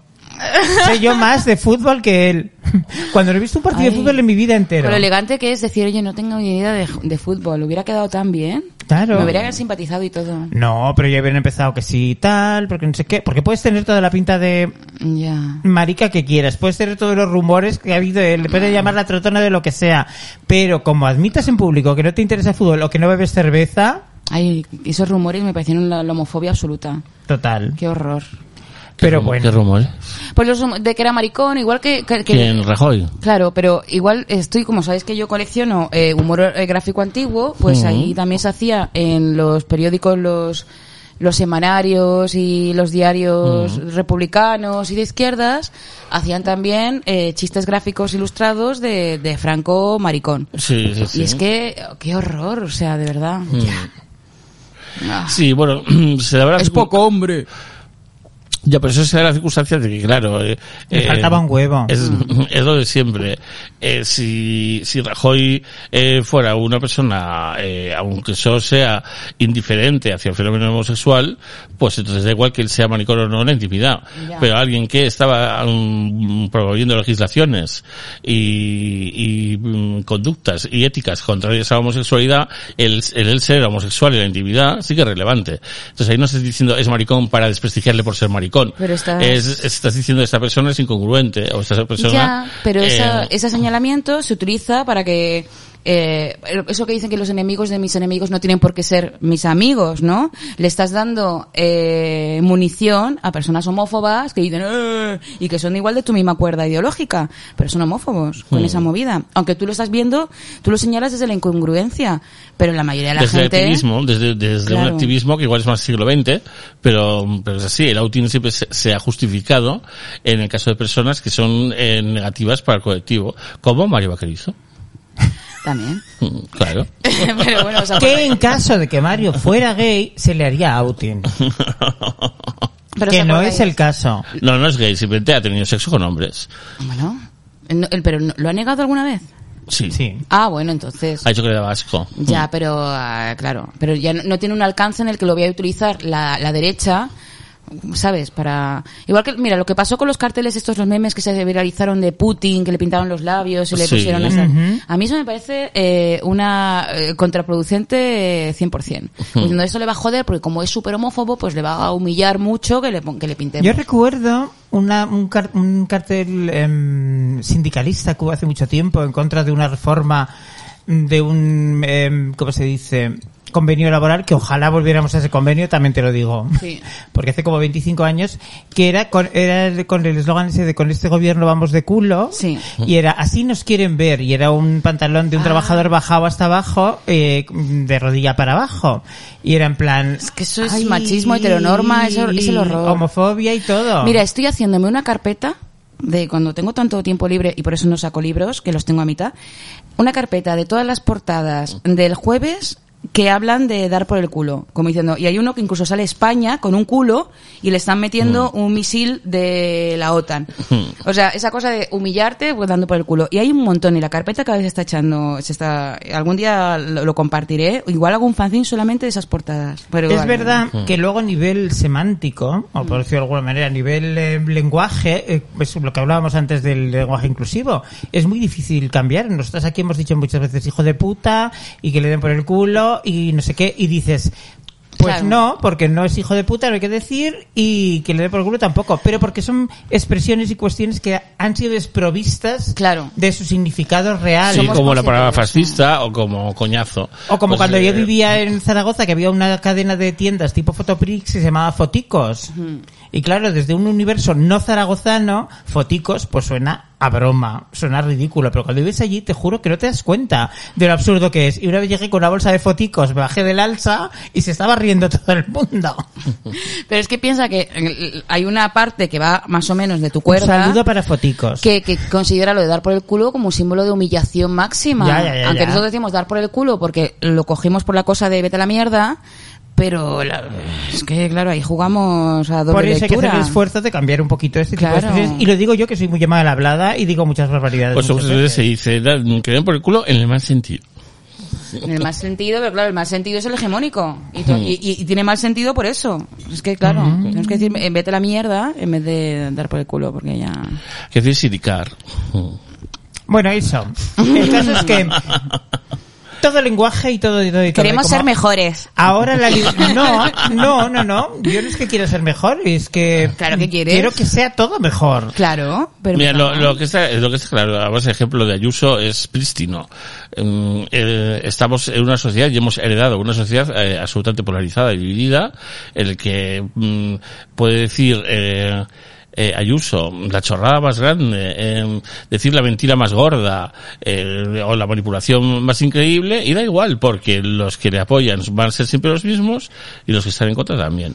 Speaker 5: Sé yo más de fútbol que él. Cuando no he visto un partido
Speaker 4: Ay.
Speaker 5: de fútbol en mi vida entero.
Speaker 4: Con lo elegante que es decir, oye, no tengo ni idea de, de fútbol, hubiera quedado tan bien.
Speaker 5: Claro.
Speaker 4: Me hubieran simpatizado y todo.
Speaker 5: No, pero ya habían empezado que sí y tal, porque no sé qué. Porque puedes tener toda la pinta de
Speaker 4: Ya.
Speaker 5: marica que quieras, puedes tener todos los rumores que ha habido, eh, le puedes llamar la trotona de lo que sea, pero como admitas en público que no te interesa el fútbol o que no bebes cerveza,
Speaker 4: Ay, esos rumores me parecieron la, la homofobia absoluta.
Speaker 5: total.
Speaker 4: Qué horror.
Speaker 5: Pero
Speaker 3: Qué
Speaker 5: bueno.
Speaker 3: rumor. ¿eh?
Speaker 4: Pues los hum- de que era maricón, igual que... que- que-
Speaker 3: ¿Quién? Rajoy.
Speaker 4: Claro, pero igual estoy, como sabéis que yo colecciono eh, humor eh, gráfico antiguo, pues
Speaker 3: Ujú.
Speaker 4: ahí también se hacía en los periódicos los los semanarios y los diarios republicanos y de izquierdas hacían también eh, chistes gráficos ilustrados de, de Franco Maricón.
Speaker 3: Sí, sí, sí. Mm.
Speaker 4: Y es que, qué horror, o sea, de verdad.
Speaker 5: Mm.
Speaker 4: Ah.
Speaker 3: Sí, bueno, se da la
Speaker 4: Es
Speaker 3: circun-
Speaker 4: poco hombre.
Speaker 3: Ya, pero eso se da la circunstancia de que, claro. eh,
Speaker 5: Le
Speaker 3: eh,
Speaker 5: faltaba un huevo.
Speaker 3: Es, es lo de siempre. Eh, si, si Rajoy eh, fuera una persona, eh, aunque eso sea indiferente hacia el fenómeno homosexual, pues entonces da igual que él sea maricón o no en la intimidad.
Speaker 4: Ya.
Speaker 3: Pero alguien que estaba mm, promoviendo legislaciones y, y, mm, conductas y éticas contrarias a la homosexualidad, el, el, el ser homosexual en la intimidad sí que es relevante. Entonces ahí no estás diciendo es maricón para desprestigiarle por ser maricón.
Speaker 4: Pero estás-
Speaker 3: Es- estás diciendo esta persona es incongruente o esta persona...
Speaker 4: Ya, pero esa-
Speaker 3: eh,
Speaker 4: ese señalamiento se utiliza para que... eh, eso que dicen que los enemigos de mis enemigos no tienen por qué ser mis amigos, ¿no? Le estás dando eh, munición a personas homófobas que dicen "Eh", y que son igual de tu misma cuerda ideológica, pero son homófobos
Speaker 3: Hmm.
Speaker 4: con esa movida. Aunque tú lo estás viendo, tú lo señalas desde la incongruencia, pero la mayoría de la
Speaker 3: desde
Speaker 4: gente...
Speaker 3: el activismo, desde, desde un
Speaker 4: Claro.
Speaker 3: activismo que igual es más siglo XX, pero, pero es así, el outing siempre se, se ha justificado en el caso de personas que son eh, negativas para el colectivo, como Mario Vaquerizo.
Speaker 4: También.
Speaker 3: Mm, Claro.
Speaker 4: pero bueno, o sea,
Speaker 5: Que en caso de que Mario fuera gay, se le haría outing.
Speaker 4: pero
Speaker 5: que
Speaker 4: ¿os
Speaker 5: no
Speaker 4: acordáis?
Speaker 5: es el caso.
Speaker 3: No, no es gay, simplemente ha tenido sexo con hombres.
Speaker 4: Bueno, no, el- pero no- ¿lo ha negado alguna vez?
Speaker 3: Sí.
Speaker 5: Sí.
Speaker 4: Ah, bueno, entonces...
Speaker 3: Ha dicho que le daba asco.
Speaker 4: Ya, pero ah, claro, pero ya no, no tiene un alcance en el que lo voy a utilizar la, la derecha, ¿sabes? Para igual que mira, lo que pasó con los carteles estos los memes que se viralizaron de Putin, que le pintaron los labios y le
Speaker 3: Sí.
Speaker 4: pusieron esas-
Speaker 5: Ujú.
Speaker 4: A mí eso me parece eh, una eh, contraproducente eh, 100%. Diciendo, eso le va a joder porque como es súper homófobo, pues le va a humillar mucho que le pon- que le pintemos.
Speaker 5: Yo recuerdo una, un, car- un cartel em, sindicalista que hubo hace mucho tiempo en contra de una reforma de un, em, ¿cómo se dice? Convenio laboral, que ojalá volviéramos a ese convenio, también te lo digo.
Speaker 4: Sí.
Speaker 5: Porque hace como 25 años, que era con, era el- con el eslogan ese de con este gobierno vamos de culo.
Speaker 4: Sí. Ah.
Speaker 5: Y era así nos quieren ver. Y era un pantalón de un trabajador bajado hasta abajo, eh, de rodilla para abajo. Y era en plan. Es
Speaker 4: que eso es machismo, heteronorma, eso- es el horror.
Speaker 5: Homofobia y todo.
Speaker 4: Mira, estoy haciéndome una carpeta de cuando tengo tanto tiempo libre y por eso no saco libros, que los tengo a mitad. Una carpeta de todas las portadas del jueves que hablan de dar por el culo, como diciendo, y hay uno que incluso sale España con un culo y le están metiendo
Speaker 5: Mm.
Speaker 4: un misil de la OTAN. O sea, esa cosa de humillarte pues, dando por el culo. Y hay un montón y la carpeta cada vez se está echando, se está algún día lo, lo compartiré, igual hago un fanzine solamente de esas portadas. Pero
Speaker 5: es
Speaker 4: vale.
Speaker 5: verdad
Speaker 3: Mm.
Speaker 5: que luego a nivel semántico, o por decirlo de alguna manera, a nivel eh, lenguaje, eh, es lo que hablábamos antes del lenguaje inclusivo, es muy difícil cambiar. Nosotros aquí hemos dicho muchas veces hijo de puta y que le den por el culo y no sé qué, y dices... Pues
Speaker 4: Claro.
Speaker 5: no, porque no es hijo de puta, no hay que decir, y que le den por el culo tampoco, pero porque son expresiones y cuestiones que han sido desprovistas
Speaker 4: Claro.
Speaker 5: de su significado real.
Speaker 3: Sí, como la
Speaker 4: conscientes
Speaker 3: palabra
Speaker 4: de eso.
Speaker 3: fascista o como coñazo.
Speaker 5: O como
Speaker 3: Pues,
Speaker 5: cuando
Speaker 3: eh,
Speaker 5: yo vivía en Zaragoza, que había una cadena de tiendas tipo Fotoprix que se llamaba Foticos. Y claro, desde un universo no zaragozano, Foticos pues suena a broma, suena ridículo. Pero cuando vives allí, te juro que no te das cuenta de lo absurdo que es. Y una vez llegué con una bolsa de Foticos, me bajé del alza y se estaba riendo todo el mundo.
Speaker 4: Pero es que piensa que eh, hay una parte que va más o menos de tu cuerda.
Speaker 5: Un saludo para Foticos.
Speaker 4: que, que considera lo de dar por el culo como un símbolo de humillación máxima.
Speaker 5: Ya, ya, ya,
Speaker 4: Aunque
Speaker 5: ya.
Speaker 4: nosotros decimos dar por el culo porque lo cogimos por la cosa de vete a la mierda, pero la- es que, claro, ahí jugamos a doble
Speaker 5: Por eso hay que
Speaker 4: lectura.
Speaker 5: hacer el esfuerzo de cambiar un poquito este tipo de
Speaker 4: Claro.
Speaker 5: expresiones. Y lo digo yo que soy muy mal hablada y digo muchas barbaridades.
Speaker 3: Pues
Speaker 5: muchas
Speaker 3: muchas veces se
Speaker 5: veces.
Speaker 3: dice, "Da- que den por el culo en el mal sentido.
Speaker 4: En el mal sentido, pero claro, el mal sentido es el hegemónico. Y, to- y- y- y tiene mal sentido por eso. Es que, claro, tenemos que decir eh, vete a la mierda en vez de dar por el culo porque ya...
Speaker 3: Que decir siricar.
Speaker 5: Bueno, eso. El caso es que todo lenguaje y todo. y todo, y todo.
Speaker 4: Queremos
Speaker 5: Como
Speaker 4: ser mejores.
Speaker 5: Ahora la li- No, no, no, no. Yo no es que quiera ser mejor, es que.
Speaker 4: Claro que quieres.
Speaker 5: Quiero que sea todo mejor.
Speaker 4: Claro, pero
Speaker 3: Mira, lo,
Speaker 4: no.
Speaker 3: lo que está, lo que está claro, a base de ejemplo de Ayuso es prístino. Mm, eh, estamos en una sociedad y hemos heredado una sociedad eh, absolutamente polarizada y dividida, en el que mm, puede decir eh, eh, Ayuso la chorrada más grande, eh, decir la mentira más gorda eh, o la manipulación más increíble y da igual porque los que le apoyan van a ser siempre los mismos y los que están en contra también.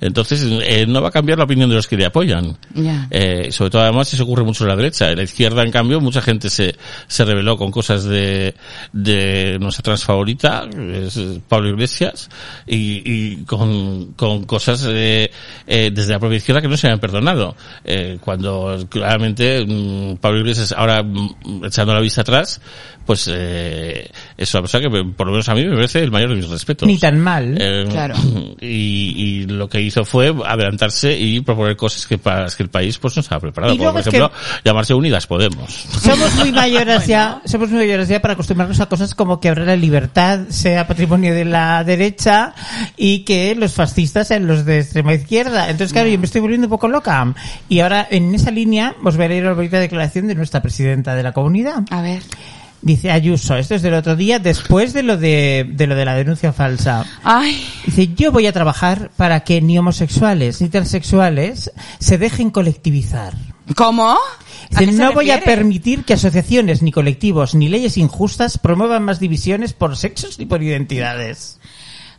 Speaker 3: Entonces eh, no va a cambiar la opinión de los que le apoyan.
Speaker 4: Ya.
Speaker 3: Eh, sobre todo además eso ocurre mucho en la derecha. En la izquierda, en cambio, mucha gente se, se rebeló con cosas de, de nuestra trans favorita, es Pablo Iglesias, y, y con, con cosas eh, eh, desde la propia izquierda que no se habían perdonado. Eh, cuando claramente mm, Pablo Iglesias ahora mm, echando la vista atrás, pues eh, es una persona que por lo menos a mí me merece el mayor de mis respetos.
Speaker 5: Ni tan mal.
Speaker 3: Eh,
Speaker 4: Claro.
Speaker 3: Y, y lo que hizo fue adelantarse y proponer cosas que para las que el país pues no estaba preparado.
Speaker 5: Y
Speaker 3: Como,
Speaker 5: luego
Speaker 3: por
Speaker 5: es que-
Speaker 3: ejemplo, llamarse Unidas Podemos.
Speaker 5: Somos muy mayores ya, somos muy mayores ya para acostumbrarnos a cosas como que ahora la libertad sea patrimonio de la derecha y que los fascistas sean los de extrema izquierda. Entonces, claro, yo me estoy volviendo un poco loca. Y ahora, en esa línea, os voy a leer la bonita declaración de nuestra presidenta de la comunidad.
Speaker 4: A ver.
Speaker 5: Dice Ayuso, esto es del otro día, después de lo de, de lo de la denuncia falsa.
Speaker 4: Ay,
Speaker 5: Dice, yo voy a trabajar para que ni homosexuales ni transexuales se dejen colectivizar.
Speaker 4: ¿cómo? ¿A
Speaker 5: Dice,
Speaker 4: qué se
Speaker 5: no voy a
Speaker 4: refiere?
Speaker 5: permitir que asociaciones, ni colectivos, ni leyes injustas promuevan más divisiones por sexos ni por identidades.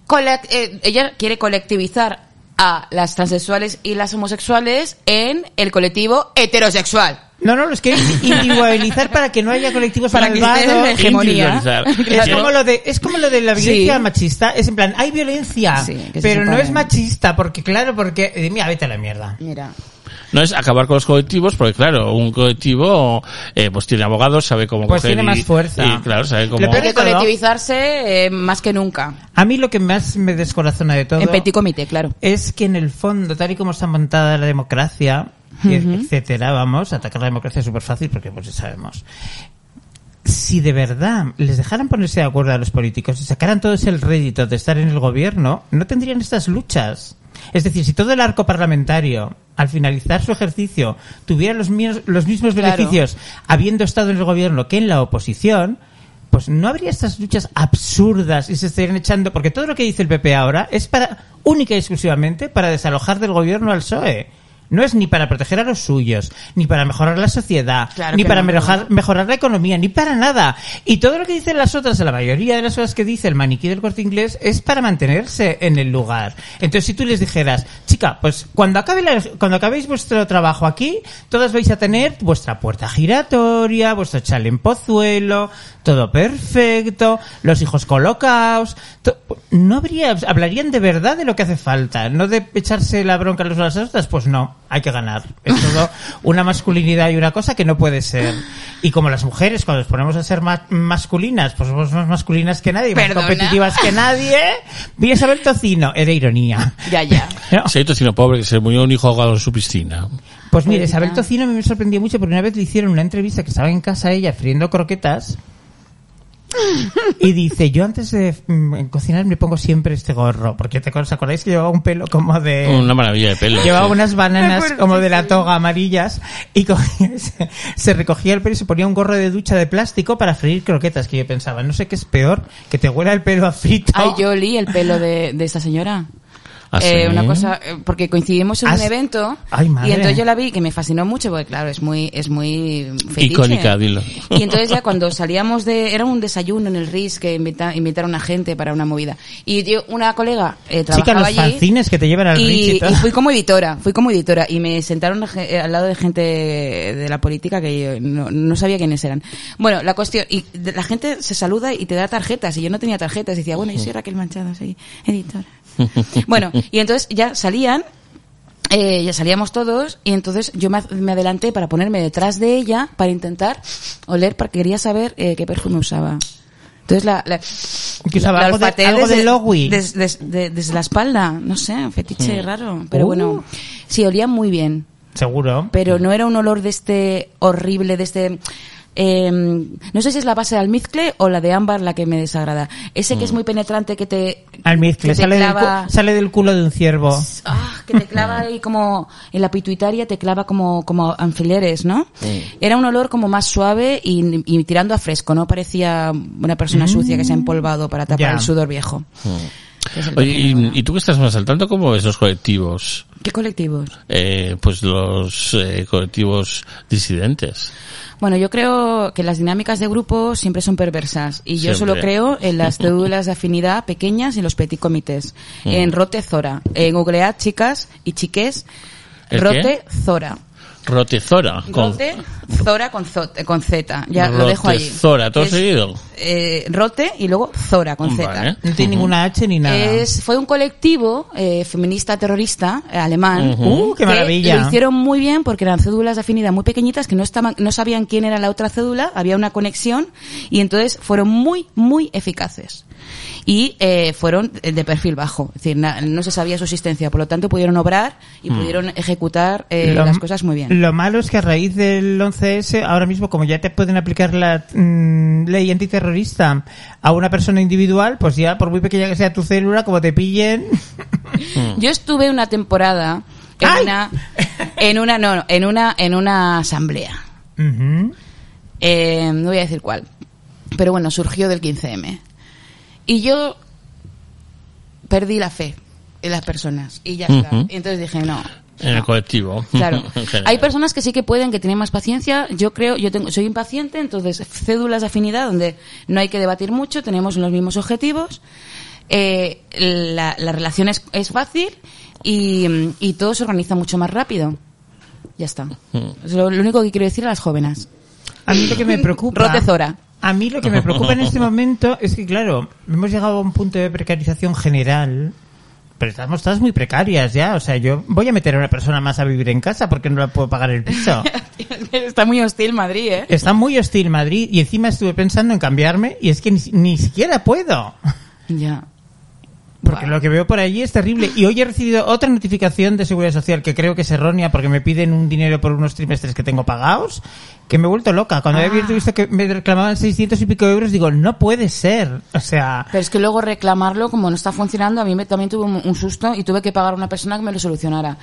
Speaker 4: Cole- eh, ella quiere colectivizar a las transexuales y las homosexuales en el colectivo heterosexual.
Speaker 5: No, no, los quieren individualizar para que no haya colectivos
Speaker 4: Para que
Speaker 5: malvados.
Speaker 4: estén en hegemonía.
Speaker 3: Individualizar.
Speaker 5: Es
Speaker 4: Claro.
Speaker 5: como, lo de, es como lo de la
Speaker 4: Sí.
Speaker 5: violencia machista. Es en plan, hay violencia,
Speaker 4: Sí, que se
Speaker 5: pero no
Speaker 4: separen.
Speaker 5: es machista, porque claro, porque... eh, mira, vete a la mierda.
Speaker 4: Mira.
Speaker 3: No es acabar con los colectivos, porque claro, un colectivo eh, pues tiene abogados, sabe cómo
Speaker 5: Pues
Speaker 3: coger
Speaker 5: tiene
Speaker 3: y-
Speaker 5: más fuerza.
Speaker 3: y, claro, sabe cómo...
Speaker 5: Lo peor
Speaker 4: Hay que
Speaker 5: Todo.
Speaker 4: colectivizarse eh, más que nunca.
Speaker 5: A mí lo que más me descorazona de todo...
Speaker 4: En petit comité, claro.
Speaker 5: es que en el fondo, tal y como está montada la democracia, y etcétera, vamos, atacar la democracia es súper fácil porque pues ya sabemos. Si de verdad les dejaran ponerse de acuerdo a los políticos y sacaran todo ese rédito de estar en el gobierno, no tendrían estas luchas. Es decir, si todo el arco parlamentario, al finalizar su ejercicio, tuviera los, mi- los mismos
Speaker 4: Claro.
Speaker 5: beneficios habiendo estado en el gobierno que en la oposición, pues no habría estas luchas absurdas y se estarían echando, porque todo lo que dice el PP ahora es para, única y exclusivamente, para desalojar del gobierno al PSOE. E. No es ni para proteger a los suyos, ni para mejorar la sociedad,
Speaker 4: Claro
Speaker 5: ni
Speaker 4: que
Speaker 5: para
Speaker 4: no.
Speaker 5: mejorar, mejorar la economía, ni para nada. Y todo lo que dicen las otras, la mayoría de las cosas que dice el maniquí del corte inglés, es para mantenerse en el lugar. Entonces, si tú les dijeras, chica, pues cuando, acabe la- cuando acabéis vuestro trabajo aquí, todas vais a tener vuestra puerta giratoria, vuestro chale en pozuelo, todo perfecto, los hijos colocaos. to- No habría, hablarían de verdad de lo que hace falta, no de echarse la bronca los unos a los otros, pues no, hay que ganar. Es todo una masculinidad y una cosa que no puede ser. Y como las mujeres, cuando nos ponemos a ser ma- masculinas, pues somos más masculinas que nadie, más
Speaker 4: Perdona.
Speaker 5: competitivas que nadie, vienes a ver tocino, era ironía.
Speaker 4: Ya, ya.
Speaker 5: ¿No?
Speaker 3: Si hay tocino pobre que se murió un hijo ahogado en su piscina.
Speaker 5: Pues mire,
Speaker 4: Pobrecita.
Speaker 5: Isabel Tocino a mí me sorprendió mucho porque una vez le hicieron una entrevista que estaba en casa ella friendo croquetas y dice, yo antes de mm, cocinar me pongo siempre este gorro, porque te ¿os acordáis que llevaba un pelo como de...
Speaker 3: Una maravilla de pelo.
Speaker 5: Eh, Llevaba
Speaker 3: sí.
Speaker 5: unas
Speaker 4: Me
Speaker 5: bananas
Speaker 4: acuerdo,
Speaker 5: como
Speaker 4: sí,
Speaker 5: de la
Speaker 4: sí.
Speaker 5: toga amarillas y cogía- se, se recogía el pelo y se ponía un gorro de ducha de plástico para freír croquetas que yo pensaba, no sé qué es peor, que te huela el pelo a frito.
Speaker 4: Ay, yo olí el pelo de, de esta señora.
Speaker 3: ¿Ah,
Speaker 4: Eh,
Speaker 3: sí?
Speaker 4: una cosa eh, porque coincidimos en
Speaker 5: Ah,
Speaker 4: un
Speaker 5: sí.
Speaker 4: evento
Speaker 5: Ay, madre.
Speaker 4: y entonces yo la vi que me fascinó mucho porque claro es muy es muy fetiche.
Speaker 3: Icónica, dilo.
Speaker 4: y entonces ya cuando salíamos de era un desayuno en el RIS que invita- invitaron a gente para una movida y yo una colega eh,
Speaker 5: Chica,
Speaker 4: trabajaba
Speaker 5: los
Speaker 4: allí
Speaker 5: fanzines que te llevan al Ritz y
Speaker 4: y,
Speaker 5: todo.
Speaker 4: y fui como editora, fui como editora y me sentaron a ge- eh, al lado de gente de la política que yo no, no sabía quiénes eran. Bueno, la cuestión, y de- la gente se saluda y te da tarjetas y yo no tenía tarjetas y decía, bueno, yo soy Raquel Manchado, soy editora. bueno, y entonces ya salían. eh, ya salíamos todos y entonces yo me, me adelanté para ponerme detrás de ella para intentar oler porque quería saber eh, qué perfume usaba. Entonces la, la,
Speaker 5: Que usaba
Speaker 4: la
Speaker 5: algo de-
Speaker 4: olfateé
Speaker 5: algo de Lowy.
Speaker 4: des- des- de- desde la espalda, no sé, un fetiche
Speaker 3: Hmm.
Speaker 4: raro, pero
Speaker 3: Oh.
Speaker 4: bueno, sí olía muy bien,
Speaker 5: Seguro.
Speaker 4: pero no era un olor de este horrible, de este eh, no sé si es la base de almizcle o la de ámbar la que me desagrada. Ese
Speaker 3: Hmm.
Speaker 4: que es muy penetrante, que te...
Speaker 3: Ah.
Speaker 4: que
Speaker 5: Almizcle,
Speaker 4: te
Speaker 5: sale, del cu-
Speaker 4: clava-
Speaker 5: sale del culo de un ciervo.
Speaker 4: Ah, que te clava ahí como en la pituitaria te clava como como alfileres, ¿no?
Speaker 3: Hmm.
Speaker 4: Era un olor como más suave y, y tirando a fresco, no parecía una persona sucia que se ha empolvado para tapar
Speaker 5: Ya.
Speaker 4: el sudor viejo. Que es el
Speaker 3: Hmm. Oye,
Speaker 4: perfume
Speaker 3: y,
Speaker 4: ahora.
Speaker 3: y tú que estás más al tanto, ¿cómo ves los colectivos?
Speaker 4: ¿Qué colectivos?
Speaker 3: Eh, pues los eh, colectivos disidentes.
Speaker 4: Bueno, yo creo que las dinámicas de grupo siempre son perversas y yo
Speaker 3: Siempre.
Speaker 4: solo creo en las cédulas de afinidad pequeñas y en los petit comités.
Speaker 3: Mm.
Speaker 4: En Rote Zora, en googlead chicas y chiques,
Speaker 3: ¿El
Speaker 4: Rote Zora.
Speaker 3: Rotezora. con-
Speaker 4: Rote, Zora con, zo- eh, con Z. Ya lo dejo ahí.
Speaker 3: Rotezora, ¿todo
Speaker 4: Es,
Speaker 3: seguido?
Speaker 4: eh, rote y luego Zora con Z.
Speaker 3: Vale.
Speaker 5: No tiene ninguna H ni nada.
Speaker 4: Es- fue un colectivo eh, feminista terrorista eh, alemán.
Speaker 5: Ujú. Uh, qué
Speaker 4: que
Speaker 5: maravilla.
Speaker 4: Lo hicieron muy bien porque eran cédulas de afinidad muy pequeñitas que no estaban, no sabían quién era la otra cédula, había una conexión y entonces fueron muy, muy eficaces. Y eh, fueron de perfil bajo, es decir, na- no se sabía su existencia, por lo tanto pudieron obrar y pudieron ejecutar eh,
Speaker 5: Mm. Lo-
Speaker 4: las cosas muy bien.
Speaker 5: Lo malo es que a raíz del 11S, ahora mismo, como ya te pueden aplicar la mm, ley antiterrorista a una persona individual, pues ya, por muy pequeña que sea tu célula, como te pillen.
Speaker 4: Yo estuve una temporada en
Speaker 5: ¡Ay!
Speaker 4: una, en una, no, no, en una, en una asamblea.
Speaker 5: Ujú.
Speaker 4: Eh, no voy a decir cuál. Pero bueno, surgió del 15M. Y yo perdí la fe en las personas. Y ya está.
Speaker 3: Ujú.
Speaker 4: Y entonces dije, no.
Speaker 3: En el colectivo.
Speaker 4: Claro.
Speaker 3: En general.
Speaker 4: Hay personas que sí que pueden, que tienen más paciencia. Yo creo, yo tengo, soy impaciente, entonces cédulas de afinidad donde no hay que debatir mucho, tenemos los mismos objetivos, eh, la, la relación es, es fácil y, mm, y todo se organiza mucho más rápido. Ya está. Es lo, lo único que quiero decir a las jóvenes.
Speaker 5: A mí lo que me preocupa.
Speaker 4: Rotezora.
Speaker 5: A mí lo que me preocupa en este momento es que, claro, hemos llegado a un punto de precarización general. Pero estamos todas muy precarias ya. O sea, yo voy a meter a una persona más a vivir en casa porque no la puedo pagar el piso.
Speaker 4: Está muy hostil Madrid, ¿eh?
Speaker 5: Está muy hostil Madrid y encima estuve pensando en cambiarme y es que ni, ni siquiera puedo.
Speaker 4: Ya.
Speaker 5: Porque lo que veo por allí es terrible. Y hoy he recibido otra notificación de Seguridad Social que creo que es errónea porque me piden un dinero por unos trimestres que tengo pagados, que me he vuelto loca. Cuando
Speaker 4: Ah.
Speaker 5: he abierto y visto que me reclamaban 600 y pico euros, digo, no puede ser. O sea,
Speaker 4: Pero es que luego reclamarlo, como no está funcionando, a mí me, también tuve un, un susto y tuve que pagar a una persona que me lo solucionara.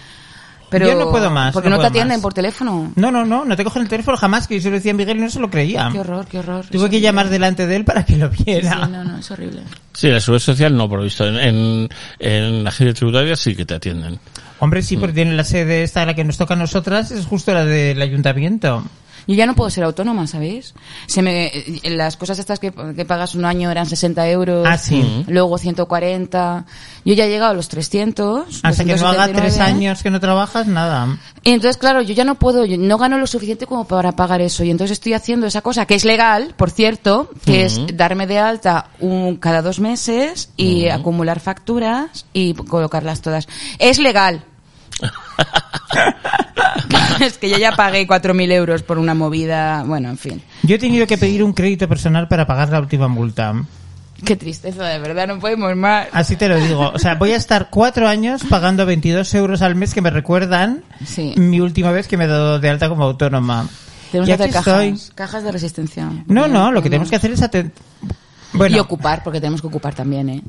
Speaker 4: Pero
Speaker 5: Yo no puedo más,
Speaker 4: Porque no,
Speaker 5: no
Speaker 4: te
Speaker 5: puedo
Speaker 4: atienden
Speaker 5: más.
Speaker 4: por teléfono.
Speaker 5: no, no, no, no te cogen el teléfono jamás, que yo se lo decía a Miguel y no se lo creía.
Speaker 4: Qué horror, qué horror.
Speaker 5: Tuve
Speaker 4: Es
Speaker 5: que
Speaker 4: horrible.
Speaker 5: llamar delante de él para que lo
Speaker 4: Sí,
Speaker 5: viera.
Speaker 4: no, no, es horrible.
Speaker 3: Sí, la seguridad social no, por lo visto. En, en, en la agencia tributaria sí que te atienden.
Speaker 5: Hombre, sí,
Speaker 4: Mm.
Speaker 5: porque tiene la sede esta, la que nos toca a nosotras, es justo la del ayuntamiento.
Speaker 4: Yo ya no puedo ser autónoma, ¿sabéis? Se me, eh, las cosas estas que, que pagas un año eran 60 euros.
Speaker 5: Ah, sí.
Speaker 4: Luego 140. Yo ya he llegado a los 300.
Speaker 5: Hasta que no haga tres
Speaker 4: 279.
Speaker 5: años que no trabajas, nada.
Speaker 4: Y entonces, claro, yo ya no puedo, yo no gano lo suficiente como para pagar eso. Y entonces estoy haciendo esa cosa, que es legal, por cierto, que es darme de alta un, cada dos meses y acumular facturas y colocarlas todas. Es legal. es que yo ya pagué 4.000 euros por una movida, bueno, en fin.
Speaker 5: Yo he tenido que pedir un crédito personal para pagar la última multa.
Speaker 4: Qué tristeza, de verdad, no podemos más.
Speaker 5: Así te lo digo. O sea, voy a estar cuatro años pagando 22 euros al mes que me recuerdan
Speaker 4: Sí.
Speaker 5: mi última vez que me he dado de alta como autónoma.
Speaker 4: Tenemos
Speaker 5: Y
Speaker 4: que
Speaker 5: aquí
Speaker 4: hacer cajas,
Speaker 5: estoy.
Speaker 4: cajas de resistencia.
Speaker 5: No, no, lo que tenemos que hacer es... aten- Bueno,
Speaker 4: Y ocupar, porque tenemos que ocupar también, ¿eh?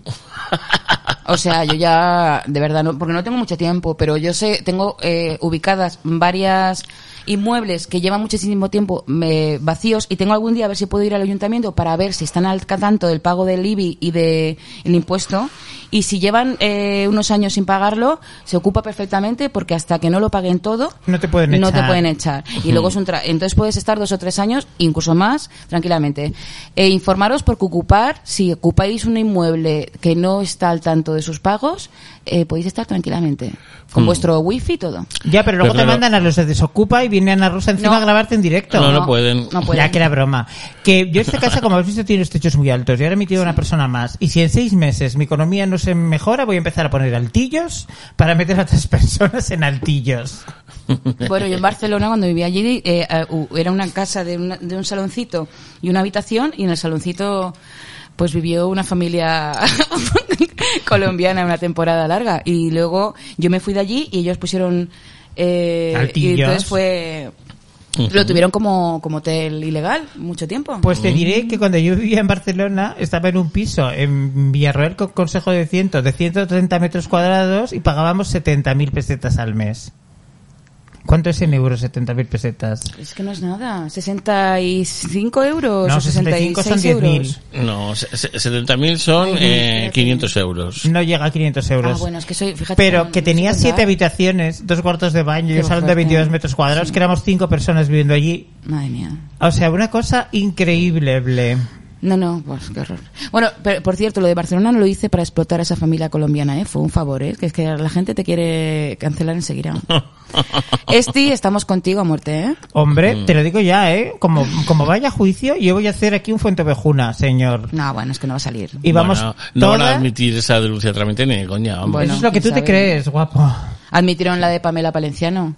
Speaker 4: O sea, yo ya, de verdad, no, porque no tengo mucho tiempo, pero yo sé, tengo eh, ubicadas varias inmuebles que llevan muchísimo tiempo me, vacíos y tengo algún día a ver si puedo ir al ayuntamiento para ver si están al tanto del pago del IBI y del el impuesto y si llevan eh, unos años sin pagarlo se ocupa perfectamente porque hasta que no lo paguen todo
Speaker 5: No te pueden
Speaker 4: no
Speaker 5: echar.
Speaker 4: te pueden echar y luego es un tra- entonces puedes estar dos o tres años incluso más tranquilamente e informaros porque ocupar si ocupáis un inmueble que no está al tanto de sus pagos eh, podéis estar tranquilamente
Speaker 3: Mm.
Speaker 4: con vuestro wifi y todo
Speaker 5: ya, pero luego
Speaker 3: Pero
Speaker 5: te
Speaker 3: claro.
Speaker 5: mandan a los de Desocupa y viene Ana Rosa encima
Speaker 4: No.
Speaker 5: a grabarte en directo.
Speaker 3: No, no pueden.
Speaker 4: no
Speaker 5: Ya
Speaker 4: pueden
Speaker 5: que era broma. Que yo esta casa, como habéis visto, tiene los techos muy altos. Y ahora he metido una persona más. Y si en seis meses mi economía no se mejora, voy a empezar a poner altillos para meter a otras personas en altillos.
Speaker 4: Bueno, yo en Barcelona cuando vivía allí eh, eh, u- era una casa de, una- de un saloncito y una habitación y en el saloncito pues vivió una familia colombiana una temporada larga y luego yo me fui de allí y ellos pusieron eh, y
Speaker 5: Altillos.
Speaker 4: entonces fue Lo tuvieron como, como hotel ilegal mucho tiempo.
Speaker 5: Pues te diré que cuando yo vivía en Barcelona estaba en un piso en Villarreal con consejo de cientos, de 130 metros cuadrados y pagábamos 70.000 pesetas al mes. ¿Cuánto es en euros 70.000 pesetas?
Speaker 4: es que no es nada. 65 euros
Speaker 5: No,
Speaker 4: o 66
Speaker 5: 65 son 10.000.
Speaker 4: euros.
Speaker 3: No, se- se- 70.000 son
Speaker 4: Ay,
Speaker 3: eh,
Speaker 4: espérate.
Speaker 3: 500 euros.
Speaker 5: No llega a 500 euros.
Speaker 4: Ah, bueno, es que soy, fíjate.
Speaker 5: Pero
Speaker 4: no-
Speaker 5: que
Speaker 4: no
Speaker 5: tenía
Speaker 4: sé
Speaker 5: siete
Speaker 4: contar.
Speaker 5: habitaciones, dos cuartos de baño y
Speaker 4: Qué
Speaker 5: un salón de
Speaker 4: fuerte.
Speaker 5: 22 metros cuadrados, que éramos cinco personas viviendo allí.
Speaker 4: Madre mía.
Speaker 5: O sea, una cosa increíble. ble.
Speaker 4: No, no, pues qué horror. Bueno, pero, por cierto, lo de Barcelona no lo hice para explotar a esa familia colombiana, ¿eh? Fue un favor, ¿eh? Que es que la gente te quiere cancelar enseguida. Esti, estamos contigo a muerte, ¿eh?
Speaker 5: Hombre,
Speaker 3: Mm.
Speaker 5: te lo digo ya, ¿eh? Como, como vaya a juicio, yo voy a hacer aquí un Fuentevejuna, señor.
Speaker 4: No, bueno, es que no va a salir.
Speaker 5: Y vamos
Speaker 3: Bueno, no van a
Speaker 5: todas-
Speaker 3: admitir esa denuncia de trámite ni de coña. hombre.
Speaker 4: Bueno,
Speaker 5: Eso es lo que tú
Speaker 4: quién
Speaker 5: te
Speaker 4: sabe. Uh.
Speaker 5: crees, guapo.
Speaker 4: Admitieron la de Pamela Palenciano,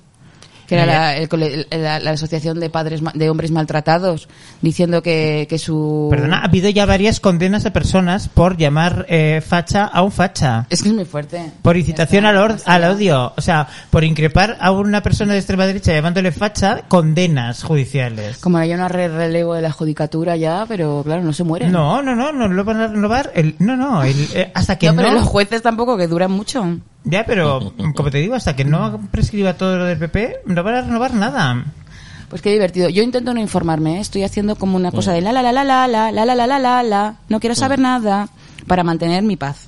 Speaker 4: que era la, el cole- la- la asociación de padres ma- de hombres maltratados, diciendo que, que su...
Speaker 5: Perdona, ha habido ya varias condenas a personas por llamar eh, facha a un facha.
Speaker 4: Es que es muy fuerte.
Speaker 5: Por incitación
Speaker 4: Ya
Speaker 5: al,
Speaker 4: está,
Speaker 5: or-
Speaker 4: ya está.
Speaker 5: al odio. O sea, por increpar a una persona de extrema derecha llamándole facha, condenas judiciales.
Speaker 4: Como hay una re- relevo de la judicatura ya, pero claro, no se mueren.
Speaker 5: No, no, no, no lo van a renovar. El, no, no, el- eh, hasta que
Speaker 4: No,
Speaker 5: no.
Speaker 4: pero los jueces tampoco, que duran mucho.
Speaker 5: Ya, pero como te digo, hasta que no prescriba todo lo del PP, no van a renovar nada.
Speaker 4: Pues qué divertido. Yo intento no informarme, ¿eh? estoy haciendo como una cosa de la la la la la la la la la la la la. No quiero saber nada para mantener mi paz.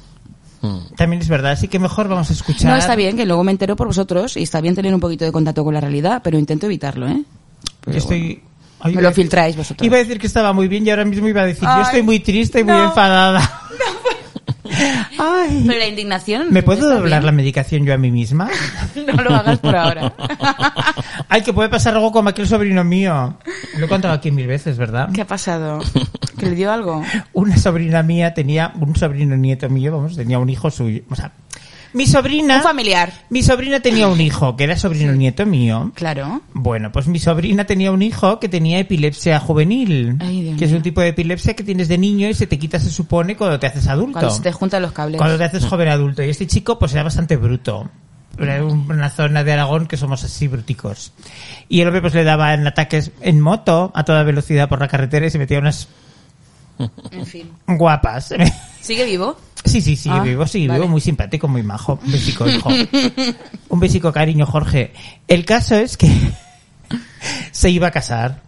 Speaker 3: Mm.
Speaker 5: También es verdad, así que mejor vamos a escuchar.
Speaker 4: No está bien que luego me entero por vosotros y está bien tener un poquito de contacto con la realidad, pero intento evitarlo, ¿eh?
Speaker 5: Yo estoy.
Speaker 4: Me
Speaker 5: Ay, iba
Speaker 4: lo
Speaker 5: a decir-
Speaker 4: filtráis vosotros.
Speaker 5: Iba a decir que estaba muy bien y ahora mismo iba a decir, yo
Speaker 4: Ay,
Speaker 5: estoy muy triste y muy
Speaker 4: no.
Speaker 5: enfadada. Ay.
Speaker 4: Pero la indignación.
Speaker 5: ¿Me puedo
Speaker 4: está
Speaker 5: doblar la
Speaker 4: bien.
Speaker 5: medicación yo a mí misma?
Speaker 4: No lo hagas por ahora.
Speaker 5: Ay, que puede pasar algo como aquel sobrino mío. Lo he contado aquí mil veces, ¿verdad?
Speaker 4: ¿Qué ha pasado? ¿Que le dio algo?
Speaker 5: Una sobrina mía tenía, un sobrino nieto mío, vamos, tenía un hijo suyo. O sea, mi sobrina.
Speaker 4: Un familiar.
Speaker 5: Mi sobrina tenía un hijo, que era sobrino nieto mío.
Speaker 4: Claro.
Speaker 5: Bueno, pues mi sobrina tenía un hijo que tenía epilepsia juvenil,
Speaker 4: Ay, Dios
Speaker 5: que es
Speaker 4: mío.
Speaker 5: un tipo de epilepsia que tienes de niño y se te quita, se supone, cuando te haces adulto.
Speaker 4: Cuando se te juntan los cables.
Speaker 5: Cuando te haces joven adulto. Y este chico, pues era bastante bruto. Era un- una zona de Aragón que somos así bruticos. Y el hombre, pues le daba en ataques en moto a toda velocidad por la carretera y se metía unas
Speaker 4: En fin.
Speaker 5: guapas.
Speaker 4: ¿Sigue vivo?
Speaker 5: Sí, sí, sí,
Speaker 4: Ah,
Speaker 5: vivo, sí,
Speaker 4: vale.
Speaker 5: vivo, muy simpático, muy majo. Un besico, hijo. Un besico, cariño, Jorge. El caso es que se iba a casar.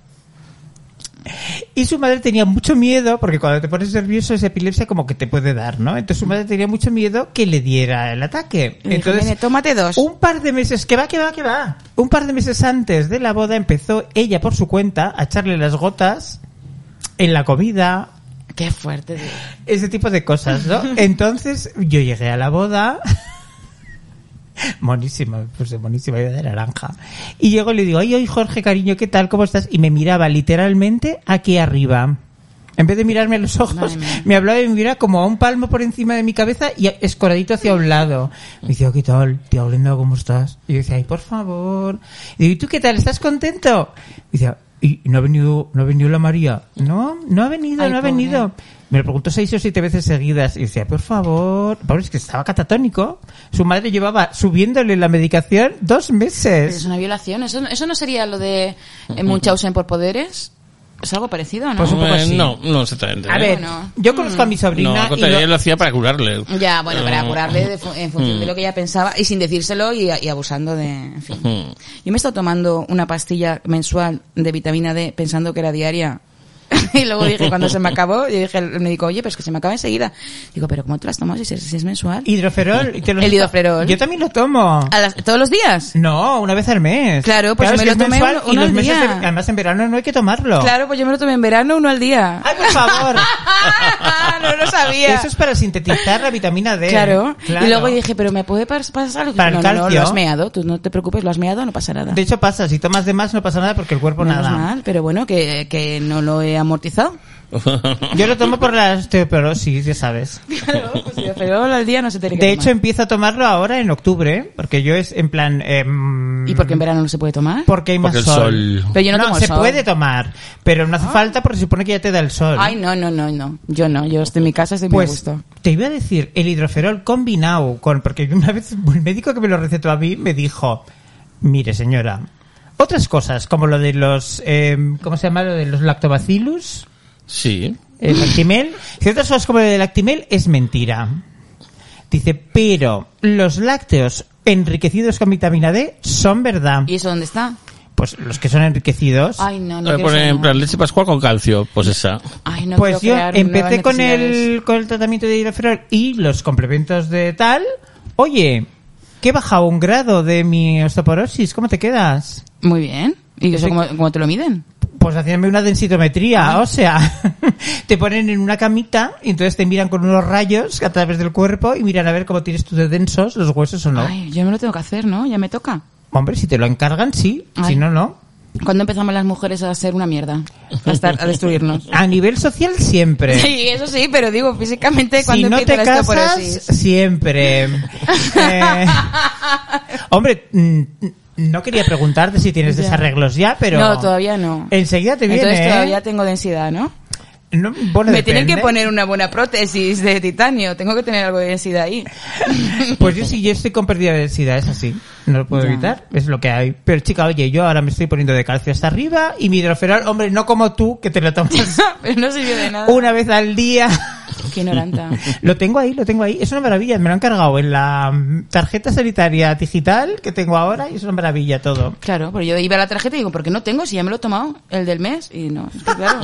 Speaker 5: Y su madre tenía mucho miedo, porque cuando te pones nervioso esa epilepsia como que te puede dar, ¿no? Entonces su madre tenía mucho miedo que le diera el ataque.
Speaker 4: Le dijo, "Nene,
Speaker 5: Entonces,
Speaker 4: tómate dos".
Speaker 5: Un par de meses, que va, que va, que va. Un par de meses antes de la boda empezó ella por su cuenta a echarle las gotas en la comida,
Speaker 4: Qué fuerte. tío.
Speaker 5: ese tipo de cosas, ¿no? Entonces yo llegué a la boda. Monísima, me puse monísima, iba de naranja. Y llego y le digo, ay, ay, Jorge, cariño, ¿qué tal? ¿Cómo estás? Y me miraba literalmente aquí arriba. En vez de mirarme a los ojos,
Speaker 4: Madre mía.
Speaker 5: me hablaba y me miraba como a un palmo por encima de mi cabeza y escoradito hacia un lado. Me decía, ¿qué tal? Tía Olinda, ¿cómo estás? Y yo decía, ay, por favor. Y digo, ¿y tú qué tal? ¿Estás contento? Y decía, ¿y no ha venido, no ha venido la María? No, no ha venido,
Speaker 4: Ay,
Speaker 5: no ha
Speaker 4: pobre.
Speaker 5: venido. Me lo preguntó seis o siete veces seguidas y decía, por favor, Pablo, es que estaba catatónico. Su madre llevaba subiéndole la medicación dos
Speaker 4: Pero Es
Speaker 5: meses.
Speaker 4: una violación. ¿Eso, eso no sería lo de eh, Munchausen por poderes? Es algo parecido, ¿no?
Speaker 5: Pues un poco
Speaker 3: Eh,
Speaker 5: así.
Speaker 3: no, no exactamente.
Speaker 5: A
Speaker 3: ¿eh?
Speaker 5: ver,
Speaker 4: Bueno.
Speaker 5: yo conozco a
Speaker 4: Mm.
Speaker 5: mi
Speaker 3: No,
Speaker 5: sobrina y
Speaker 3: Cotaña
Speaker 5: lo-
Speaker 3: lo... hacía para curarle.
Speaker 4: Ya, bueno, para
Speaker 3: Mm.
Speaker 4: curarle de fu- en función de lo que ella pensaba y sin decírselo y, y abusando de... En fin.
Speaker 3: Mm.
Speaker 4: Yo me he estado tomando una pastilla mensual de vitamina D pensando que era diaria. y luego dije, cuando se me acabó, yo dije al médico, oye, pero es que se me acaba enseguida. Digo, pero ¿cómo te las tomas si es, si es mensual?
Speaker 5: hidroferol. y te lo-
Speaker 4: El hidroferol.
Speaker 5: Yo también lo tomo.
Speaker 4: ¿A las- ¿Todos los días?
Speaker 5: No, una vez al mes.
Speaker 4: Claro, pues me
Speaker 5: es
Speaker 4: lo
Speaker 5: que es
Speaker 4: tomé
Speaker 5: mensual
Speaker 4: uno-
Speaker 5: y
Speaker 4: uno
Speaker 5: los
Speaker 4: al
Speaker 5: meses de-
Speaker 4: día.
Speaker 5: además en verano no hay que tomarlo.
Speaker 4: Claro, pues yo me lo tomé en verano, uno al día.
Speaker 5: Ay, por favor.
Speaker 4: no lo sabía.
Speaker 5: Eso es para sintetizar la vitamina D.
Speaker 4: Claro.
Speaker 5: Claro.
Speaker 4: Y luego dije, pero ¿me puede pas- pasar algo?
Speaker 5: Para el
Speaker 4: no, no, no,
Speaker 5: calcio.
Speaker 4: lo has meado. Tú no te preocupes, lo has meado, no pasa nada.
Speaker 5: De hecho pasa, si tomas de más no pasa nada porque el cuerpo
Speaker 4: Menos
Speaker 5: nada.
Speaker 4: mal, pero bueno, que, que no lo he amortizado.
Speaker 5: Yo lo tomo por la osteoporosis, ya sabes.
Speaker 4: Claro, pues hidroferol al día no se tiene que
Speaker 5: De
Speaker 4: tomar.
Speaker 5: hecho, empiezo a tomarlo ahora en octubre, porque yo es en plan... em,
Speaker 4: ¿Y por qué en verano no se puede tomar?
Speaker 5: Porque hay más
Speaker 3: Porque el
Speaker 5: sol.
Speaker 3: sol.
Speaker 4: Pero yo no tomo el
Speaker 5: se
Speaker 4: sol. Ah.
Speaker 5: puede tomar, pero no hace falta porque se supone que ya te da el sol.
Speaker 4: Ay, no, no, no, no. Yo no, yo estoy en mi casa, estoy muy a
Speaker 5: pues
Speaker 4: gusto.
Speaker 5: te iba a decir, el hidroferol combinado con... Porque una vez el médico que me lo recetó a mí me dijo, mire señora, Otras cosas, como lo de los, eh, ¿cómo se llama? Lo de los lactobacillus,
Speaker 3: Sí.
Speaker 5: el lactimel. Ciertas cosas como lo del lactimel es mentira. Dice, pero los lácteos enriquecidos con vitamina D son verdad.
Speaker 4: ¿Y eso dónde está?
Speaker 5: Pues los que son enriquecidos.
Speaker 4: Ay, no, no.
Speaker 3: Eh,
Speaker 4: quiero
Speaker 3: pone
Speaker 4: saber
Speaker 3: en plan
Speaker 4: nada.
Speaker 3: leche pascual con calcio, pues esa.
Speaker 4: Ay, no
Speaker 5: pues
Speaker 4: quiero
Speaker 5: yo
Speaker 4: crear
Speaker 5: empecé
Speaker 4: nuevas
Speaker 5: con
Speaker 4: necesidades.
Speaker 5: el, con el tratamiento de hidroferol y los complementos de tal. Oye, que he bajado un grado de mi osteoporosis, ¿cómo te quedas?
Speaker 4: Muy bien. ¿Y eso cómo, cómo te lo miden?
Speaker 5: Pues haciéndome una densitometría, o sea, te ponen en una camita y entonces te miran con unos rayos a través del cuerpo y miran a ver cómo tienes tus de densos, los huesos o no.
Speaker 4: Ay, yo me lo tengo que hacer, ¿no? Ya me toca.
Speaker 5: Hombre, si te lo encargan, sí,
Speaker 4: Ay.
Speaker 5: si no, no.
Speaker 4: ¿Cuándo empezamos las mujeres a ser una mierda? A, estar, a destruirnos.
Speaker 5: A nivel social siempre.
Speaker 4: Sí, eso sí, pero digo, físicamente,
Speaker 5: Eh, si
Speaker 4: cuando
Speaker 5: no te
Speaker 4: empieza la
Speaker 5: casas,
Speaker 4: osteoporosis?
Speaker 5: siempre. Eh, hombre, mm, no quería preguntarte si tienes
Speaker 4: Ya.
Speaker 5: desarreglos ya, pero...
Speaker 4: No, todavía no.
Speaker 5: Enseguida te viene,
Speaker 4: Entonces
Speaker 5: ¿eh?
Speaker 4: todavía tengo densidad, ¿no?
Speaker 5: No, bueno,
Speaker 4: Me tienen
Speaker 5: depende.
Speaker 4: que poner una buena prótesis de titanio. Tengo que tener algo de densidad ahí.
Speaker 5: Pues yo sí, yo estoy con pérdida de densidad, es así. No lo puedo
Speaker 4: Ya.
Speaker 5: evitar, es lo que hay. Pero chica, oye, yo ahora me estoy poniendo de calcio hasta arriba y mi hidroferol, hombre, no como tú, que te lo tomas
Speaker 4: pero no sirvió de nada.
Speaker 5: una vez al día.
Speaker 4: Qué ignoranta.
Speaker 5: Lo tengo ahí, lo tengo ahí. Es una maravilla, me lo han cargado en la mm, tarjeta sanitaria digital que tengo ahora y es una maravilla todo.
Speaker 4: Claro, pero yo iba a la tarjeta y digo, ¿por qué no tengo? Si ya me lo he tomado, el del mes. Y no, está claro.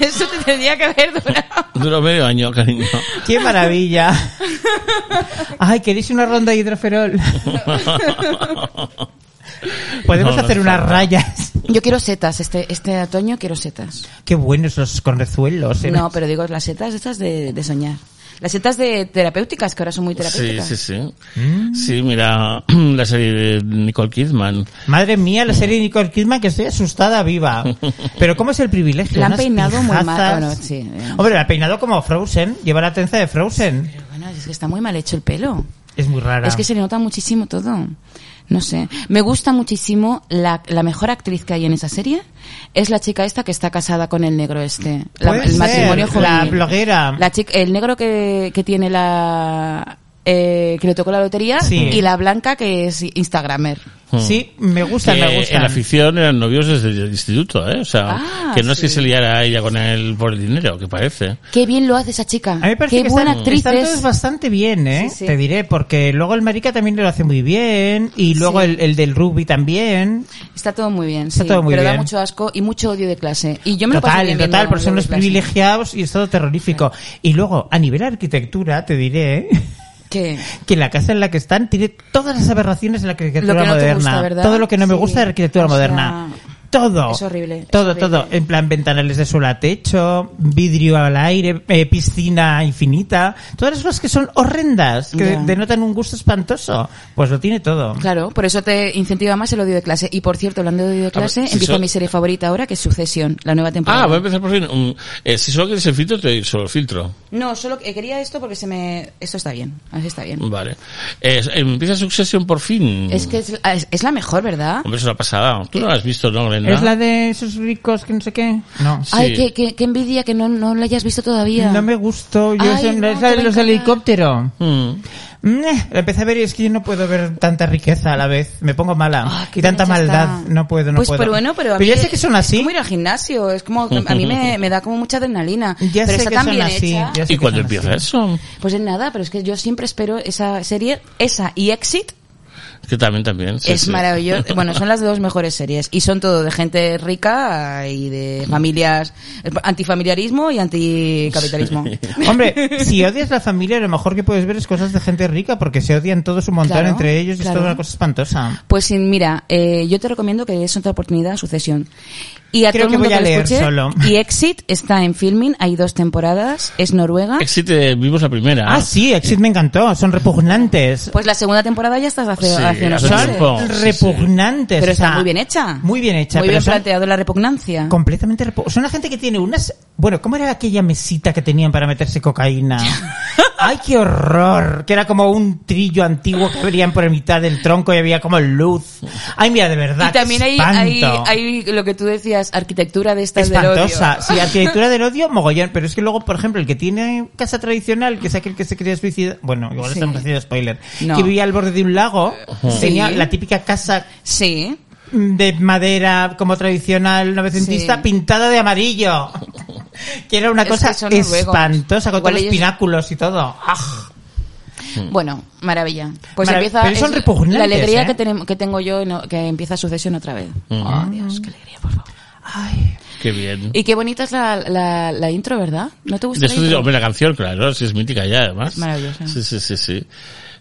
Speaker 4: Eso te tendría que haber durado.
Speaker 3: Duró medio año, cariño.
Speaker 5: ¡Qué maravilla! Ay, ¿queréis una ronda de hidroferol? Podemos
Speaker 3: No, no
Speaker 5: hacer
Speaker 3: es
Speaker 5: unas
Speaker 3: falta.
Speaker 5: rayas.
Speaker 4: Yo quiero setas. Este, este otoño quiero setas.
Speaker 5: Qué buenos los conrezuelos. ¿eh?
Speaker 4: No, pero digo, las setas estas de, de soñar. Las setas de terapéuticas, que ahora son muy
Speaker 3: Sí,
Speaker 4: terapéuticas.
Speaker 3: sí, sí.
Speaker 5: Mm.
Speaker 3: Sí, mira la serie de Nicole Kidman.
Speaker 5: Madre mía, la serie de Nicole Kidman que estoy asustada viva. Pero ¿cómo es el privilegio?
Speaker 4: La han
Speaker 5: Unas
Speaker 4: peinado muy mal.
Speaker 5: pijazas.
Speaker 4: Bueno, sí, eh.
Speaker 5: Hombre, la han peinado como Frozen. Lleva la trenza de Frozen.
Speaker 4: Pero bueno, es que está muy mal hecho el pelo.
Speaker 5: Es muy rara.
Speaker 4: Es que se le nota muchísimo todo. No sé. Me gusta muchísimo la, la mejor actriz que hay en esa serie. Es la chica esta que está casada con el negro este. La-
Speaker 5: Puede
Speaker 4: el
Speaker 5: ser,
Speaker 4: matrimonio juvenil.
Speaker 5: La bloguera.
Speaker 4: La chica, el negro que, que tiene la... eh, que le tocó la lotería.
Speaker 5: Sí.
Speaker 4: Y la blanca que es instagramer.
Speaker 5: Mm. Sí, me gusta,
Speaker 3: Mm. Que
Speaker 5: me gusta.
Speaker 3: en la ficción eran novios desde el instituto, ¿eh? O sea,
Speaker 4: Ah,
Speaker 3: que no es que
Speaker 4: sí.
Speaker 3: se liara ella con él por el dinero, que parece.
Speaker 4: Qué bien lo hace esa chica.
Speaker 5: A mí me parece
Speaker 4: Qué
Speaker 5: que
Speaker 4: buena
Speaker 5: están,
Speaker 4: actriz
Speaker 5: están
Speaker 4: es.
Speaker 5: todos bastante bien, ¿eh?
Speaker 4: Sí, sí.
Speaker 5: Te diré, porque luego el marica también lo hace muy bien, y luego
Speaker 4: Sí.
Speaker 5: el, el del rugby también.
Speaker 4: Está todo muy bien.
Speaker 5: Está
Speaker 4: sí,
Speaker 5: todo muy
Speaker 4: pero da
Speaker 5: bien.
Speaker 4: mucho asco y mucho odio de clase. Y yo me lo paso
Speaker 5: total,
Speaker 4: bien
Speaker 5: total,
Speaker 4: viendo
Speaker 5: porque son
Speaker 4: odio
Speaker 5: los
Speaker 4: de clase.
Speaker 5: privilegiados y es todo terrorífico. Y luego, a nivel arquitectura, te diré ¿eh?
Speaker 4: ¿Qué?
Speaker 5: que la casa en la que están tiene todas las aberraciones de la arquitectura
Speaker 4: Lo que no te
Speaker 5: moderna.
Speaker 4: gusta, ¿verdad?
Speaker 5: todo lo que no me
Speaker 4: Sí.
Speaker 5: gusta de la arquitectura
Speaker 4: O sea,
Speaker 5: moderna. Todo.
Speaker 4: es horrible, es
Speaker 5: Todo,
Speaker 4: horrible.
Speaker 5: todo. En plan, ventanales de suelo a techo, vidrio al aire, eh, piscina infinita. Todas las cosas que son horrendas, que
Speaker 4: Ya.
Speaker 5: denotan un gusto espantoso. Pues lo tiene todo.
Speaker 4: Claro, por eso te incentiva más el odio de clase. Y por cierto, hablando de odio de clase,
Speaker 3: si
Speaker 4: empieza
Speaker 3: so-
Speaker 4: mi serie favorita ahora, que es Sucesión, la nueva temporada.
Speaker 3: Ah, va a empezar por fin. Mm, eh, si solo quieres el filtro, te solo el filtro.
Speaker 4: No, solo que- quería esto porque se me... Esto está bien, así está bien.
Speaker 3: Vale. Eh, empieza Succession por fin.
Speaker 4: Es que es, es- es la mejor, ¿verdad?
Speaker 3: Hombre, es una pasada. Tú no la has visto, ¿no, Glenda?
Speaker 5: ¿Es la de esos ricos que no sé qué? No.
Speaker 3: Sí.
Speaker 4: Ay, qué, qué- qué envidia que no, no la hayas visto todavía.
Speaker 5: No me gustó. Yo
Speaker 4: Ay,
Speaker 5: esa-
Speaker 4: no,
Speaker 5: esa
Speaker 4: te
Speaker 5: de
Speaker 4: va a
Speaker 5: los
Speaker 4: encantar.
Speaker 5: del helicóptero.
Speaker 3: Mm.
Speaker 5: Meh, La empecé a ver y es que yo no puedo ver tanta riqueza a la vez. Me pongo mala.
Speaker 4: Ah, qué
Speaker 5: y tanta
Speaker 4: bien hecha
Speaker 5: maldad.
Speaker 4: está.
Speaker 5: No puedo, no
Speaker 4: pues,
Speaker 5: puedo.
Speaker 4: Pero bueno, pero a mí
Speaker 5: ya sé que son
Speaker 4: Es
Speaker 5: así.
Speaker 4: como ir al gimnasio, es como... A mí me, me da como mucha adrenalina.
Speaker 5: Ya
Speaker 4: pero
Speaker 5: sé
Speaker 4: está
Speaker 5: que
Speaker 4: tan
Speaker 5: son
Speaker 4: bien
Speaker 5: así.
Speaker 4: hecha.
Speaker 5: ya sé
Speaker 3: ¿Y
Speaker 5: que
Speaker 3: cuándo
Speaker 5: son así.
Speaker 3: empieza eso?
Speaker 4: Pues en nada, pero es que yo siempre espero esa serie, esa y Exit,
Speaker 3: Que también, también. sí,
Speaker 4: es
Speaker 3: sí.
Speaker 4: maravilloso. Bueno, son las dos mejores series. Y son todo de gente rica y de familias. eh, Antifamiliarismo y anticapitalismo.
Speaker 5: Hombre, si odias la familia, lo mejor que puedes ver es cosas de gente rica porque se odian todos un montón
Speaker 4: Claro,
Speaker 5: entre ellos y
Speaker 4: claro.
Speaker 5: es toda una cosa
Speaker 3: Ah.
Speaker 5: espantosa.
Speaker 4: Pues sí, mira, eh, yo te recomiendo que des otra oportunidad a Sucesión. Y a
Speaker 5: Creo
Speaker 4: todo el
Speaker 5: que
Speaker 4: mundo
Speaker 5: voy a
Speaker 4: lo
Speaker 5: leer
Speaker 4: escuche,
Speaker 5: solo.
Speaker 4: Y Exit está en filming, hay dos temporadas, es Noruega.
Speaker 3: Existe, vimos la primera.
Speaker 5: Ah, sí, Exit me encantó. Son repugnantes.
Speaker 4: Pues la segunda temporada ya está hace,
Speaker 3: Sí,
Speaker 4: hace unos
Speaker 3: hace
Speaker 4: meses.
Speaker 3: tiempo. sí,
Speaker 5: son
Speaker 3: Pues, sí.
Speaker 5: repugnantes.
Speaker 4: Pero
Speaker 5: o sea,
Speaker 4: está muy bien hecha.
Speaker 5: Muy bien hecha.
Speaker 4: Muy
Speaker 5: pero
Speaker 4: bien
Speaker 5: son
Speaker 4: planteado la repugnancia.
Speaker 5: Completamente repu- Son una gente que tiene unas. Bueno, ¿cómo era aquella mesita que tenían para meterse cocaína? ¡Ay, qué horror! Que era como un trillo antiguo que abrían por mitad del tronco y había como luz. ¡Ay, mira, de verdad!
Speaker 4: Y también
Speaker 5: qué
Speaker 4: hay, hay,
Speaker 5: espanto!
Speaker 4: hay lo que tú decías, arquitectura de estas del odio.
Speaker 5: Espantosa. Sí, arquitectura del odio, mogollón. Pero es que luego, por ejemplo, el que tiene casa tradicional, que es aquel que se quería suicidar. Bueno, igual
Speaker 4: Sí.
Speaker 5: estamos haciendo spoiler.
Speaker 4: No.
Speaker 5: Que vivía al borde de un lago,
Speaker 4: Sí.
Speaker 5: tenía la típica casa
Speaker 4: Sí.
Speaker 5: de madera como tradicional novecentista
Speaker 4: Sí.
Speaker 5: pintada de amarillo. que era una
Speaker 4: Es
Speaker 5: cosa
Speaker 4: que son noruegos.
Speaker 5: espantosa con
Speaker 4: Igual
Speaker 5: todos los
Speaker 4: ellos-
Speaker 5: pináculos y todo. Ah, ¡Aj!
Speaker 4: Bueno, maravilla. Pues
Speaker 5: Mm. Marav-
Speaker 4: empieza
Speaker 5: pero son
Speaker 4: es
Speaker 5: repugnantes,
Speaker 4: la alegría
Speaker 5: ¿eh?
Speaker 4: que, tenem- que tengo yo, y no- que empieza sucesión otra vez. Oh, Dios, qué alegría, por favor.
Speaker 5: Mm. Ay.
Speaker 3: Qué bien.
Speaker 4: Y qué bonita es la, la, la intro, ¿verdad? ¿No
Speaker 5: Pues
Speaker 4: te gusta?
Speaker 3: De
Speaker 4: la
Speaker 3: eso te
Speaker 4: intro?
Speaker 3: digo, hombre, la canción, claro, sí es mítica ya, además.
Speaker 4: Es maravillosa.
Speaker 3: Sí, sí, sí, sí.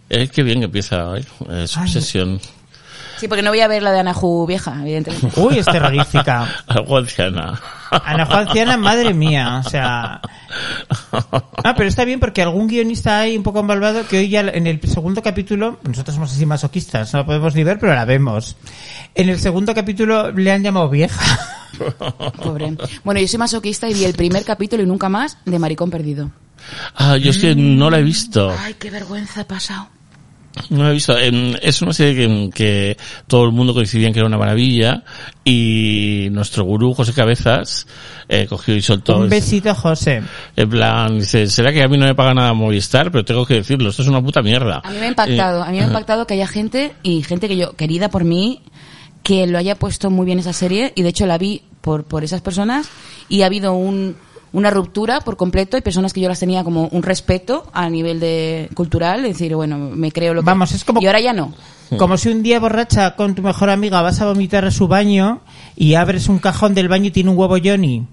Speaker 3: Eh, qué bien que empieza hoy. Eh, su obsesión.
Speaker 4: Sí, porque no voy a ver la de Anahu vieja, evidentemente.
Speaker 5: Uy, es terrorífica.
Speaker 3: Algo anciana.
Speaker 5: Ana Juan Ciana, madre mía, o sea. Ah, pero está bien porque algún guionista hay un poco embalvado que hoy ya en el segundo capítulo, nosotros somos así masoquistas, no la podemos ni ver, pero la vemos. En el segundo capítulo le han llamado vieja.
Speaker 4: Pobre. Bueno, yo soy masoquista y vi el primer capítulo y nunca más de Maricón Perdido.
Speaker 3: Ah, yo es que no la he visto.
Speaker 4: Ay, qué vergüenza he pasado.
Speaker 3: No la he visto. Em, Es una serie que, que todo el mundo coincidía en que era una maravilla y nuestro gurú José Cabezas eh, cogió y soltó.
Speaker 5: Un besito, José.
Speaker 3: En plan, dice, será que a mí no me paga nada Movistar, pero tengo que decirlo, esto es una puta mierda.
Speaker 4: A mí me ha impactado,
Speaker 3: Eh,
Speaker 4: a mí me ha impactado que haya gente y gente que yo querida por mí que lo haya puesto muy bien esa serie y de hecho la vi por por esas personas y ha habido un una ruptura por completo y personas que yo las tenía como un respeto a nivel de cultural, es decir, bueno, me creo lo que
Speaker 5: Vamos, es como-
Speaker 4: y ahora ya no.
Speaker 5: Como si un día borracha con tu mejor amiga vas a vomitar a su baño y abres un cajón del baño y tiene un huevo Johnny.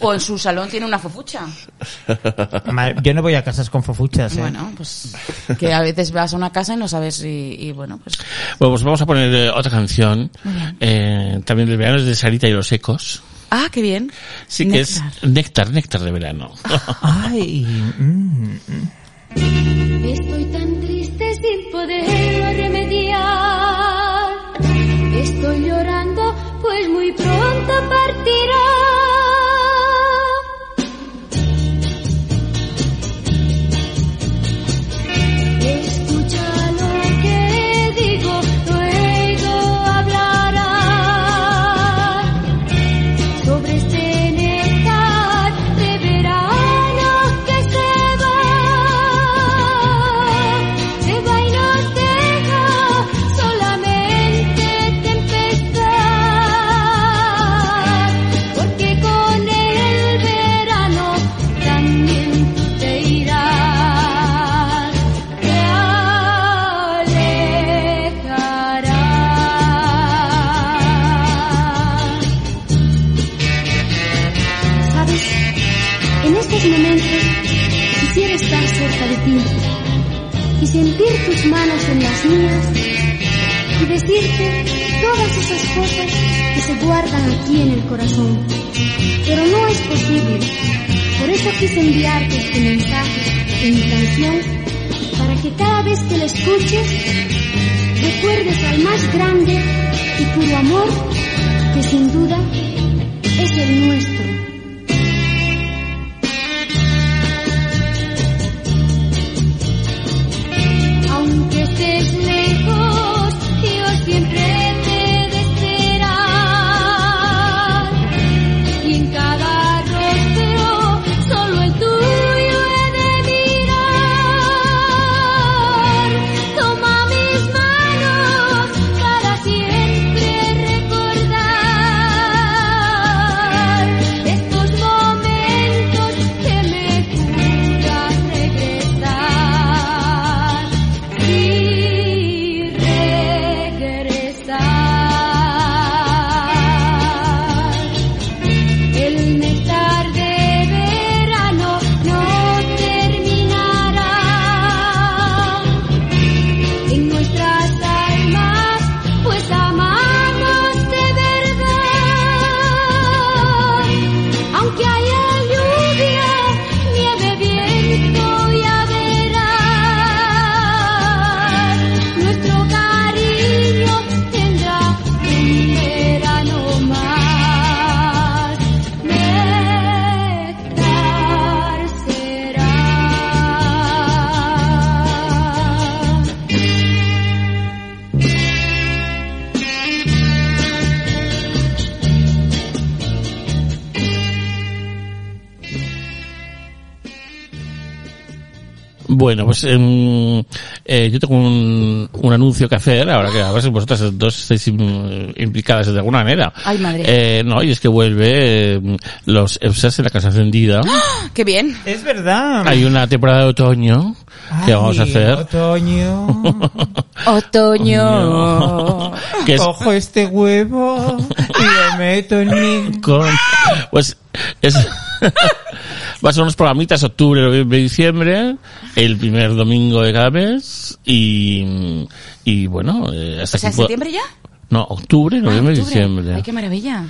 Speaker 4: O en su salón tiene una fofucha.
Speaker 5: Ma- Yo no voy a casas con fofuchas. ¿eh?
Speaker 4: Bueno, pues que a veces vas a una casa y no sabes y, y bueno, pues
Speaker 3: Bueno, pues vamos a poner eh, otra canción, eh, también del verano, es de Sarita y los Ecos.
Speaker 4: ah, qué bien.
Speaker 3: Sí, que
Speaker 4: Néctar.
Speaker 3: es Néctar, Néctar de verano.
Speaker 5: Ay, mm.
Speaker 6: Estoy tan triste sin poderlo remediar. Estoy llorando, pues muy pronto partirá. Escucha lo que digo, luego hablará sobre este néctar de verano que se va, se va y nos deja solamente tempestad, porque con el verano también te irás, te alejarás. ¿Sabes? En estos momentos quisiera estar cerca de ti y sentir tus manos en las mías y decirte todas esas cosas que se guardan aquí en el corazón. Pero no es posible. Por eso quise enviarte este mensaje en mi canción para que cada vez que la escuches recuerdes al más grande y puro amor que sin duda es el nuestro. aunque estés lejos, Dios siempre te deseará. Y en cada rostro, solo el tuyo he de mirar. Toma mis manos para siempre recordar. pues
Speaker 3: Bueno, pues em, eh, yo tengo un, un anuncio que hacer, ahora que a ver si vosotras dos estáis im- implicadas de alguna manera.
Speaker 4: Ay, madre.
Speaker 3: Eh, no, y es que vuelve eh, los EFSAs en la Casa Encendida.
Speaker 4: ¡Ah, ¡Qué bien!
Speaker 5: Es verdad.
Speaker 3: Hay una temporada de otoño que vamos a
Speaker 5: Ay,
Speaker 3: hacer.
Speaker 5: Otoño.
Speaker 4: Otoño.
Speaker 3: que es
Speaker 5: Cojo este huevo y lo meto en mi...
Speaker 3: con... Pues es... Va a ser unos programitas octubre, noviembre y diciembre, el primer domingo de cada mes y, y bueno, eh, hasta
Speaker 4: O sea,
Speaker 3: que pueda-
Speaker 4: ¿septiembre ya?
Speaker 3: No, octubre, noviembre
Speaker 4: Ah,
Speaker 3: y
Speaker 4: octubre.
Speaker 3: diciembre.
Speaker 4: Ay, qué maravilla.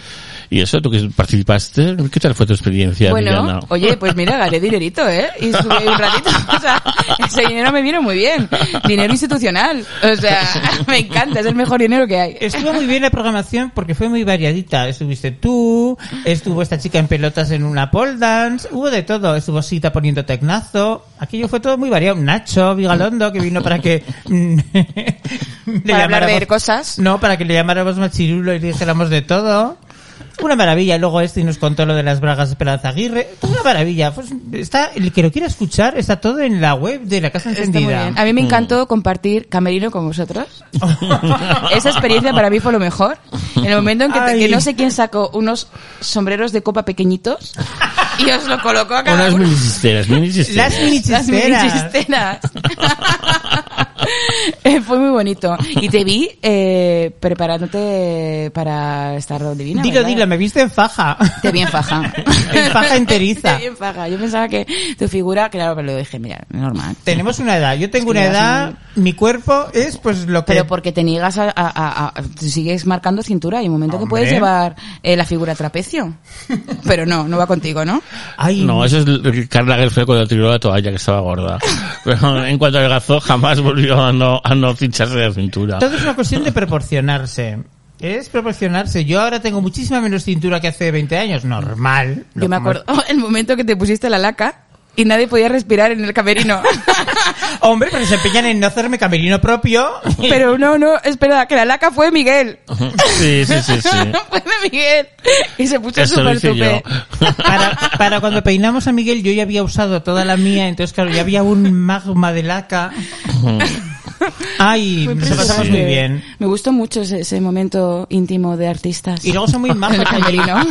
Speaker 3: Y eso, tú que participaste, ¿qué tal fue tu experiencia,
Speaker 4: bueno,
Speaker 3: Adriana?
Speaker 4: oye, pues mira, gané dinerito, ¿eh? Y estuve ahí un ratito. O sea, ese dinero me vino muy bien. Dinero institucional. O sea, me encanta, es el mejor dinero que hay.
Speaker 5: Estuvo muy bien la programación porque fue muy variadita. Estuviste tú, estuvo esta chica en pelotas en una pole dance, hubo de todo. Estuvo Sita poniendo tecnazo. Aquello fue todo muy variado. Nacho Vigalondo que vino para que... mm, le
Speaker 4: Para hablar de
Speaker 5: llamáramos-
Speaker 4: cosas.
Speaker 5: No, para que le llamáramos machirulo y le dijéramos de todo. Una maravilla. Luego este nos contó lo de las bragas de Esperanza Aguirre. Una maravilla. Pues está, el que lo quiera escuchar está todo en la web de la Casa
Speaker 4: Está muy
Speaker 5: Encendida.
Speaker 4: bien. A mí me
Speaker 3: Mm.
Speaker 4: encantó compartir camerino con vosotros. Esa experiencia para mí fue lo mejor. En el momento en que, te-
Speaker 5: Ay.
Speaker 4: que no sé quién sacó unos sombreros de copa pequeñitos y os lo colocó a cada
Speaker 3: Unas
Speaker 4: uno.
Speaker 3: minicisteras,
Speaker 5: Las
Speaker 3: minicisteras.
Speaker 4: Las mini chisteras.
Speaker 5: minichisteras.
Speaker 4: Eh, Fue muy bonito. Y te vi eh, preparándote para estar donde vino.
Speaker 5: Dilo,
Speaker 4: ¿verdad?
Speaker 5: dilo, me viste en faja.
Speaker 4: Te vi en faja.
Speaker 5: En faja enteriza.
Speaker 4: Te vi en faja. Yo pensaba que tu figura, claro, pero lo dije, mira, normal.
Speaker 5: Tenemos una edad, yo tengo
Speaker 4: Es que
Speaker 5: una
Speaker 4: ya
Speaker 5: edad, mi cuerpo es pues lo que...
Speaker 4: Pero porque te niegas a, a- a- a- tú sigues marcando cintura y un momento que
Speaker 5: Hombre.
Speaker 4: puedes llevar eh, la figura trapecio. Pero no, no va contigo, ¿no?
Speaker 5: Ay,
Speaker 3: No, eso es el- Carla Gerfeo cuando tiró la toalla, que estaba gorda. Pero en cuanto adelgazó, jamás volvió a no, a no cincharse la cintura.
Speaker 5: Todo es una cuestión de proporcionarse. Es proporcionarse. Yo ahora tengo muchísima menos cintura que hace 20 años, normal.
Speaker 4: Yo me
Speaker 5: Lo-
Speaker 4: acuerdo el momento que te pusiste la laca y nadie podía respirar en el camerino.
Speaker 5: Hombre, pero se empeñan en no hacerme camerino propio.
Speaker 4: Pero no, no, espera, que la laca fue Miguel.
Speaker 3: Sí, sí, sí, sí.
Speaker 4: fue de Miguel. Y se puso
Speaker 3: Eso lo
Speaker 4: súper
Speaker 3: hice yo.
Speaker 4: tupe.
Speaker 5: Para, para cuando peinamos a Miguel yo ya había usado toda la mía, entonces claro, ya había un magma de laca. Ay,
Speaker 4: Fue
Speaker 5: nos lo pasamos
Speaker 3: impresionante.
Speaker 5: muy bien.
Speaker 4: Me gustó mucho ese, ese momento íntimo de artistas.
Speaker 5: Y luego son muy
Speaker 4: En el
Speaker 5: majos allí.
Speaker 4: camerino.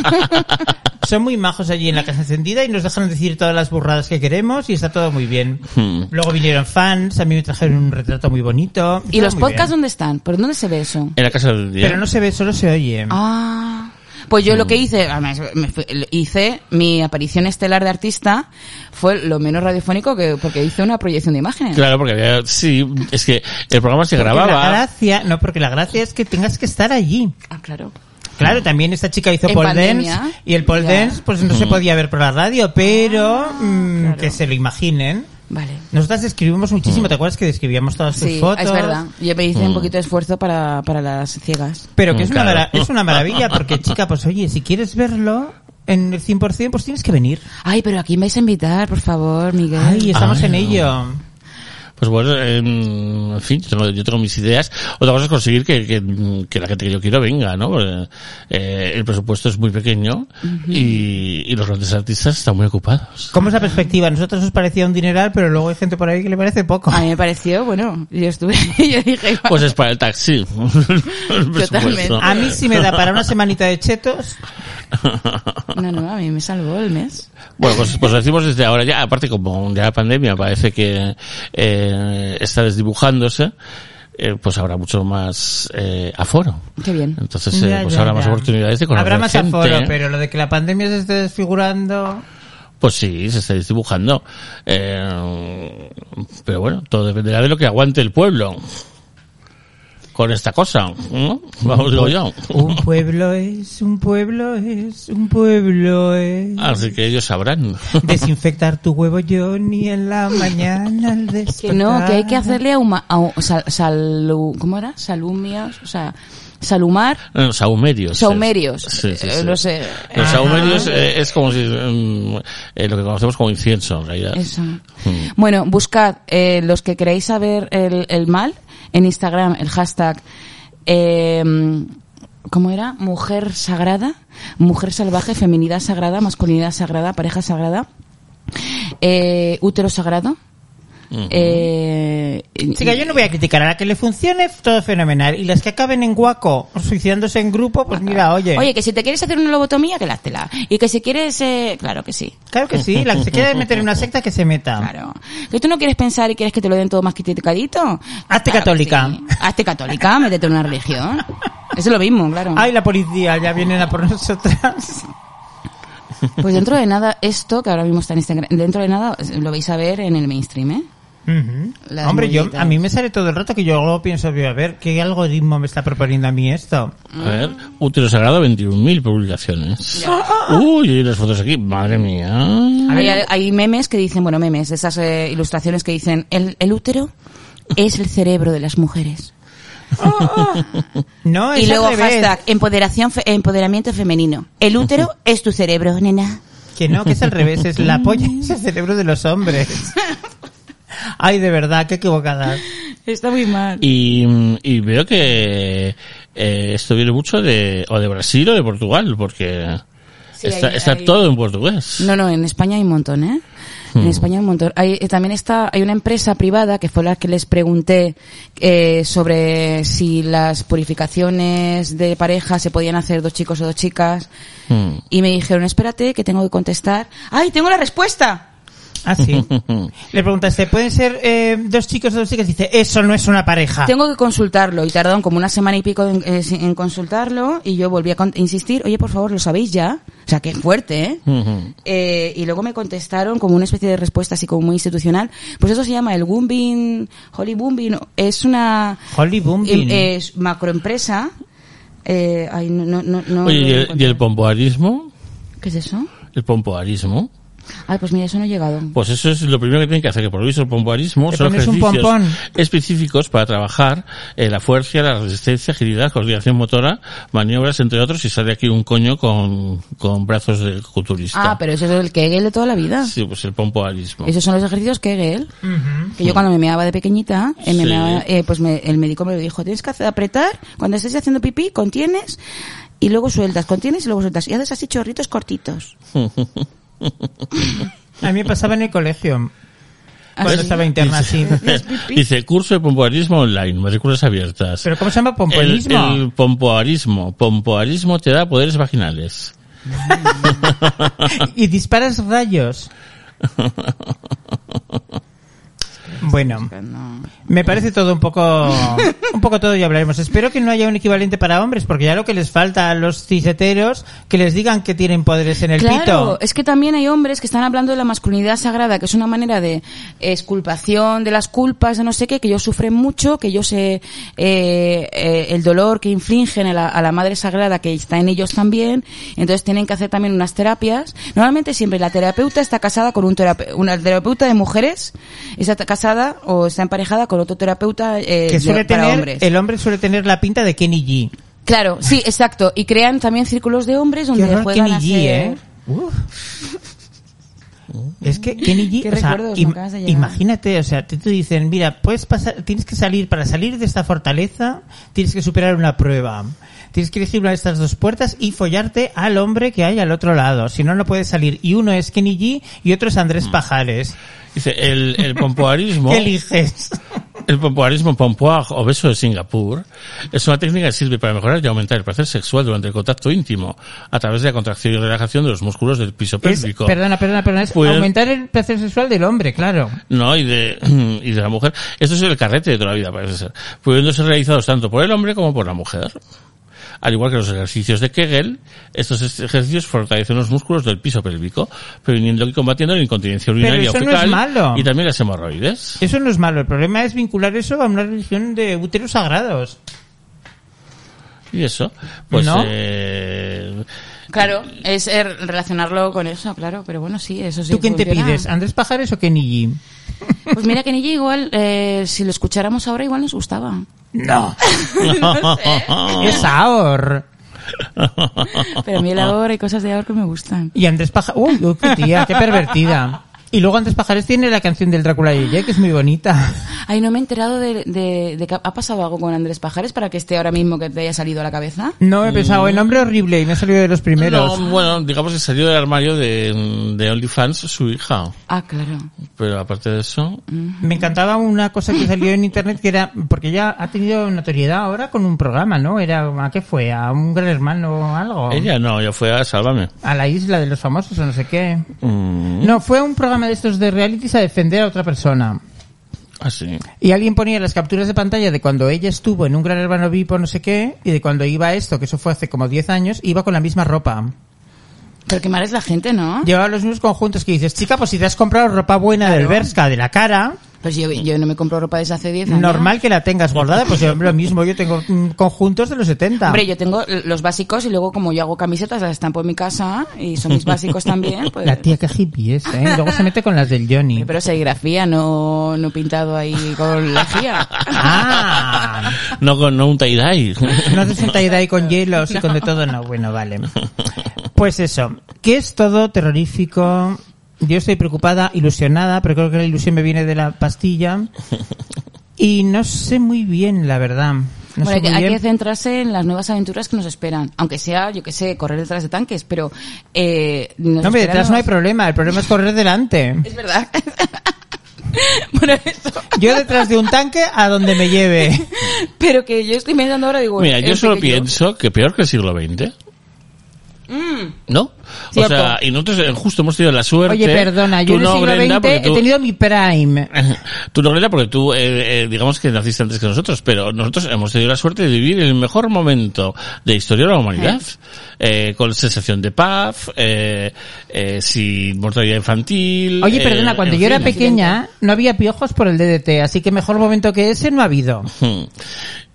Speaker 5: Son muy majos allí en la casa encendida y nos dejan decir todas las burradas que queremos y está todo muy bien.
Speaker 3: Hmm.
Speaker 5: Luego vinieron fans, a mí me trajeron un retrato muy bonito.
Speaker 4: ¿Y los
Speaker 5: Estaba muy
Speaker 4: podcasts
Speaker 5: bien.
Speaker 4: dónde están? ¿Por dónde se ve eso?
Speaker 3: En la casa del día.
Speaker 5: Pero no se ve, solo se oye.
Speaker 4: Ah, pues yo lo que hice, además, me fui- hice mi aparición estelar de artista, fue lo menos radiofónico que, porque hice una proyección de imágenes.
Speaker 3: Claro, porque había, sí, es que el programa se
Speaker 5: Porque La
Speaker 3: grababa.
Speaker 5: gracia, no, porque la gracia es que tengas que estar allí.
Speaker 4: Ah, claro.
Speaker 5: Claro,
Speaker 3: Hmm.
Speaker 5: también esta chica hizo
Speaker 4: En
Speaker 5: pole
Speaker 4: pandemia,
Speaker 5: dance y el pole
Speaker 4: ya. Ah,
Speaker 5: dance pues no
Speaker 3: Hmm.
Speaker 5: se podía ver por la radio, pero mm,
Speaker 4: claro.
Speaker 5: que se lo imaginen.
Speaker 4: Vale.
Speaker 5: Nosotras describimos
Speaker 3: Hmm.
Speaker 5: muchísimo, ¿te acuerdas que describíamos todas sus
Speaker 4: Sí,
Speaker 5: fotos?
Speaker 4: es verdad. Yo me hice un poquito de esfuerzo para, para las ciegas.
Speaker 5: Pero que es, una
Speaker 3: Claro.
Speaker 5: mara- es una maravilla, porque chica, pues oye, si quieres verlo en el 100%, pues tienes que venir.
Speaker 4: Ay, pero aquí me vais a invitar, por favor, Miguel.
Speaker 5: Ay, estamos
Speaker 3: Ay,
Speaker 5: en
Speaker 3: no.
Speaker 5: ello.
Speaker 3: Pues bueno, em, en fin, yo tengo, yo tengo mis ideas. Otra cosa es conseguir que, que- que la gente que yo quiero venga, ¿no? Porque, eh, el presupuesto es muy pequeño y, y los grandes artistas están muy ocupados.
Speaker 5: ¿Cómo es la perspectiva? A nosotros nos parecía un dineral, pero luego hay gente por ahí que le parece poco.
Speaker 4: A mí me pareció, bueno, yo estuve, yo dije,
Speaker 3: Pues es para el taxi. El presupuesto.
Speaker 5: A mí sí me da para una semanita de chetos.
Speaker 4: no, no, a mí me salvó el mes.
Speaker 3: Bueno, pues, pues lo decimos desde ahora ya, aparte como ya la pandemia parece que eh, está desdibujándose, eh, pues habrá mucho más eh, aforo.
Speaker 4: Qué bien.
Speaker 3: Entonces, eh,
Speaker 5: Ya,
Speaker 3: pues
Speaker 5: ya,
Speaker 3: habrá más
Speaker 5: ya.
Speaker 3: oportunidades de conocer
Speaker 5: Habrá más
Speaker 3: gente. ¿eh?
Speaker 5: aforo, pero lo de que la pandemia se esté desfigurando...
Speaker 3: Pues sí, se está desdibujando. Eh, pero bueno, todo dependerá de lo que aguante el pueblo con esta cosa, ¿no? Vamos,
Speaker 5: Pues
Speaker 3: digo yo.
Speaker 5: Un pueblo es, un pueblo es, un pueblo es...
Speaker 3: Así que ellos sabrán.
Speaker 5: Desinfectar tu huevo Johnny en la mañana al
Speaker 4: Que no, que hay que
Speaker 5: despertar.
Speaker 4: hacerle a, uma- a un- sal, salu- ¿cómo era? Salumios, o sea, salumar
Speaker 3: Los saumerios.
Speaker 4: Saumerios.
Speaker 3: Sí, sí,
Speaker 4: Eh,
Speaker 3: sí.
Speaker 4: no sé.
Speaker 3: Los
Speaker 4: Ah.
Speaker 3: saumerios eh, es como si, mm, eh, lo que conocemos como incienso, en realidad. Mm.
Speaker 4: Eso. Bueno, buscad eh, los que queréis saber el, el mal en Instagram, el hashtag. eh, ¿Cómo era? Mujer sagrada, mujer salvaje, feminidad sagrada, masculinidad sagrada, pareja sagrada, eh, útero sagrado, Eh, y-
Speaker 5: Así que yo no voy a criticar. A la que le funcione, todo fenomenal. Y las que acaben en guaco, o suicidándose en grupo, pues mira, oye.
Speaker 4: Oye, que si te quieres hacer una lobotomía, que la tela. Y que si quieres, eh, claro que sí.
Speaker 5: Claro que sí. La que se quiere meter en una secta, que se meta.
Speaker 4: Claro. Que tú no quieres pensar y quieres que te lo den todo más criticadito.
Speaker 5: Hazte
Speaker 4: Claro que
Speaker 5: católica.
Speaker 4: sí. Hazte católica, métete en una religión. Eso es lo mismo, claro.
Speaker 5: Ay, la policía, ya vienen a por nosotras.
Speaker 4: Pues dentro de nada, esto que ahora mismo está en Instagram, dentro de nada lo vais a ver en el mainstream, ¿eh?
Speaker 5: Ujú.
Speaker 4: Las
Speaker 5: Hombre, yo,
Speaker 4: movidas.
Speaker 5: a mí me sale todo el rato que yo luego pienso, digo, a ver, ¿qué algoritmo me está proponiendo a mí esto?
Speaker 3: Mm. A ver, útero sagrado, 21.000 publicaciones. Uy, y las fotos aquí, madre mía.
Speaker 4: Hay, hay memes que dicen, bueno, memes, de esas eh, ilustraciones que dicen, el, el útero es el cerebro de las mujeres.
Speaker 5: No, es
Speaker 4: y luego
Speaker 5: al revés.
Speaker 4: hashtag empoderación fe- empoderamiento femenino. El útero es tu cerebro, nena.
Speaker 5: Que no, que es al revés, es la polla, es el cerebro de los hombres. Ay, de verdad, qué equivocadas.
Speaker 4: Está muy mal.
Speaker 3: Y, y veo que eh, esto viene mucho de, o de Brasil o de Portugal, porque
Speaker 4: Sí,
Speaker 3: está,
Speaker 4: hay-
Speaker 3: está
Speaker 4: hay-
Speaker 3: todo en portugués.
Speaker 4: No, no, en España hay un montón, ¿eh? En España hay un montón. Hay, eh, también está, hay una empresa privada que fue la que les pregunté eh, sobre si las purificaciones de pareja se podían hacer dos chicos o dos chicas.
Speaker 3: Mm.
Speaker 4: Y me dijeron, espérate, que tengo que contestar. ¡Ay, tengo la respuesta!
Speaker 5: Ah, sí.
Speaker 3: Mm.
Speaker 5: Le preguntaste, ¿pueden ser eh, dos chicos o dos chicas? Dice, eso no es una pareja.
Speaker 4: Tengo que consultarlo y tardaron como una semana y pico en, eh, sin- en consultarlo y yo volví a con- insistir, oye, por favor, ¿lo sabéis ya? O sea, que es fuerte, ¿eh?
Speaker 3: Ujú.
Speaker 4: Eh, y luego me contestaron como una especie de respuesta así como muy institucional. Pues eso se llama el Gumbin, Holly Gumbin, es una
Speaker 5: Holly Boom Bin.
Speaker 4: eh, es macroempresa. Eh, ay, no, no, no, no
Speaker 3: Oye, ¿y
Speaker 4: lo
Speaker 3: el,
Speaker 4: he
Speaker 3: y
Speaker 4: encontrado.
Speaker 3: el pompoarismo?
Speaker 4: ¿Qué es eso?
Speaker 3: El pompoarismo.
Speaker 4: Ay, pues mira, eso no he llegado.
Speaker 3: Pues eso es lo primero que tienen que hacer, que por lo visto el pompoarismo
Speaker 5: Te
Speaker 3: son
Speaker 5: pones un
Speaker 3: ejercicios
Speaker 5: pompón.
Speaker 3: específicos para trabajar eh, la fuerza, la resistencia, agilidad, coordinación motora, maniobras, entre otros, y sale aquí un coño con, con brazos de culturista.
Speaker 4: Ah, pero eso es el Kegel de toda la vida.
Speaker 3: Sí, pues el pompoarismo.
Speaker 4: Esos son los ejercicios Kegel. Que yo cuando me meaba de pequeñita, eh, me
Speaker 3: Sí.
Speaker 4: meaba, eh, pues me- el médico me lo dijo, tienes que hacer- apretar, cuando estés haciendo pipí, contienes y luego sueltas, contienes y luego sueltas. Y haces así chorritos cortitos.
Speaker 5: A mí me pasaba en el colegio. Cuando
Speaker 4: Así.
Speaker 5: estaba interna, sí.
Speaker 3: Dice, curso de pompoarismo online, matrículas abiertas.
Speaker 5: ¿Pero cómo se llama?
Speaker 3: el,
Speaker 5: ¿Pomponismo?
Speaker 3: el pompoarismo. Pompoarismo te da poderes vaginales.
Speaker 5: Y disparas rayos. Bueno, me parece todo un poco, un poco todo y hablaremos. Espero que no haya un equivalente para hombres, porque ya lo que les falta a los ciseteros, que les digan que tienen poderes en el
Speaker 4: Claro,
Speaker 5: pito.
Speaker 4: es que también hay hombres que están hablando de la masculinidad sagrada, que es una manera de exculpación de las culpas, de no sé qué, que ellos sufren mucho, que yo sé eh, eh, el dolor que infligen a la, a la madre sagrada que está en ellos también, entonces tienen que hacer también unas terapias. Normalmente siempre la terapeuta está casada con un terape- una terapeuta de mujeres, está t- casada o está emparejada con otro terapeuta eh,
Speaker 5: Que suele
Speaker 4: de- para
Speaker 5: tener,
Speaker 4: hombres.
Speaker 5: el hombre suele tener la pinta de Kenny G.
Speaker 4: Claro, sí, exacto. Y crean también círculos de hombres
Speaker 5: Qué
Speaker 4: donde
Speaker 5: horror
Speaker 4: juegan
Speaker 5: Kenny
Speaker 4: a
Speaker 5: G,
Speaker 4: ser-
Speaker 5: ¿eh? Uf. Es que Kenny G,
Speaker 4: Qué
Speaker 5: o sea,
Speaker 4: recuerdos me
Speaker 5: im-
Speaker 4: acabas de llevar.
Speaker 5: imagínate, o sea, te, te dicen, mira, puedes pasar, tienes que salir, para salir de esta fortaleza, tienes que superar una prueba, tienes que elegir una de estas dos puertas y follarte al hombre que hay al otro lado, si no, no puedes salir. Y uno es Kenny G y otro es Andrés Pajares.
Speaker 3: Dice, el, el pompoarismo,
Speaker 5: ¿Qué eliges?
Speaker 3: el pompoarismo pompoag o beso de Singapur, es una técnica que sirve para mejorar y aumentar el placer sexual durante el contacto íntimo, a través de la contracción y relajación de los músculos del piso
Speaker 5: Es-
Speaker 3: pélvico.
Speaker 5: perdona, perdona, perdona, es
Speaker 3: Pues-
Speaker 5: aumentar el placer sexual del hombre, claro.
Speaker 3: No, y de, y de la mujer. Esto es el carrete de toda la vida, parece ser. Pudiendo ser realizados tanto por el hombre como por la mujer. Al igual que los ejercicios de Kegel, estos est- ejercicios fortalecen los músculos del piso pélvico, previniendo y combatiendo la incontinencia urinaria o
Speaker 5: eso no
Speaker 3: fecal
Speaker 5: es malo.
Speaker 3: y también las hemorroides.
Speaker 5: Eso no es malo, el problema es vincular eso a una religión de úteros sagrados.
Speaker 3: Y eso, pues,
Speaker 5: ¿No?
Speaker 3: eh,
Speaker 4: Claro, es eh, relacionarlo con eso, claro, pero bueno, sí, eso sí.
Speaker 5: ¿Tú quién te
Speaker 4: funciona.
Speaker 5: pides? ¿Andrés Pajares o Kenny G?
Speaker 4: Pues mira que Nilla igual, eh, si lo escucháramos ahora igual nos gustaba.
Speaker 5: No. Es Aor.
Speaker 3: Ah,
Speaker 4: Pero a mí el ahora y cosas de ahora que me gustan.
Speaker 5: Y Andrés Pajares. Uy, uy, qué tía, qué pervertida. Y luego antes Pajares tiene la canción del Drácula y ella, que es muy bonita.
Speaker 4: Ay, no me he enterado de, de- de que ha pasado algo con Andrés Pajares para que esté ahora mismo que te haya salido a la cabeza.
Speaker 5: No he pensado, el nombre horrible y no he salido de los primeros.
Speaker 3: No, bueno, digamos que salió del armario de, de OnlyFans su hija.
Speaker 4: Ah, claro.
Speaker 3: Pero aparte de eso,
Speaker 5: Me encantaba una cosa que salió en internet que era, porque ella ha tenido notoriedad ahora con un programa, ¿no? Era, ¿a qué fue? ¿A un gran hermano o algo?
Speaker 3: ella no, ella fue a Sálvame.
Speaker 5: A la isla de los famosos o no sé qué.
Speaker 3: Mm,
Speaker 5: No, fue a un programa de estos de realities a defender a otra persona.
Speaker 3: así.
Speaker 5: Y alguien ponía las capturas de pantalla de cuando ella estuvo en un gran hermano VIP o no sé qué, y de cuando iba a esto, que eso fue hace como 10 años, iba con la misma ropa.
Speaker 4: Ah. Pero qué mal es la gente, ¿no?
Speaker 5: Llevaba los mismos conjuntos que dices, chica, pues si te has comprado ropa buena del Berska, de la cara,
Speaker 4: Pues yo, yo no me compro ropa desde hace 10 años.
Speaker 5: normal que la tengas guardada, pues yo lo mismo, yo tengo mm, conjuntos de los 70.
Speaker 4: Hombre, yo tengo los básicos y luego como yo hago camisetas, las estampo en mi casa y son mis básicos también. Pues,
Speaker 5: La tía que hippie es, ¿eh? Luego se mete con las del Johnny.
Speaker 4: Pero serigrafía, no, no pintado ahí con lejía.
Speaker 5: Ah,
Speaker 3: No, con- no un tie-dye.
Speaker 5: no haces un tie ahí con hielos y con de todo, no, bueno, vale. Pues eso, que es todo terrorífico. Yo estoy preocupada, ilusionada, pero creo que la ilusión me viene de la pastilla. Y no sé muy bien, la verdad. No sé
Speaker 4: Bueno, hay, que-
Speaker 5: muy
Speaker 4: hay
Speaker 5: bien.
Speaker 4: que centrarse en las nuevas aventuras que nos esperan. Aunque sea, yo que sé, correr detrás de tanques, pero... Eh, nos
Speaker 5: No, hombre,
Speaker 4: esperan
Speaker 5: detrás no hay
Speaker 4: nuevas-
Speaker 5: problema, el problema es correr delante.
Speaker 4: Es verdad. bueno, eso.
Speaker 5: Yo detrás de un tanque a donde me lleve.
Speaker 4: Pero que yo estoy pensando ahora, digo...
Speaker 3: Mira, yo
Speaker 4: es
Speaker 3: solo
Speaker 4: pequeño.
Speaker 3: pienso que peor que el siglo XX. ¿No? O
Speaker 5: Mm. Cierto.
Speaker 3: sea, y nosotros eh, justo hemos tenido la suerte.
Speaker 5: Oye, perdona, yo
Speaker 3: tú
Speaker 5: en el
Speaker 3: no,
Speaker 5: siglo
Speaker 3: Brenda,
Speaker 5: XX
Speaker 3: porque
Speaker 5: he
Speaker 3: tú-
Speaker 5: tenido mi prime.
Speaker 3: Tú no, Brenda, porque tú, eh, eh, digamos que naciste antes que nosotros, pero nosotros hemos tenido la suerte de vivir el mejor momento de historia de la humanidad, eh, con sensación de paz, eh, eh, sin mortalidad infantil.
Speaker 5: Oye,
Speaker 3: eh,
Speaker 5: perdona, cuando
Speaker 3: en
Speaker 5: yo era
Speaker 3: fin.
Speaker 5: pequeña no había piojos por el DDT, así que mejor momento que ese no ha habido.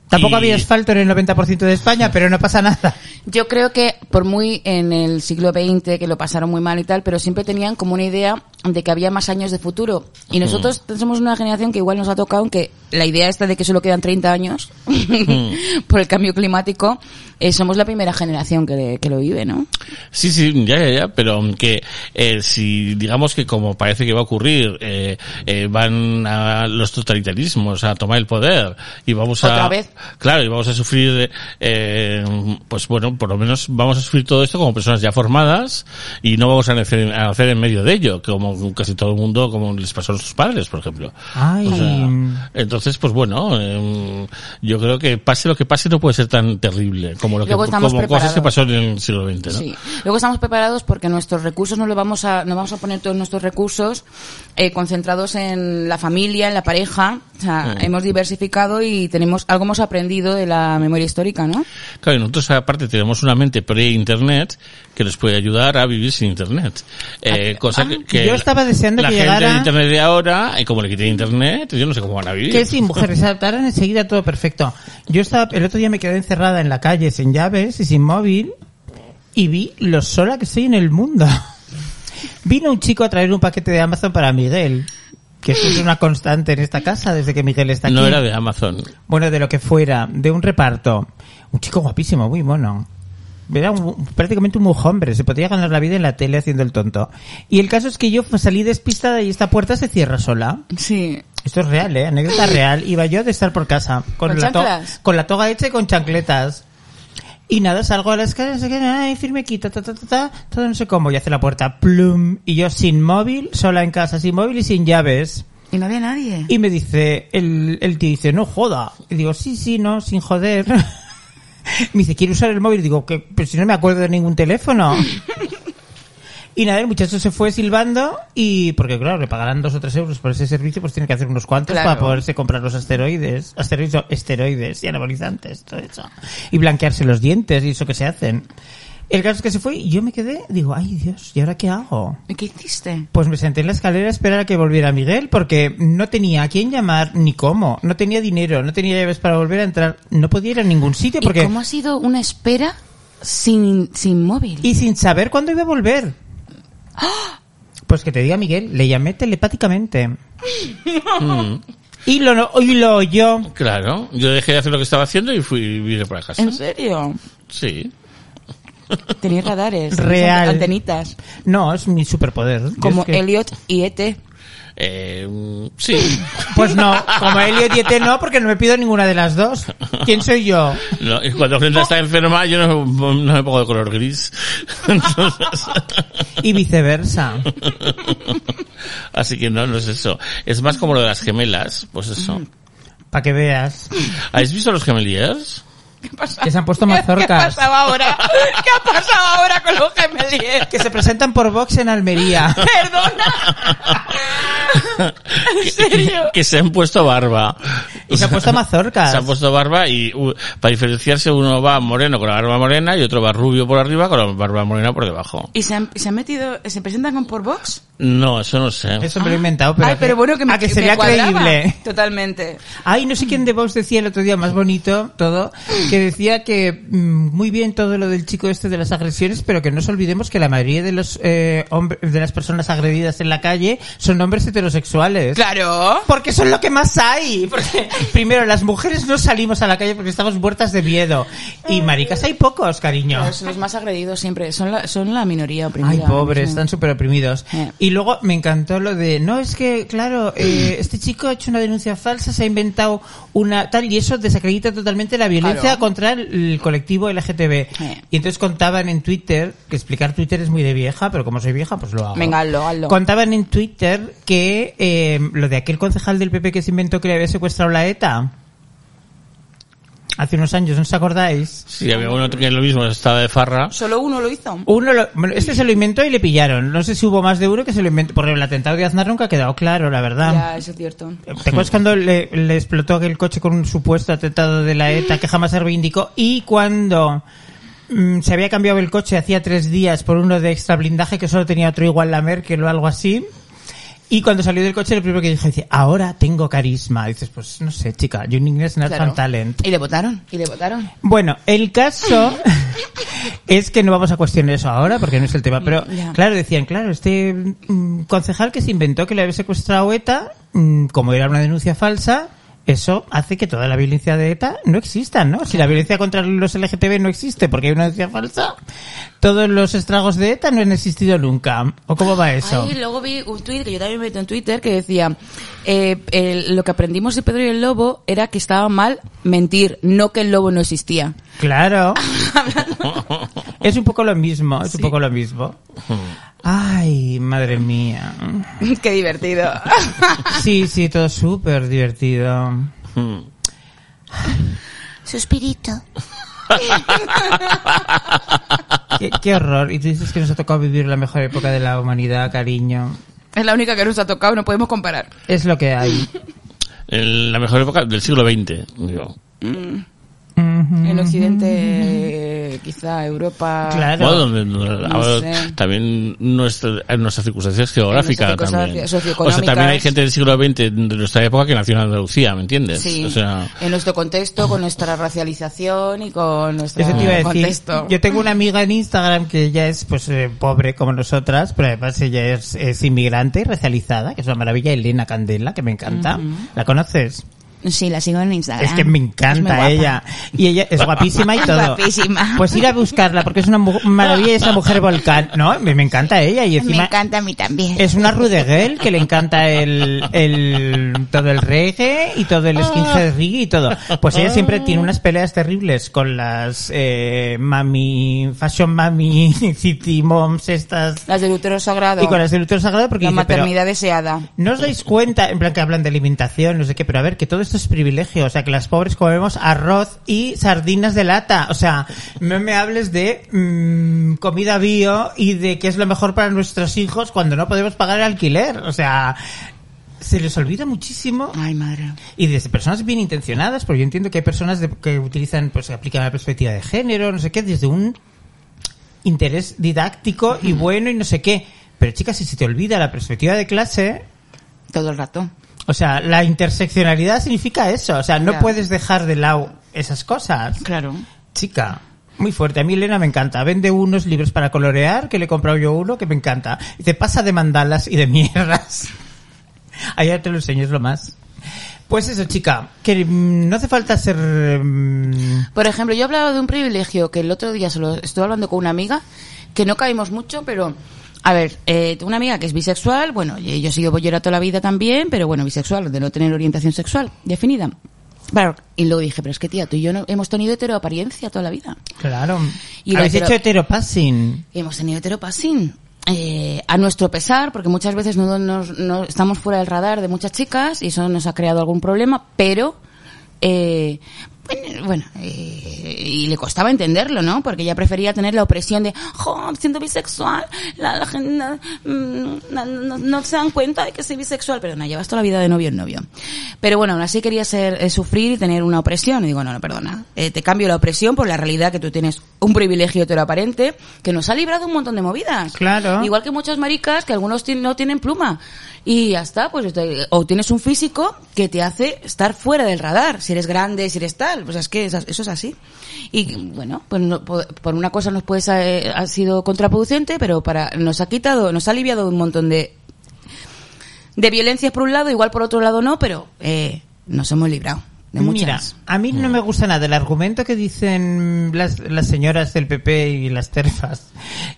Speaker 5: Tampoco
Speaker 3: Hmm. Y-
Speaker 5: había asfalto en el 90% de España, pero no pasa nada.
Speaker 4: Yo creo que por muy en el siglo XX que lo pasaron muy mal y tal, pero siempre tenían como una idea de que había más años de futuro. Y nosotros somos una generación que igual nos ha tocado, aunque la idea esta de que solo quedan 30 años por el cambio climático, eh, somos la primera generación que, que lo vive, ¿no?
Speaker 3: Sí, sí, ya, ya, ya, pero que eh, si digamos que como parece que va a ocurrir, eh, eh, van a los totalitarismos a tomar el poder y vamos a...
Speaker 4: Otra vez.
Speaker 3: Claro, y vamos a sufrir, eh, pues bueno, por lo menos vamos a sufrir todo esto como personas ya formadas y no vamos a nacer- a hacer en medio de ello, como casi todo el mundo, como les pasó a sus padres, por ejemplo.
Speaker 5: Ay.
Speaker 3: O sea, entonces, pues bueno, eh, yo creo que pase lo que pase no puede ser tan terrible como lo que
Speaker 4: Luego estamos
Speaker 3: como cosas que
Speaker 4: preparados.
Speaker 3: pasó en el siglo XX, ¿no?
Speaker 4: Sí. Luego estamos preparados porque nuestros recursos no lo vamos a, no vamos a poner todos nuestros recursos eh, concentrados en la familia, en la pareja. O sea, hemos diversificado y tenemos algo hemos aprendido de la memoria histórica, ¿no?
Speaker 3: Claro, y nosotros aparte tenemos una mente pre-internet que nos puede ayudar a vivir sin internet. Eh, cosa que, que
Speaker 5: Ah, yo
Speaker 3: la-
Speaker 5: estaba deseando
Speaker 3: la
Speaker 5: que
Speaker 3: gente
Speaker 5: llegara-
Speaker 3: de internet de ahora, y como le quité internet, yo no sé cómo van a vivir.
Speaker 5: Que sí, mujeres se adaptaran enseguida todo perfecto. Yo estaba, el otro día me quedé encerrada en la calle sin llaves y sin móvil y vi lo sola que estoy en el mundo. Vino un chico a traer un paquete de Amazon para Miguel, que eso es una constante en esta casa desde que Miguel está aquí.
Speaker 3: no era de Amazon.
Speaker 5: Bueno, de lo que fuera, de un reparto. Un chico guapísimo, muy mono. Era un- prácticamente un mujombre, se podría ganar la vida en la tele haciendo el tonto. Y el caso es que yo salí despistada y esta puerta se cierra sola.
Speaker 4: Sí.
Speaker 5: Esto es real, ¿eh? Anécdota real. Iba yo de estar por casa. Con,
Speaker 4: ¿Con
Speaker 5: la, to-
Speaker 4: chanclas?
Speaker 5: con la toga hecha y con chancletas. Y nada, salgo a las calles, ay, firmequita, ta, ta, ta, ta, todo no sé cómo. Y hace la puerta, plum. Y yo sin móvil, sola en casa, sin móvil y sin llaves.
Speaker 4: Y no había nadie.
Speaker 5: Y me dice, el, el tío dice, no joda. Y digo, sí, sí, no, sin joder. me dice, ¿quiere usar el móvil? Digo, que pero si no me acuerdo de ningún teléfono. y nada, el muchacho se fue silbando y, porque claro, le pagarán dos o tres euros por ese servicio, pues tiene que hacer unos cuantos
Speaker 4: Claro.
Speaker 5: para poderse comprar los asteroides, asteroides, no, esteroides y anabolizantes, todo eso. Y blanquearse los dientes y eso que se hacen. El caso es que se fue y yo me quedé, digo, ay Dios, ¿y ahora qué hago?
Speaker 4: ¿Y qué hiciste?
Speaker 5: Pues me senté en la escalera a esperar a que volviera Miguel, porque no tenía a quién llamar ni cómo, no tenía dinero, no tenía llaves para volver a entrar, no podía ir a ningún sitio porque
Speaker 4: ¿Y cómo ha sido una espera sin, sin móvil?
Speaker 5: y sin saber cuándo iba a volver.
Speaker 4: ¡Ah!
Speaker 5: Pues que te diga Miguel, le llamé telepáticamente.
Speaker 4: Mm.
Speaker 5: y lo no- y lo oyó.
Speaker 3: Claro, yo dejé de hacer lo que estaba haciendo y fui y vine para casa.
Speaker 4: ¿En serio?
Speaker 3: Sí.
Speaker 4: Tenía radares.
Speaker 5: Real.
Speaker 4: son Antenitas.
Speaker 5: No, es mi superpoder. Yo
Speaker 4: Como
Speaker 5: es que-
Speaker 4: Elliot y E E.T.
Speaker 3: Eh, mm, sí.
Speaker 5: Pues no, como Elliot y ET no, porque no me pido ninguna de las dos. ¿Quién soy yo?
Speaker 3: No, y cuando Brenda está enferma, yo no, no me pongo de color gris. Entonces,
Speaker 5: Y viceversa.
Speaker 3: así que no, no es eso. Es más como lo de las gemelas, pues eso.
Speaker 5: Para que veas.
Speaker 3: ¿Habéis visto los gemeliers?
Speaker 5: Que se han puesto
Speaker 4: ¿Qué
Speaker 5: mazorcas.
Speaker 4: pasaba ahora? ¿Qué ha pasado ahora con los gemeliers?
Speaker 5: Que se presentan por Vox en Almería.
Speaker 4: Perdona. ¿En serio?
Speaker 3: Que se han puesto barba.
Speaker 5: Y se han puesto mazorcas.
Speaker 3: Se han puesto barba y uh, para diferenciarse uno va moreno con la barba morena y otro va rubio por arriba con la barba morena por debajo.
Speaker 4: ¿Y se han, se han metido, se presentan con por box?
Speaker 3: No, eso no sé.
Speaker 5: Eso me lo he inventado, pero...
Speaker 4: Ay, pero bueno, que me,
Speaker 5: a que
Speaker 4: me
Speaker 5: sería
Speaker 4: cuadraba.
Speaker 5: creíble.
Speaker 4: Totalmente.
Speaker 5: Ay, no sé quién de vos decía el otro día, más bonito todo, que decía que mm, muy bien todo lo del chico este de las agresiones, pero que no nos olvidemos que la mayoría de los eh, hombre- de las personas agredidas en la calle son hombres heterosexuales.
Speaker 4: Claro.
Speaker 5: Porque son lo que más hay. Porque, primero, las mujeres no salimos a la calle porque estamos muertas de miedo. Y maricas hay pocos, cariño.
Speaker 4: Los, los más agredidos siempre son la, son la minoría oprimida.
Speaker 5: Ay, pobres,
Speaker 4: Sí.
Speaker 5: están súper oprimidos.
Speaker 4: Eh.
Speaker 5: Y luego me encantó lo de, no, es que, claro, eh, este chico ha hecho una denuncia falsa, se ha inventado una tal, y eso desacredita totalmente la violencia
Speaker 4: Claro.
Speaker 5: contra el, el colectivo LGTB.
Speaker 4: Eh.
Speaker 5: Y entonces contaban en Twitter, que explicar Twitter es muy de vieja, pero como soy vieja, pues lo hago.
Speaker 4: Venga, hazlo, hazlo.
Speaker 5: Contaban en Twitter que eh, lo de aquel concejal del PP que se inventó que le había secuestrado la ETA. Hace unos años, ¿no os acordáis?
Speaker 3: Sí, había uno que lo mismo estaba de farra.
Speaker 4: Solo uno lo hizo.
Speaker 5: Uno lo- bueno, este se lo inventó y le pillaron. No sé si hubo más de uno que se lo inventó. Porque el atentado de Aznar nunca ha quedado claro, la verdad.
Speaker 4: Ya, eso es cierto.
Speaker 5: ¿Te acuerdas cuando le, le explotó aquel coche con un supuesto atentado de la ETA que jamás se reivindicó? Y cuando mm, se había cambiado el coche hacía tres días por uno de extra blindaje que solo tenía otro igual la Merkel o algo así. Y cuando salió del coche, lo primero que dijo, dice, ahora tengo carisma. dices, pues no sé, chica, you need
Speaker 4: Claro.
Speaker 5: talent.
Speaker 4: Y le votaron, y le votaron.
Speaker 5: Bueno, el caso es que no vamos a cuestionar eso ahora porque no es el tema, pero
Speaker 4: Ya.
Speaker 5: claro, decían, claro, este mm, concejal que se inventó que le había secuestrado ETA, mm, como era una denuncia falsa, eso hace que toda la violencia de ETA no exista, ¿no? Si la violencia contra los LGTB no existe porque hay una denuncia falsa, todos los estragos de ETA no han existido nunca. ¿O cómo va eso?
Speaker 4: Ay, luego vi un tuit que yo también meto en Twitter que decía eh, el- lo que aprendimos de Pedro y el Lobo era que estaba mal mentir, no que el lobo no existía.
Speaker 5: Claro. es un poco lo mismo, es un poco lo mismo.
Speaker 3: Hmm.
Speaker 5: Ay, madre mía.
Speaker 4: Qué divertido.
Speaker 5: Sí, sí, todo súper divertido.
Speaker 3: Mm.
Speaker 1: Suspirito.
Speaker 5: Qué, qué horror. Y tú dices que nos ha tocado vivir la mejor época de la humanidad, cariño.
Speaker 4: es la única que nos ha tocado, no podemos comparar.
Speaker 5: Es lo que hay.
Speaker 3: El- la mejor época del siglo XX, digo.
Speaker 5: Ujú.
Speaker 4: En Occidente, eh, quizá Europa.
Speaker 5: Claro.
Speaker 3: Bueno, donde- donde-
Speaker 4: No
Speaker 3: ahora
Speaker 4: sé.
Speaker 3: también nuestra- en nuestras circunstancias geográficas
Speaker 4: nuestras
Speaker 3: también.
Speaker 4: circunstancias
Speaker 3: O sea, también hay
Speaker 4: socioeconómicas.
Speaker 3: gente del siglo XX de nuestra época que nació en Andalucía, ¿me entiendes?
Speaker 4: Sí,
Speaker 3: O sea,
Speaker 4: en nuestro contexto, con nuestra racialización y con nuestro
Speaker 5: Eso te iba a decir.
Speaker 4: contexto.
Speaker 5: Yo tengo una amiga en Instagram que ella es pues eh, pobre como nosotras, pero además ella es, es inmigrante y racializada, que es una maravilla, Elena Candela, que me encanta. ¿La conoces?
Speaker 4: Sí, la sigo en Instagram.
Speaker 5: Es que me
Speaker 4: Ah, Es muy
Speaker 5: encanta
Speaker 4: guapa.
Speaker 5: ella. Y ella es guapísima y
Speaker 4: Es
Speaker 5: todo.
Speaker 4: guapísima.
Speaker 5: Pues ir a buscarla, porque es una mu- maravilla esa mujer volcán. No, me, me encanta ella y encima...
Speaker 1: Me encanta a mí también.
Speaker 5: Es una Rudeguel que le encanta el, el, todo el reggae y todo el skinhead reggae y todo. Pues ella siempre tiene unas peleas terribles con las eh, mami, fashion mami, city moms estas
Speaker 4: Las del útero sagrado.
Speaker 5: y con las del útero sagrado porque
Speaker 4: la
Speaker 5: dice, pero
Speaker 4: maternidad deseada.
Speaker 5: no os dais cuenta, en plan que hablan de alimentación, no sé qué, pero a ver, que todo esto es privilegio, o sea, que las pobres comemos arroz y sardinas de lata, o sea, no me hables de mm, comida bio y de qué es lo mejor para nuestros hijos cuando no podemos pagar el alquiler, o sea, se les olvida muchísimo
Speaker 4: Ay, madre.
Speaker 5: y desde personas bien intencionadas, porque yo entiendo que hay personas de- que utilizan, pues aplican la perspectiva de género, no sé qué, desde un interés didáctico y bueno y no sé qué. Pero chicas, si se te olvida la perspectiva de clase,
Speaker 4: Todo el rato.
Speaker 5: o sea, la interseccionalidad significa eso. O sea, no
Speaker 4: Ya.
Speaker 5: puedes dejar de lado esas cosas.
Speaker 4: Claro.
Speaker 5: Chica, muy fuerte. A mí Elena me encanta. Vende unos libros para colorear, que le he comprado yo uno, que me encanta. Dice, pasa de mandalas y de mierdas. Ayer te lo enseñé, es lo más. Pues eso, chica, que mm, no hace falta ser... mm,
Speaker 4: Por ejemplo, yo hablaba de un privilegio que el otro día solo estuve hablando con una amiga, que no caímos mucho, pero... A ver, eh, tengo una amiga que es bisexual, bueno, y yo he sido bollera toda la vida también, pero bueno, bisexual, de no tener orientación sexual definida. Claro, y luego dije, pero es que tía, tú y yo no, hemos tenido heteroaparencia toda la vida.
Speaker 5: Claro.
Speaker 4: Y la
Speaker 5: Habéis
Speaker 4: hetero-
Speaker 5: hecho heteropassing.
Speaker 4: Hemos tenido heteropassing. Eh, a nuestro pesar, porque muchas veces no, nos- no- estamos fuera del radar de muchas chicas y eso nos ha creado algún problema, pero eh, bueno, bueno, eh, y le costaba entenderlo, ¿no? Porque ella prefería tener la opresión de, jo, siento bisexual, la, la gente mm, no, no- no se dan cuenta de que soy bisexual, pero no, llevas toda la vida de novio en novio. Pero bueno, aún así quería ser, eh, sufrir y tener una opresión. Y digo, no, no, perdona, eh, te cambio la opresión por la realidad que tú tienes un privilegio heteroaparente que nos ha librado un montón de movidas.
Speaker 5: Claro.
Speaker 4: Igual que muchas maricas que algunos ti- no tienen pluma. Y ya está, pues te- o tienes un físico que te hace estar fuera del radar, si eres grande, si eres tal, pues es que es- eso es así. Y bueno, pues no- po- por una cosa nos puede sa- eh, ha sido contraproducente, pero para nos ha quitado, nos ha aliviado un montón de de violencias por un lado, igual por otro lado no, pero eh, nos hemos librado de
Speaker 5: Mira,
Speaker 4: muchas.
Speaker 5: a mí no me gusta nada el argumento que dicen las, las señoras del PP y las terfas,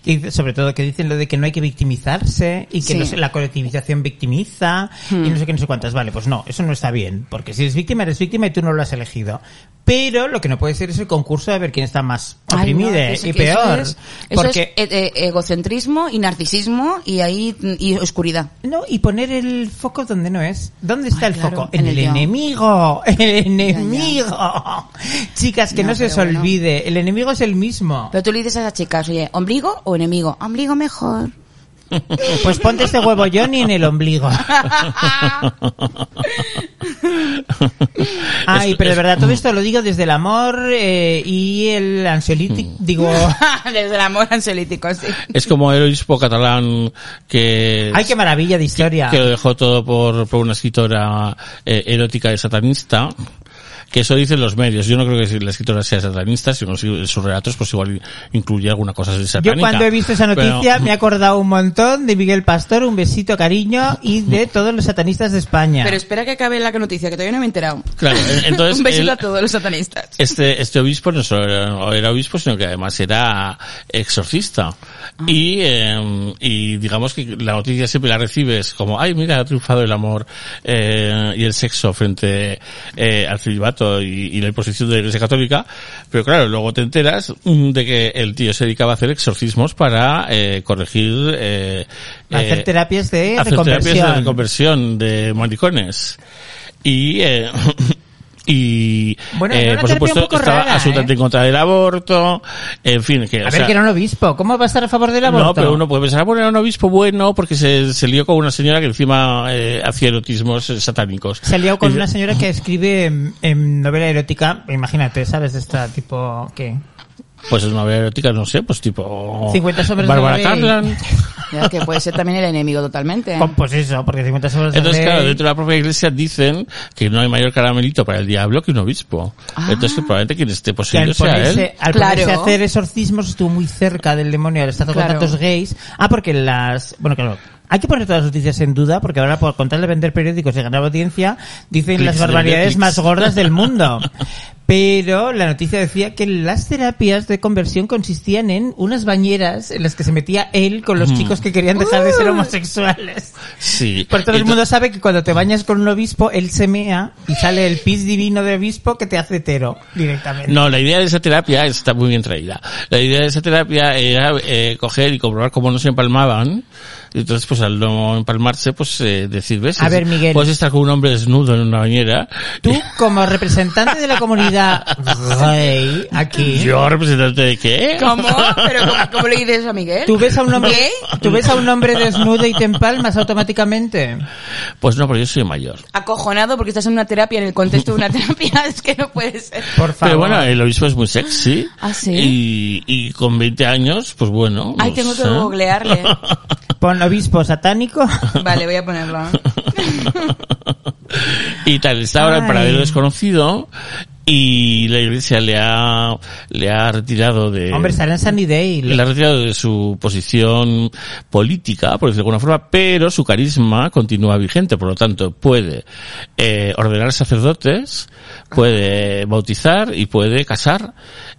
Speaker 5: que dice- sobre todo que dicen lo de que no hay que victimizarse y
Speaker 4: Sí.
Speaker 5: que
Speaker 4: Hmm.
Speaker 5: no sé, la colectivización victimiza y no sé qué, no sé cuántas. Vale, pues no, eso no está bien, porque si eres víctima, eres víctima y tú no lo has elegido. Pero lo que no puede ser es el concurso de ver quién está más
Speaker 4: Ay, no,
Speaker 5: oprimido
Speaker 4: eso-
Speaker 5: y
Speaker 4: eso
Speaker 5: peor.
Speaker 4: es- eso
Speaker 5: porque
Speaker 4: es e- e- egocentrismo y narcisismo y ahí y oscuridad.
Speaker 5: No, y poner el foco donde no es. ¿Dónde está
Speaker 4: Ay,
Speaker 5: el
Speaker 4: claro,
Speaker 5: foco?
Speaker 4: en
Speaker 5: En
Speaker 4: el
Speaker 5: el
Speaker 4: yo.
Speaker 5: enemigo. El enemigo. Chicas, que
Speaker 4: No,
Speaker 5: no, se
Speaker 4: pero
Speaker 5: os
Speaker 4: bueno.
Speaker 5: olvide. El enemigo es el mismo.
Speaker 4: Pero tú le dices a las chicas, oye, ¿ombligo o enemigo? Ombligo mejor.
Speaker 5: Pues ponte este huevo Johnny en el ombligo. Ay,
Speaker 3: Es-
Speaker 5: pero de
Speaker 3: es-
Speaker 5: verdad, todo esto lo digo desde el amor eh, y el ansiolítico.
Speaker 3: Mm.
Speaker 5: Digo,
Speaker 4: Desde el amor ansiolítico, sí.
Speaker 3: Es como el obispo catalán que...
Speaker 5: ay, qué maravilla de historia.
Speaker 3: que lo dejó todo por, por una escritora eh, erótica y satanista. Que eso dicen los medios. Yo no creo que la escritora sea satanista, sino si en sus relatos pues igual incluye alguna cosa de satánica.
Speaker 5: Yo cuando he visto esa
Speaker 3: Pero-
Speaker 5: noticia me he acordado un montón de Miguel Pastor, un besito cariño y de todos los satanistas de España.
Speaker 4: Pero espera que acabe la noticia, que todavía no me he enterado.
Speaker 3: Claro, en- entonces
Speaker 4: Un besito
Speaker 3: él-
Speaker 4: a todos los satanistas.
Speaker 3: Este, este obispo no solo era, no era obispo, sino que además era exorcista. Y, eh, y digamos que la noticia siempre la recibes como, ay, mira, ha triunfado el amor eh, y el sexo frente eh, al celibato y, y la imposición de la Iglesia Católica. Pero claro, luego te enteras mm, de que el tío se dedicaba a hacer exorcismos para eh, corregir... Eh,
Speaker 5: Hacer
Speaker 3: eh,
Speaker 5: terapias de
Speaker 3: hacer terapias de
Speaker 5: reconversión.
Speaker 3: reconversión de maricones. Y, eh, y
Speaker 5: Bueno,
Speaker 3: eh,
Speaker 5: era una
Speaker 3: por
Speaker 5: terapia
Speaker 3: supuesto,
Speaker 5: un poco
Speaker 3: estaba
Speaker 5: rara,
Speaker 3: absolutamente
Speaker 5: ¿eh?
Speaker 3: en contra del aborto. En fin, que.
Speaker 5: A
Speaker 3: o
Speaker 5: ver,
Speaker 3: sea,
Speaker 5: que era un obispo. ¿Cómo va a estar a favor del aborto?
Speaker 3: no, pero uno puede pensar, "Ah, bueno, era un obispo bueno porque se, se lió con una señora que encima eh, hacía erotismos eh, satánicos.
Speaker 5: Se ha liado con
Speaker 3: Y-
Speaker 5: una señora que escribe em, em, novela erótica. Imagínate, ¿sabes? De esta tipo... ¿Qué?
Speaker 3: Pues es una novela erótica, no sé, pues tipo...
Speaker 5: 50 sombras de
Speaker 3: Bárbara
Speaker 5: Grey.
Speaker 3: Carlan.
Speaker 4: Ya que puede ser también el enemigo totalmente. ¿eh?
Speaker 5: Pon- Pues eso, porque 50 sombras de
Speaker 3: Entonces,
Speaker 5: Grey.
Speaker 3: claro, dentro de la propia iglesia dicen que no hay mayor caramelito para el diablo que un obispo.
Speaker 4: Ah.
Speaker 3: Entonces, que probablemente quien esté
Speaker 5: que al
Speaker 3: poseído sea él.
Speaker 5: ponerse, al
Speaker 4: Claro.
Speaker 5: ponerse a hacer exorcismos estuvo muy cerca del demonio, al estar con
Speaker 4: Claro.
Speaker 5: tantos gays. Ah, porque las... Bueno, claro, hay que poner todas las noticias en duda, porque ahora por contar de vender periódicos y ganar audiencia, dicen
Speaker 3: Clics
Speaker 5: las
Speaker 3: de
Speaker 5: barbaridades
Speaker 3: clics.
Speaker 5: más gordas del mundo. Pero la noticia decía que las terapias de conversión consistían en unas bañeras en las que se metía él con los
Speaker 3: Mm.
Speaker 5: chicos que querían dejar de ser homosexuales.
Speaker 3: Sí.
Speaker 5: Por todo el
Speaker 3: Entonces-
Speaker 5: mundo sabe que cuando te bañas con un obispo, él se mea y sale el pis divino de obispo que te hace hetero directamente.
Speaker 3: No, la idea de esa terapia está muy bien traída. La idea de esa terapia era eh, coger y comprobar cómo no se empalmaban. Y Entonces, pues al no empalmarse, pues eh, decir, ves,
Speaker 5: A ver, Miguel.
Speaker 3: puedes estar con un hombre desnudo en una bañera.
Speaker 5: Tú, como representante de la comunidad gay aquí,
Speaker 3: Yo representante de qué?
Speaker 4: ¿Cómo? ¿Pero cómo, cómo le dices a Miguel?
Speaker 5: tú ves a un hombre,
Speaker 4: ¿Gay?
Speaker 5: tú ves a un hombre desnudo y te empalmas automáticamente.
Speaker 3: Pues no, porque yo soy mayor.
Speaker 4: Acojonado porque estás en una terapia, en el contexto de una terapia, es que no puede ser.
Speaker 5: Por favor.
Speaker 3: Pero bueno, eh. el obispo es muy sexy.
Speaker 4: Ah, ¿sí?
Speaker 3: Y, y con 20 años, pues bueno.
Speaker 4: Ay,
Speaker 3: no
Speaker 4: tengo que
Speaker 3: sé.
Speaker 4: googlearle.
Speaker 5: Pon obispo satánico.
Speaker 4: Vale, voy a ponerlo. ¿eh?
Speaker 3: y tal, está ahora en
Speaker 5: Ay.
Speaker 3: paradero desconocido y la iglesia le ha, le ha retirado de...
Speaker 5: Hombre, estará en Sunny Day.
Speaker 3: le ha retirado de su posición política, por decirlo de alguna forma, pero su carisma continúa vigente, por lo tanto puede eh, ordenar sacerdotes, puede bautizar y puede casar.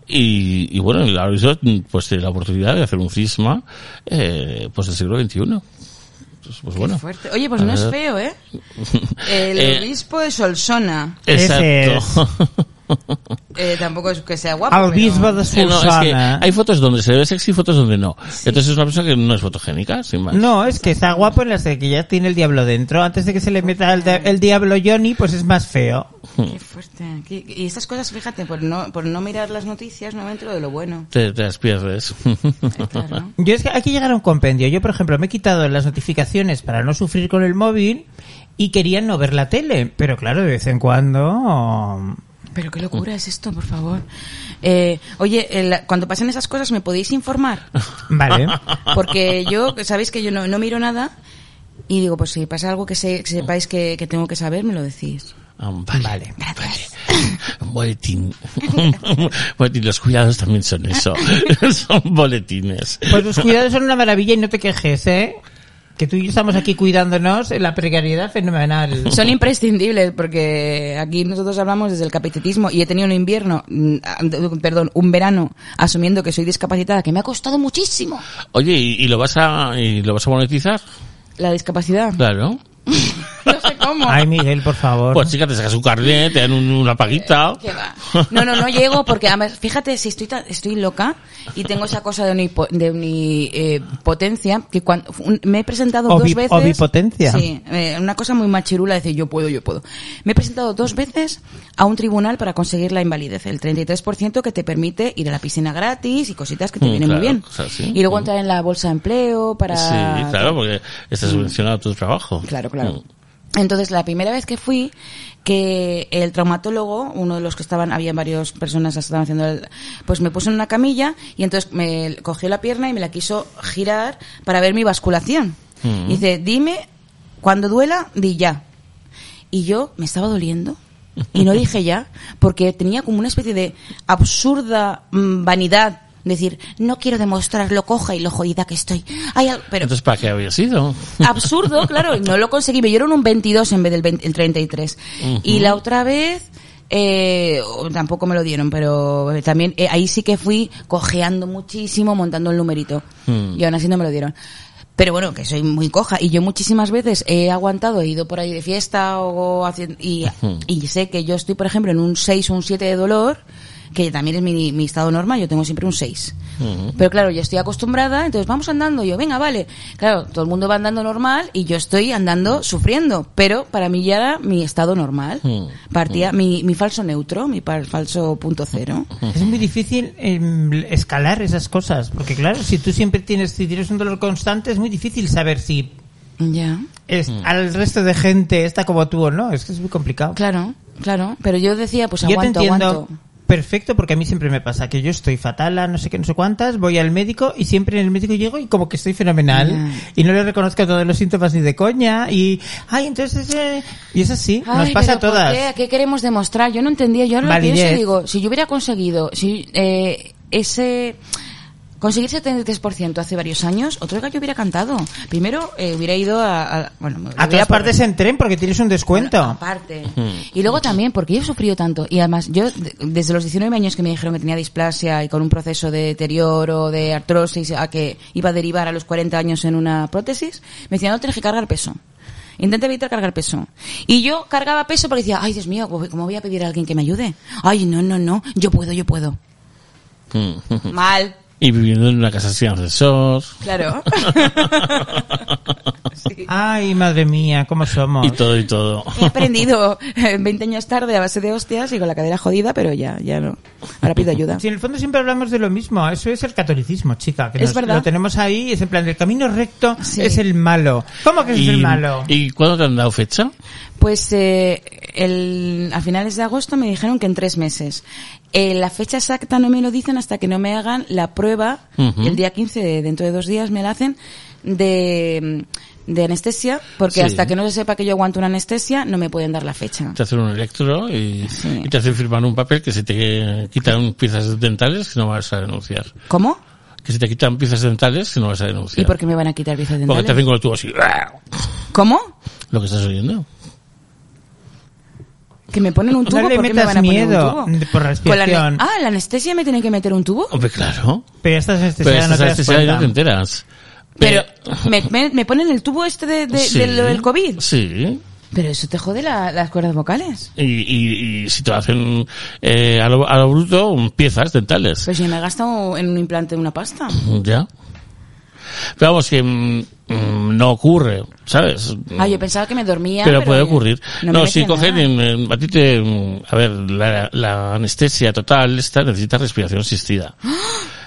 Speaker 3: Y, y bueno, la Universidad pues tiene la oportunidad de hacer un cisma eh, pues del siglo XXI. Pues, pues bueno.
Speaker 4: Fuerte. Oye, pues no es feo, ¿eh? El
Speaker 3: Eh,
Speaker 4: obispo de Solsona.
Speaker 5: Ese
Speaker 3: Exacto.
Speaker 4: Eh, tampoco es que sea guapo.
Speaker 5: Al bisbo
Speaker 4: pero-
Speaker 5: de
Speaker 3: Sí, no, es que
Speaker 5: Solsona.
Speaker 3: hay fotos donde se ve sexy y fotos donde no. Entonces es una persona que no es fotogénica, sin más.
Speaker 5: No, es que está guapo en las de que ya tiene el diablo dentro. Antes de que se le meta el, de- el diablo Johnny, pues es más feo.
Speaker 4: Qué fuerte. Qué- Y estas cosas, fíjate, por no, por no mirar las noticias no me entero de lo bueno.
Speaker 3: Te, te las pierdes.
Speaker 4: Eh, Claro.
Speaker 5: Yo es que hay que llegar a un compendio. Yo, por ejemplo, me he quitado las notificaciones para no sufrir con el móvil y quería no ver la tele. Pero claro, de vez en cuando... mm,
Speaker 4: Pero qué locura es esto, por favor. Eh, oye, eh, la- cuando pasen esas cosas, ¿me podéis informar?
Speaker 5: Vale.
Speaker 4: Porque yo, que sabéis que yo no, no miro nada y digo, pues si pasa algo que, se- que sepáis que, que tengo que saber, me lo decís.
Speaker 3: Ah, vale.
Speaker 5: Vale.
Speaker 3: Un boletín. Un boletín. Los cuidados también son eso. son boletines.
Speaker 5: Pues los cuidados son una maravilla y no te quejes, ¿eh? Que tú y yo estamos aquí cuidándonos en la precariedad fenomenal.
Speaker 4: Son imprescindibles porque aquí nosotros hablamos desde el capacitismo y he tenido un invierno, mm, ah, perdón, un verano asumiendo que soy discapacitada, que me ha costado muchísimo
Speaker 3: Oye, ¿y, y lo vas a y lo vas a monetizar?
Speaker 4: la discapacidad.
Speaker 3: Claro.
Speaker 4: No sé cómo.
Speaker 5: Ay, Miguel, por favor.
Speaker 3: Pues chica, te sacas un carnet, te dan un- una paguita.
Speaker 4: ¿Qué va? No, no, no llego porque además, fíjate, si estoy, ta- estoy loca y tengo esa cosa de unipotencia de uni, eh, potencia, que cuando un- me he presentado
Speaker 5: Ovi-
Speaker 4: dos veces.
Speaker 5: ovipotencia.
Speaker 4: Sí, eh, una cosa muy machirula, decir yo puedo, yo puedo. Me he presentado dos veces a un tribunal para conseguir la invalidez, el 33% que te permite ir a la piscina gratis y cositas que te
Speaker 3: Mm,
Speaker 4: vienen
Speaker 3: claro,
Speaker 4: muy bien.
Speaker 3: cosas así.
Speaker 4: Y luego entrar en la bolsa de empleo para.
Speaker 3: Mm. Sí, claro, porque estás subvencionado tu trabajo. Mm.
Speaker 4: Claro, claro. Entonces, la primera vez que fui, que el traumatólogo, uno de los que estaban, había varias personas que estaban haciendo, el- pues me puso en una camilla y entonces me cogió la pierna y me la quiso girar para ver mi basculación.
Speaker 3: Mm.
Speaker 4: Y dice, dime, cuando duela, di ya. Y yo me estaba doliendo y no dije ya, porque tenía como una especie de absurda mm, vanidad. Decir, no quiero demostrar lo coja y lo jodida que estoy. Hay al- pero
Speaker 3: Entonces, ¿para qué había sido?
Speaker 4: absurdo, claro, y no lo conseguí. Me dieron un 22 en vez del 20 el 33. Y la otra vez, eh, o- tampoco me lo dieron, pero eh, también eh, ahí sí que fui cojeando muchísimo, montando el numerito.
Speaker 3: Mm.
Speaker 4: Y aún así no me lo dieron. Pero bueno, que soy muy coja y yo muchísimas veces he aguantado, he ido por ahí de fiesta o haciendo, y, y sé que yo estoy, por ejemplo, en un 6 o un 7 de dolor, que también es mi, mi estado normal, yo tengo siempre un 6. Pero claro, yo estoy acostumbrada, entonces vamos andando, yo, venga, vale. Claro, todo el mundo va andando normal y yo estoy andando sufriendo, pero para mí ya era mi estado normal.
Speaker 5: Hmm.
Speaker 3: Mm.
Speaker 4: Partía mi, mi falso neutro, mi par- falso punto cero.
Speaker 5: Es muy difícil em, escalar esas cosas, porque claro, si tú siempre tienes, si tienes un dolor constante, es muy difícil saber si
Speaker 4: Ya.
Speaker 5: es, al resto de gente está como tú o no. Es que es muy complicado.
Speaker 4: Claro, claro. Pero yo decía, pues
Speaker 5: yo te
Speaker 4: aguanto,
Speaker 5: entiendo
Speaker 4: aguanto.
Speaker 5: perfecto, porque a mí siempre me pasa que yo estoy fatal, a no sé qué, no sé cuántas, voy al médico y siempre en el médico llego y como que estoy fenomenal
Speaker 4: Ya.
Speaker 5: y no le reconozco todos los síntomas ni de coña y, ay, entonces, eh, y es así, nos
Speaker 4: Ay,
Speaker 5: pasa a
Speaker 4: pero ¿por
Speaker 5: todas.
Speaker 4: qué? ¿Qué queremos demostrar? Yo no entendía. Yo ahora lo
Speaker 5: Validez.
Speaker 4: pienso y digo, si yo hubiera conseguido si, eh, ese... Conseguir 73% hace varios años, otro gallo hubiera cantado. Primero eh, hubiera ido a... a- bueno, me
Speaker 5: A
Speaker 4: hubiera
Speaker 5: todas
Speaker 4: por-
Speaker 5: partes en tren porque tienes un descuento.
Speaker 4: bueno, aparte. Y luego también, porque yo he sufrido tanto. Y además, yo de- desde los 19 años que me dijeron que tenía displasia y con un proceso de deterioro, de artrosis, a que iba a derivar a los 40 años en una prótesis, me decían, no tienes que cargar peso. Intenta evitar cargar peso. Y yo cargaba peso porque decía, ay Dios mío, ¿cómo cómo voy a pedir a alguien que me ayude? Ay, no, no, no, yo puedo, yo puedo. Mal.
Speaker 3: y viviendo en una casa sin ascensor.
Speaker 4: Claro. Sí.
Speaker 5: Ay, madre mía, cómo somos.
Speaker 3: Y todo, y todo.
Speaker 4: He aprendido eh, 20 años tarde a base de hostias y con la cadera jodida, pero ya, ya no. Ahora pido ayuda.
Speaker 5: Si en el fondo siempre hablamos de lo mismo, eso es el catolicismo, chica, que
Speaker 4: Es
Speaker 5: nos-
Speaker 4: verdad.
Speaker 5: lo tenemos ahí, es en plan, el camino recto
Speaker 4: Sí.
Speaker 5: es el malo. ¿Cómo que es el malo?
Speaker 3: ¿Y cuándo te han dado fecha?
Speaker 4: Pues eh, el, a finales de agosto me dijeron que en tres meses. Eh, la fecha exacta no me lo dicen hasta que no me hagan la prueba,
Speaker 3: Ujú.
Speaker 4: el día 15, de- dentro de dos días me la hacen, de mm, de anestesia, porque
Speaker 3: Sí.
Speaker 4: hasta que no se sepa que yo aguanto una anestesia, no me pueden dar la fecha.
Speaker 3: Te hacen un electro y,
Speaker 4: Sí.
Speaker 3: y te hacen firmar un papel que se te quitan piezas dentales que no vas a denunciar.
Speaker 4: ¿Cómo?
Speaker 3: Que se te quitan piezas dentales que no vas a denunciar.
Speaker 4: ¿Y por qué me van a quitar piezas
Speaker 3: Porque te
Speaker 4: dentales?
Speaker 3: hacen con el tubo así.
Speaker 4: ¿Cómo?
Speaker 3: Lo que estás oyendo.
Speaker 4: ¿Que me ponen un tubo?
Speaker 5: No le
Speaker 4: ¿Por qué me
Speaker 5: metas
Speaker 4: van a poner
Speaker 5: miedo
Speaker 4: un tubo?
Speaker 5: por
Speaker 4: Con la ane-
Speaker 5: respiración.
Speaker 4: ah, ¿la anestesia me tienen que meter un tubo?
Speaker 3: Hombre, claro.
Speaker 5: Pero estas
Speaker 3: Pero
Speaker 5: anestesias no
Speaker 3: estas
Speaker 5: te das
Speaker 3: anestesias no te
Speaker 5: cuenta.
Speaker 3: enteras.
Speaker 4: Pero, ¿me, me, me ponen el tubo este de, de-
Speaker 3: Sí,
Speaker 4: de lo del COVID?
Speaker 3: Sí.
Speaker 4: Pero eso te jode la- las cuerdas vocales.
Speaker 3: Y, y, y si te hacen eh, a, lo, a lo bruto un- piezas dentales.
Speaker 4: Pues si me he gastado en un implante una pasta.
Speaker 3: Ya. Pero vamos, que mm, mm, no ocurre, ¿sabes?
Speaker 4: Ah, yo pensaba que me dormía.
Speaker 3: pero, puede ocurrir.
Speaker 4: no
Speaker 3: No,
Speaker 4: me
Speaker 3: si
Speaker 4: metía
Speaker 3: cogen,
Speaker 4: nada.
Speaker 3: en- en- a ti te, mm, a ver, la, la anestesia total esta necesita respiración asistida.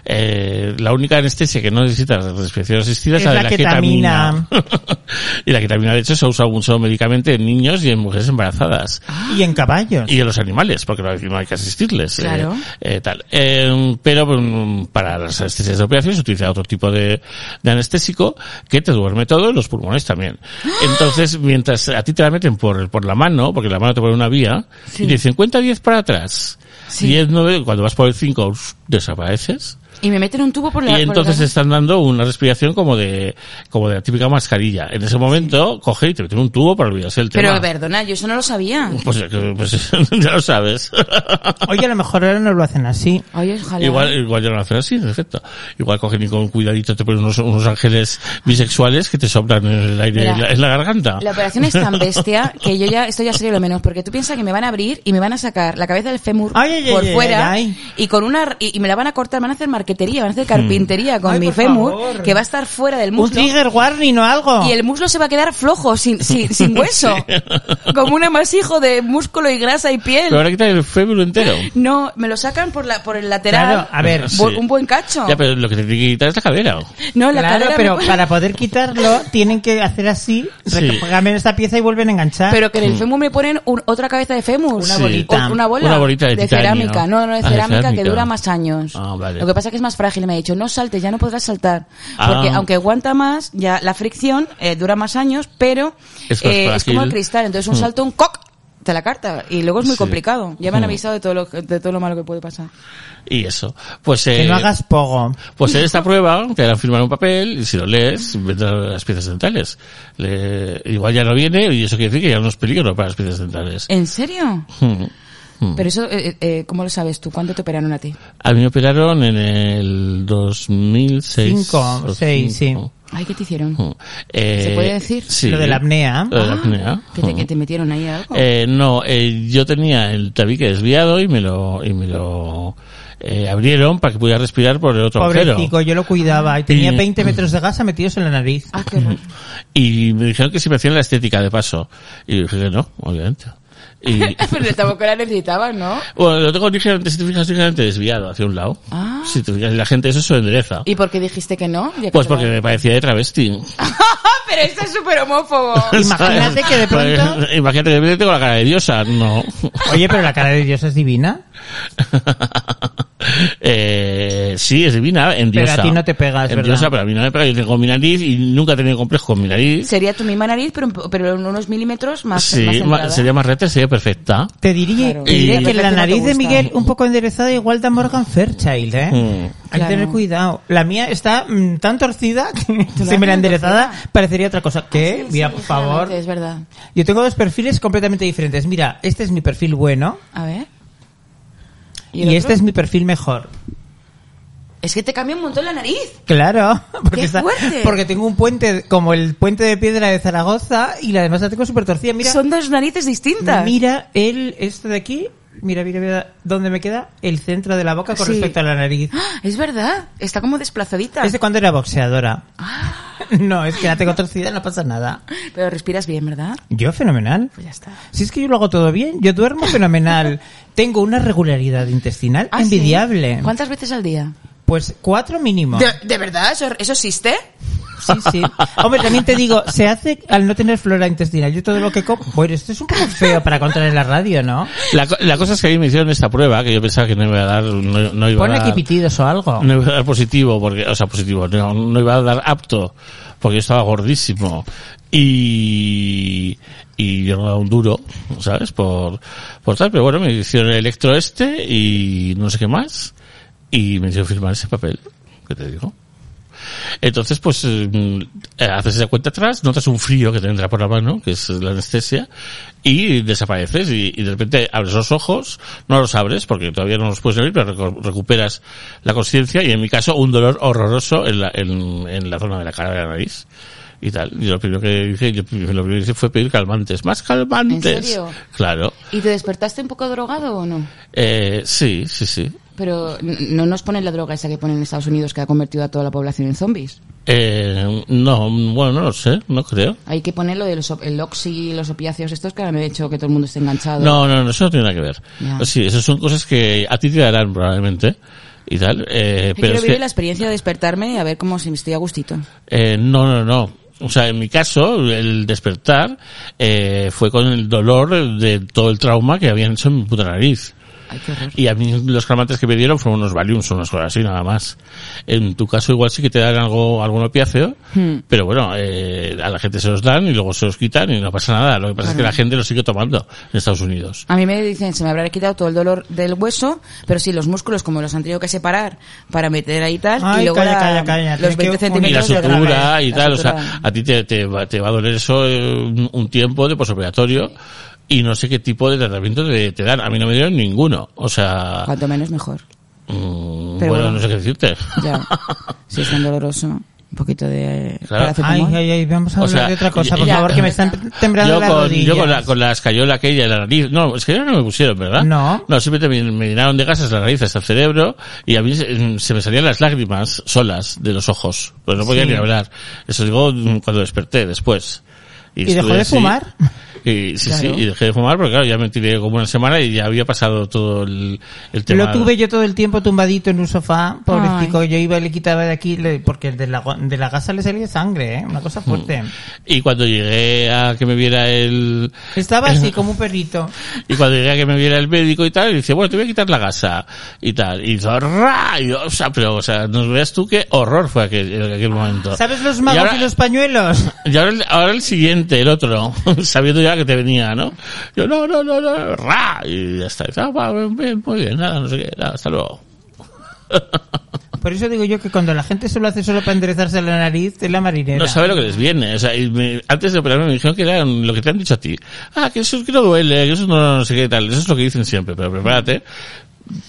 Speaker 3: Eh, la única anestesia que no necesita respiración asistida es,
Speaker 5: Es
Speaker 3: la de
Speaker 5: la
Speaker 3: la
Speaker 5: ketamina.
Speaker 3: ketamina. y la ketamina, de hecho, se usa mucho médicamente en niños y en mujeres embarazadas.
Speaker 5: Y en caballos.
Speaker 3: Y en los animales, porque no, no hay que asistirles. eh,
Speaker 4: Claro.
Speaker 3: eh, tal. Eh, pero mm, para las anestesias de operación se utiliza otro tipo de, de anestésico que te duerme todo y los pulmones también.
Speaker 4: ¡Ah!
Speaker 3: Entonces, mientras a ti te la meten por, por la mano, porque la mano te pone una vía,
Speaker 4: Sí.
Speaker 3: y dicen cuenta 10 para atrás.
Speaker 4: Sí.
Speaker 3: 10, 9, cuando vas por el 5, desapareces.
Speaker 4: Y me meten un tubo por la.
Speaker 3: Y
Speaker 4: por la-
Speaker 3: entonces te están dando una respiración como de, como de la típica mascarilla. En ese momento, coge y te meten un tubo para olvidarse el tema.
Speaker 4: Pero perdona, yo eso no lo sabía.
Speaker 3: Pues, eh, pues, ya lo sabes.
Speaker 5: Oye, a lo mejor ahora no lo hacen así.
Speaker 4: Oye, ojalá.
Speaker 3: Igual, igual ya lo hacen así, en efecto. Igual cogen y con cuidadito te ponen unos, unos ángeles bisexuales que te soplan en el aire,
Speaker 4: Mira,
Speaker 3: en, la, en la garganta.
Speaker 4: La operación es tan bestia que yo ya, esto ya sería lo menos, porque tú piensas que me van a abrir y me van a sacar la cabeza del fémur
Speaker 5: Ay, ay, ay,
Speaker 4: por
Speaker 5: ay,
Speaker 4: fuera
Speaker 5: ay, ay.
Speaker 4: y con una y, y me la van a cortar, van a hacer marquetería, van a hacer carpintería con
Speaker 5: Ay,
Speaker 4: mi
Speaker 5: por
Speaker 4: fémur,
Speaker 5: favor.
Speaker 4: que va a estar fuera del
Speaker 5: Un
Speaker 4: muslo.
Speaker 5: trigger warning o algo.
Speaker 4: Y el muslo se va a quedar flojo, sin, sin, sin hueso. Como un amasijo de músculo y grasa y piel.
Speaker 3: Pero ahora quitan el fémur entero.
Speaker 4: No, me lo sacan por la por el lateral.
Speaker 5: Claro, a ver.
Speaker 3: Sí.
Speaker 4: Bu- Un buen cacho.
Speaker 3: Ya, pero lo que te tienen que quitar es la cadera.
Speaker 4: No, la
Speaker 5: Claro,
Speaker 4: cadera me
Speaker 5: pero
Speaker 4: pone-
Speaker 5: para poder quitarlo tienen que hacer así,
Speaker 3: Sí.
Speaker 5: cambian esta pieza y vuelven a enganchar.
Speaker 4: Pero que en el fémur me ponen un- otra cabeza de fémur.
Speaker 5: Ah. Una Sí. bolita.
Speaker 4: O- Una bola.
Speaker 3: Una bolita de titanio.
Speaker 4: cerámica. No, no, de
Speaker 3: Ah, de
Speaker 4: cerámica, que
Speaker 3: cerámica.
Speaker 4: dura más años.
Speaker 3: Ah, vale.
Speaker 4: Lo que pasa es que es más frágil. y Me ha dicho, no saltes, ya no podrás saltar.
Speaker 3: Ah.
Speaker 4: Porque aunque aguanta más, ya la fricción eh, dura más años, pero
Speaker 3: Es más
Speaker 4: eh, es
Speaker 3: frágil.
Speaker 4: como el cristal. Entonces un
Speaker 3: Mm.
Speaker 4: salto, un coc, te la carta. Y luego es muy
Speaker 3: Sí.
Speaker 4: complicado. Ya me han
Speaker 3: Mm.
Speaker 4: avisado de todo lo, de todo lo malo que puede pasar.
Speaker 3: Y eso. Pues,
Speaker 5: que
Speaker 3: eh,
Speaker 5: no hagas pogo.
Speaker 3: pues en esta prueba te harán firmar un papel y si lo lees, vendrán las piezas dentales. Le- igual ya no viene y eso quiere decir que ya no es peligro para las piezas dentales.
Speaker 4: ¿En serio?
Speaker 3: Hmm. Hmm.
Speaker 4: Pero eso, eh, eh, ¿cómo lo sabes tú? ¿Cuánto te operaron a ti?
Speaker 3: A mí me operaron en el 2006.
Speaker 5: Cinco,
Speaker 3: o
Speaker 5: seis, sí.
Speaker 3: cinco.
Speaker 4: Ay, ¿qué te hicieron?
Speaker 3: Mm. Eh,
Speaker 4: ¿Se puede decir?
Speaker 3: Sí.
Speaker 5: Lo de la apnea.
Speaker 3: Lo de la
Speaker 4: Ah,
Speaker 3: apnea.
Speaker 4: ¿Que te,
Speaker 3: Mm.
Speaker 4: que te metieron ahí algo?
Speaker 3: Eh, no, eh, yo tenía el tabique desviado y me lo, y me lo eh, abrieron para que pudiera respirar por el otro
Speaker 5: Pobrecico,
Speaker 3: agujero.
Speaker 5: yo lo cuidaba y tenía
Speaker 3: Y-
Speaker 5: 20 metros de gasa metidos en la nariz.
Speaker 4: Ah, qué horror.
Speaker 3: Y me dijeron que si me hacían la estética de paso. Y dije que no, obviamente. Y,
Speaker 4: Pero tampoco la necesitaban, ¿no?
Speaker 3: bueno, lo tengo ligeramente, si te fijas, ligeramente desviado hacia un lado.
Speaker 4: Ah.
Speaker 3: Si te fijas, la gente eso se lo endereza.
Speaker 4: ¿Y por qué dijiste que no? Ya que
Speaker 3: Pues
Speaker 4: te
Speaker 3: porque
Speaker 4: va-
Speaker 3: me parecía de travesti.
Speaker 4: ¡Ah, pero esto es súper homófobo!
Speaker 5: Imagínate que de pronto-
Speaker 3: Pues, Imagínate que de pronto tengo la cara de diosa, no.
Speaker 5: Oye, pero la cara de Dios es divina.
Speaker 3: eh, sí, es divina, en
Speaker 5: Pero
Speaker 3: diosa.
Speaker 5: a ti no te pegas,
Speaker 3: En
Speaker 5: ¿verdad?
Speaker 3: diosa, pero a mí no me pega. Yo tengo mi nariz y nunca he tenido complejo con mi nariz.
Speaker 4: Sería tu misma nariz, pero, un po- pero en unos milímetros más,
Speaker 3: sí,
Speaker 4: más
Speaker 3: ma-
Speaker 4: centrada.
Speaker 3: sería más recta, sería perfecta.
Speaker 5: Te diría,
Speaker 4: Claro.
Speaker 5: te diré
Speaker 3: Y-
Speaker 5: que
Speaker 4: Perfecto,
Speaker 5: la
Speaker 4: no te
Speaker 5: nariz de
Speaker 4: gusta.
Speaker 5: Miguel un poco enderezada igual da Morgan Fairchild, ¿eh?
Speaker 3: Mm.
Speaker 5: Hay
Speaker 4: Claro.
Speaker 5: que tener cuidado. La mía está mm, tan torcida que
Speaker 4: la
Speaker 5: si me la
Speaker 4: tienes
Speaker 5: enderezada parecería otra cosa. ¿Qué?
Speaker 4: Ah, Sí,
Speaker 5: Mira,
Speaker 4: sí,
Speaker 5: por favor.
Speaker 4: Es verdad.
Speaker 5: Yo tengo dos perfiles completamente diferentes. Mira, este es mi perfil bueno
Speaker 4: A ver.
Speaker 5: y,
Speaker 4: el
Speaker 5: este
Speaker 4: otro?
Speaker 5: es mi perfil mejor.
Speaker 4: Es que te cambia un montón la nariz.
Speaker 5: Claro, porque,
Speaker 4: ¡Qué fuerte!
Speaker 5: porque tengo un puente como el puente de piedra de Zaragoza y la demás la tengo súper torcida. Mira,
Speaker 4: Son dos narices distintas.
Speaker 5: mira el, esto de aquí, mira, mira, mira, dónde me queda el centro de la boca con
Speaker 4: Sí.
Speaker 5: respecto a la nariz.
Speaker 4: ¡Ah! Es verdad. Está como desplazadita.
Speaker 5: Es de cuando era boxeadora.
Speaker 4: Ah.
Speaker 5: No, es que la tengo torcida, no pasa nada.
Speaker 4: Pero respiras bien, ¿verdad?
Speaker 5: Yo fenomenal.
Speaker 4: Pues ya está.
Speaker 5: Si es que yo lo hago todo bien, yo duermo fenomenal. tengo una regularidad intestinal
Speaker 4: Ah, ¿sí?
Speaker 5: envidiable.
Speaker 4: ¿Cuántas veces al día?
Speaker 5: Pues cuatro mínimo.
Speaker 4: ¿De, de verdad? ¿Eso, eso existe?
Speaker 5: Sí, sí. Hombre, también te digo, se hace al no tener flora intestinal. Yo todo lo que como... Bueno, esto es un poco feo para contar en la radio, ¿no?
Speaker 3: La, co- la cosa es que ahí me hicieron esta prueba, que yo pensaba que no iba a dar, no, no iba a
Speaker 5: Ponle
Speaker 3: dar-
Speaker 5: aquí pitidos o algo.
Speaker 3: no iba a dar positivo, porque, o sea, positivo, no, no iba a dar apto, porque yo estaba gordísimo. Y, y yo no daba un duro, ¿sabes? Por, por tal, pero bueno, me hicieron el electro este y no sé qué más, y me hicieron firmar ese papel, que te digo. Entonces, pues, eh, haces esa cuenta atrás, notas un frío que te entra por la mano, que es la anestesia, y desapareces, y, y de repente abres los ojos, no los abres, porque todavía no los puedes abrir, pero reco- recuperas la conciencia, y en mi caso, un dolor horroroso en la, en, en la zona de la cara de la nariz. Y tal, y lo primero que dije, yo, lo primero que hice fue pedir calmantes, más calmantes.
Speaker 4: ¿En serio?
Speaker 3: Claro.
Speaker 4: ¿Y te despertaste un poco drogado o no?
Speaker 3: Eh, sí, sí, sí.
Speaker 4: Pero n- no nos ponen la droga esa que ponen en Estados Unidos que ha convertido a toda la población en zombies.
Speaker 3: Eh, no, bueno, no lo sé, no creo.
Speaker 4: Hay que poner lo del el oxi, los opiáceos estos que ahora me he hecho que todo el mundo esté enganchado.
Speaker 3: No, no, no, eso no tiene nada que ver.
Speaker 4: Ya.
Speaker 3: Sí, esas son cosas que a ti te darán probablemente y tal, eh, pero
Speaker 4: Yo quiero
Speaker 3: es
Speaker 4: vivir
Speaker 3: que
Speaker 4: la experiencia de despertarme y a ver cómo si me estoy a gustito.
Speaker 3: eh, no, no, no. O sea, en mi caso, el despertar eh, fue con el dolor de todo el trauma que habían hecho en mi puta nariz.
Speaker 4: Ay, qué horror.
Speaker 3: Y a mí los calmantes que me dieron fueron unos Valiums, unas cosas así, nada más. En tu caso igual sí que te dan algo, algún opiáceo, pero bueno, eh, a la gente se los dan y luego se los quitan y no pasa nada. Lo que pasa es que la gente los sigue tomando en Estados Unidos.
Speaker 4: A mí me dicen, se me habrá quitado todo el dolor del hueso, pero sí, los músculos, como los han tenido que separar para meter ahí tal,
Speaker 5: Ay,
Speaker 4: y luego
Speaker 5: calla,
Speaker 4: la-
Speaker 5: calla, calla,
Speaker 4: los
Speaker 5: tienes que
Speaker 4: 20
Speaker 5: unir
Speaker 3: Y la
Speaker 4: centímetros
Speaker 5: Entonces,
Speaker 4: de
Speaker 3: sutura
Speaker 4: grasa.
Speaker 3: y
Speaker 4: La
Speaker 3: tal, o
Speaker 4: sutura.
Speaker 3: sea, a ti te, te, va, te va a doler eso eh, un un tiempo de posoperatorio y no sé qué tipo de tratamiento te, te dan. A mí no me dieron ninguno. O sea,
Speaker 4: Cuanto menos mejor.
Speaker 3: mm,
Speaker 4: Ah, Pero
Speaker 3: bueno,
Speaker 4: bueno.
Speaker 3: no sé qué decirte.
Speaker 4: Ya. si es tan doloroso, un poquito de
Speaker 3: Claro.
Speaker 5: Ay,
Speaker 4: paracetamol.
Speaker 5: ay, ay, vamos a
Speaker 3: O
Speaker 5: hablar
Speaker 3: sea,
Speaker 5: de otra cosa,
Speaker 3: y-
Speaker 5: por
Speaker 3: y-
Speaker 5: favor, que me están temblando
Speaker 3: Yo,
Speaker 5: las
Speaker 3: con,
Speaker 5: rodillas.
Speaker 3: yo con la, con la escayola aquella de la nariz, no, es que yo no me pusieron, ¿verdad?
Speaker 5: No.
Speaker 3: No, siempre me, me llenaron de gases la nariz hasta el cerebro y a mí se, se me salían las lágrimas solas de los ojos, pues no podía
Speaker 5: Sí.
Speaker 3: ni hablar. Eso digo mm, cuando desperté después.
Speaker 5: ¿Y dejó
Speaker 3: estuve
Speaker 5: de
Speaker 3: así.
Speaker 5: fumar?
Speaker 3: Y, sí,
Speaker 4: Claro.
Speaker 3: sí, y dejé de fumar porque claro, ya me tiré como una semana y ya había pasado todo el, el tema.
Speaker 5: Lo tuve yo todo el tiempo tumbadito en un sofá, pobrecito. Yo iba y le quitaba de aquí, le- porque de la, gu- de la gasa le salía sangre, ¿eh? una
Speaker 3: Mm.
Speaker 5: cosa fuerte.
Speaker 3: Y cuando llegué a que me viera el,
Speaker 5: Estaba así como un perrito.
Speaker 3: Y cuando llegué a que me viera el médico y tal, y dice, bueno, te voy a quitar la gasa y tal. Y hizo, "Ra", y yo, o sea, pero, o sea, no veas tú qué horror fue aquel, en aquel momento.
Speaker 5: ¿Sabes los
Speaker 3: Ah. Y
Speaker 5: magos y,
Speaker 3: ahora-
Speaker 5: los pañuelos?
Speaker 3: y ahora, el, ahora el siguiente, el otro, sabiendo ya que te venía, ¿no? Yo, no, no, no, no, ra, y ya está. Y dice, "Ah, va, bien, bien, muy bien, nada, no sé qué, nada, hasta luego.
Speaker 5: Por eso digo yo que cuando la gente se lo hace solo para enderezarse la nariz, es la marinera.
Speaker 3: No sabe lo que les viene. O sea, y me- antes de operarme me dijeron que era lo que te han dicho a ti. Ah, que eso es que no duele, que eso no, no sé qué tal. Eso es lo que dicen siempre, pero prepárate.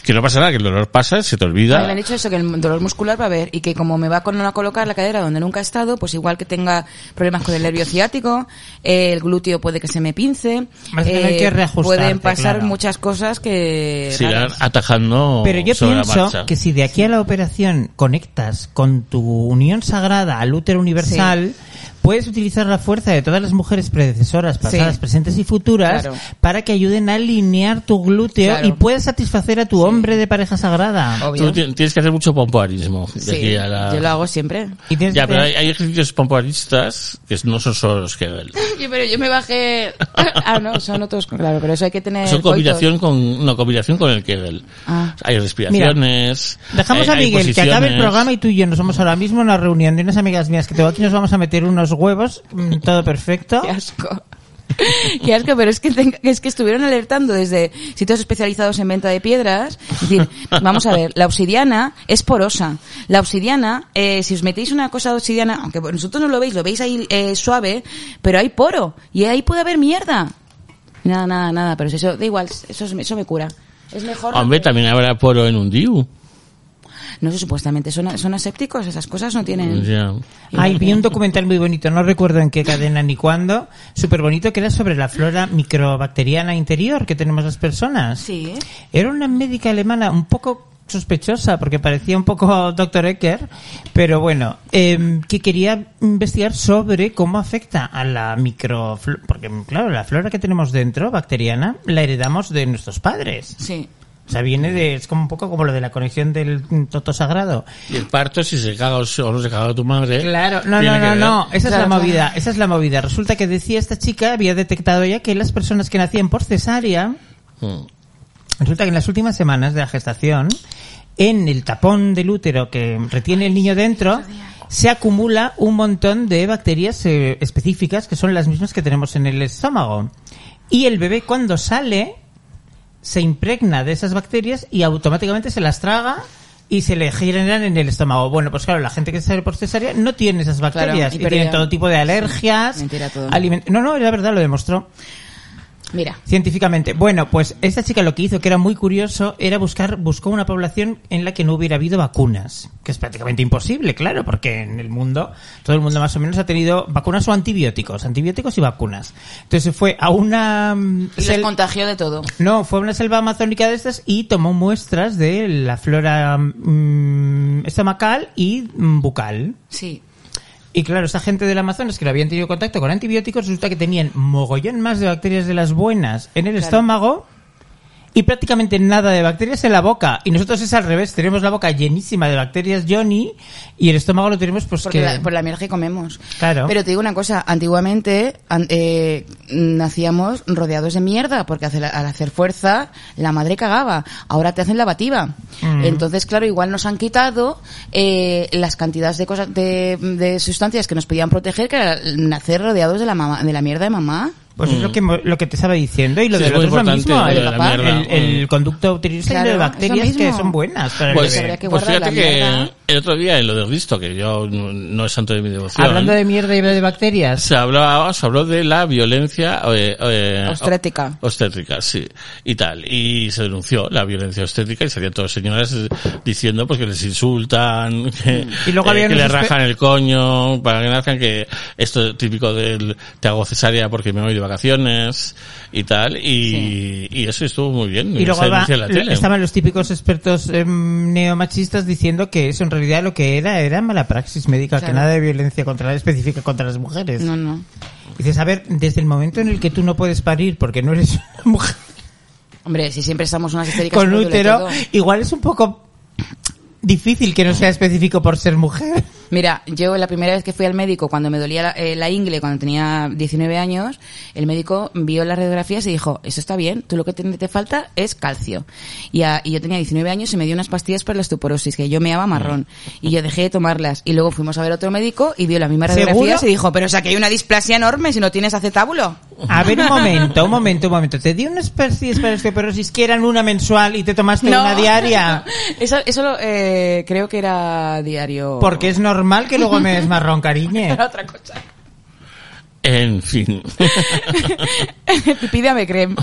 Speaker 3: Que no pasa nada, que el dolor pasa, se te olvida.
Speaker 4: Ay, Me han dicho eso, que el dolor muscular va a haber y que como me va con a colocar la cadera donde nunca he estado, pues igual que tenga problemas con el nervio ciático, eh, el glúteo puede que se me pince, eh,
Speaker 5: Vas a tener que reajustarte,
Speaker 4: pueden pasar
Speaker 5: claro.
Speaker 4: muchas cosas que...
Speaker 3: se irán
Speaker 4: raras.
Speaker 3: atajando
Speaker 5: Pero yo
Speaker 3: sobre la
Speaker 5: pienso
Speaker 3: marcha.
Speaker 5: que si de aquí a la operación conectas con tu unión sagrada al útero universal, puedes utilizar la fuerza de todas las mujeres predecesoras, pasadas,
Speaker 4: Sí.
Speaker 5: presentes y futuras
Speaker 4: Claro.
Speaker 5: para que ayuden a alinear tu glúteo
Speaker 4: Claro.
Speaker 5: y puedas satisfacer a tu hombre de pareja sagrada.
Speaker 4: Obvio.
Speaker 3: Tú ti- tienes que hacer mucho pompoarismo. de
Speaker 4: Sí,
Speaker 3: aquí a la-
Speaker 4: yo lo hago siempre.
Speaker 5: Y tienes
Speaker 3: Ya,
Speaker 5: que
Speaker 3: pero hay,
Speaker 5: tener-
Speaker 3: hay ejercicios pompoaristas que no son solo los que duelen.
Speaker 5: Eh,
Speaker 4: Yo, pero yo me bajé... ah, no, son otros... Claro, pero eso hay que tener...
Speaker 3: Son
Speaker 4: coito.
Speaker 3: combinación con, no, combinación con el Kegel.
Speaker 4: Ah.
Speaker 3: Hay respiraciones.
Speaker 5: Dejamos
Speaker 3: hay-
Speaker 5: a
Speaker 3: Eh, hay
Speaker 5: Miguel que acabe el
Speaker 3: posiciones.
Speaker 5: programa y tú y yo nos vamos ahora mismo a una reunión de unas amigas mías que tengo aquí nos vamos a meter unos huevos, mm, todo perfecto.
Speaker 4: Qué asco. Qué asco, pero es que, tenga- es que estuvieron alertando desde sitios especializados en venta de piedras. Es decir, vamos a ver, la obsidiana es porosa. La obsidiana, eh, si os metéis una cosa de obsidiana, aunque vosotros no lo veis, lo veis ahí eh, suave, pero hay poro y ahí puede haber mierda. Nada, nada, nada, pero eso da igual, eso, es- eso me cura. Es mejor.
Speaker 3: Hombre, también habrá poro en un DIU.
Speaker 4: No sé, supuestamente son, son asépticos, esas cosas no
Speaker 5: Eh.
Speaker 4: tienen.
Speaker 3: Ya.
Speaker 5: Ay, vi un documental muy bonito, no recuerdo en qué cadena ni cuándo, súper bonito, que era sobre la flora microbacteriana interior que tenemos las personas.
Speaker 4: Sí. ¿eh?
Speaker 5: Era una médica alemana un poco sospechosa, porque parecía un poco Dr. Ecker, pero bueno, eh, que quería investigar sobre cómo afecta a la microflora, porque claro, la flora que tenemos dentro, bacteriana, la heredamos de nuestros padres.
Speaker 4: Sí.
Speaker 5: O sea, viene de, es como un poco como lo de la conexión del toto sagrado.
Speaker 3: Y el parto, si se caga o se- o no se caga tu madre.
Speaker 5: Claro, no,
Speaker 3: ¿Eh? tiene que
Speaker 5: no, no,
Speaker 3: ver.
Speaker 5: no, esa es la
Speaker 4: Claro, claro.
Speaker 5: movida, esa es la movida. Resulta que decía esta chica, había detectado ya que las personas que nacían por cesárea,
Speaker 3: Mm.
Speaker 5: Resulta que en las últimas semanas de la gestación, en el tapón del útero que retiene el niño dentro, se acumula un montón de bacterias eh, específicas que son las mismas que tenemos en el estómago. Y el bebé cuando sale se impregna de esas bacterias y automáticamente se las traga y se le generan en el estómago. Bueno, pues claro, la gente que sale por cesárea no tiene esas bacterias
Speaker 4: y
Speaker 5: y, tiene
Speaker 4: perdieron.
Speaker 5: todo tipo de alergias.
Speaker 4: Sí, mentira todo.
Speaker 5: aliment- no, no, la verdad lo demostró
Speaker 4: Mira.
Speaker 5: científicamente. Bueno, pues esta chica lo que hizo, que era muy curioso, era buscar, buscó una población en la que no hubiera habido vacunas, que es prácticamente imposible, claro, porque en el mundo, todo el mundo más o menos ha tenido vacunas o antibióticos, antibióticos y vacunas. Entonces fue a una... mm,
Speaker 4: Y les
Speaker 5: sel-
Speaker 4: contagió de todo.
Speaker 5: no, fue a una selva amazónica de estas y tomó muestras de la flora mm, estomacal y mm, bucal.
Speaker 4: Sí.
Speaker 5: Y claro, esta gente del Amazonas que lo habían tenido contacto con antibióticos, resulta que tenían mogollón más de bacterias de las buenas en el estómago y prácticamente nada de bacterias en la boca. Y nosotros es al revés, tenemos la boca llenísima de bacterias Johnny y el estómago lo tenemos pues
Speaker 4: Porque
Speaker 5: que...
Speaker 4: la- por la mierda que comemos.
Speaker 5: Claro.
Speaker 4: Pero te digo una cosa, antiguamente an- eh, nacíamos rodeados de mierda, porque hace la- al hacer fuerza la madre cagaba, ahora te hacen lavativa.
Speaker 5: Mm.
Speaker 4: Entonces, claro, igual nos han quitado eh, las cantidades de cosas de, de sustancias que nos podían proteger, que era nacer rodeados de la, mamá, de la mierda de mamá.
Speaker 5: Pues es lo que, mo- lo que te estaba diciendo y
Speaker 3: Mm.
Speaker 5: lo
Speaker 3: Sí,
Speaker 5: de
Speaker 3: es
Speaker 5: los
Speaker 3: muy
Speaker 5: otro es lo
Speaker 3: importante,
Speaker 5: mismo.
Speaker 3: lo
Speaker 5: El,
Speaker 3: de la
Speaker 5: papá,
Speaker 3: mierda. Mm.
Speaker 5: el- el conducto utilizado
Speaker 4: Claro,
Speaker 5: de
Speaker 4: es lo
Speaker 5: bacterias que
Speaker 4: mismo.
Speaker 5: son buenas para el
Speaker 4: Pues-
Speaker 5: bebé.
Speaker 4: habría que
Speaker 3: pues
Speaker 4: guardar
Speaker 3: fíjate
Speaker 4: la
Speaker 3: que
Speaker 4: mierda.
Speaker 3: el otro día en lo del visto, que yo no, no es santo de mi devoción.
Speaker 5: Hablando de mierda y de bacterias.
Speaker 3: se hablaba, se habló de la violencia eh, eh,
Speaker 4: Obstétrica.
Speaker 3: o- obstétrica, sí, y tal, y se denunció la violencia obstétrica y salían todas señoras eh, diciendo pues que les insultan, que,
Speaker 5: Y luego
Speaker 3: eh,
Speaker 5: había
Speaker 3: que
Speaker 5: unos
Speaker 3: les
Speaker 5: espe-
Speaker 3: rajan el coño para que nazcan, que esto es típico del te hago cesárea porque me voy de vacaciones y tal, y, y eso estuvo muy bien.
Speaker 5: Y luego
Speaker 3: se
Speaker 5: va-
Speaker 3: denunció en la tele.
Speaker 5: estaban los típicos expertos em, neomachistas diciendo que eso en realidad lo que era era mala praxis médica, que
Speaker 4: Claro.
Speaker 5: nada de violencia contra específica contra las mujeres.
Speaker 4: No, no.
Speaker 5: Dices, a ver, desde el momento en el que tú no puedes parir porque no eres una mujer
Speaker 4: Hombre, si siempre estamos unas histéricas
Speaker 5: con
Speaker 4: dándole
Speaker 5: útero,
Speaker 4: todo.
Speaker 5: igual es un poco difícil que no sea específico por ser mujer.
Speaker 4: Mira, yo la primera vez que fui al médico, cuando me dolía la, eh, la ingle, cuando tenía 19 años, el médico vio las radiografías y dijo, eso está bien, tú lo que te, te falta es calcio. Y, a- y yo tenía 19 años y me dio unas pastillas para la osteoporosis, que yo meaba marrón. Y yo dejé de tomarlas. Y luego fuimos a ver a otro médico y vio las mismas
Speaker 5: ¿Seguro?
Speaker 4: radiografías y dijo, pero o sea que hay una displasia enorme si no tienes acetábulo.
Speaker 5: A ver, un momento, un momento, un momento. Te di unas pastillas para osteoporosis que eran una mensual y te tomaste
Speaker 4: No.
Speaker 5: una diaria.
Speaker 4: Eso, eso lo, eh, creo que era diario.
Speaker 5: Porque es normal que luego me des marrón, cariño.
Speaker 4: Era otra cosa.
Speaker 3: En fin.
Speaker 4: Pídame creme.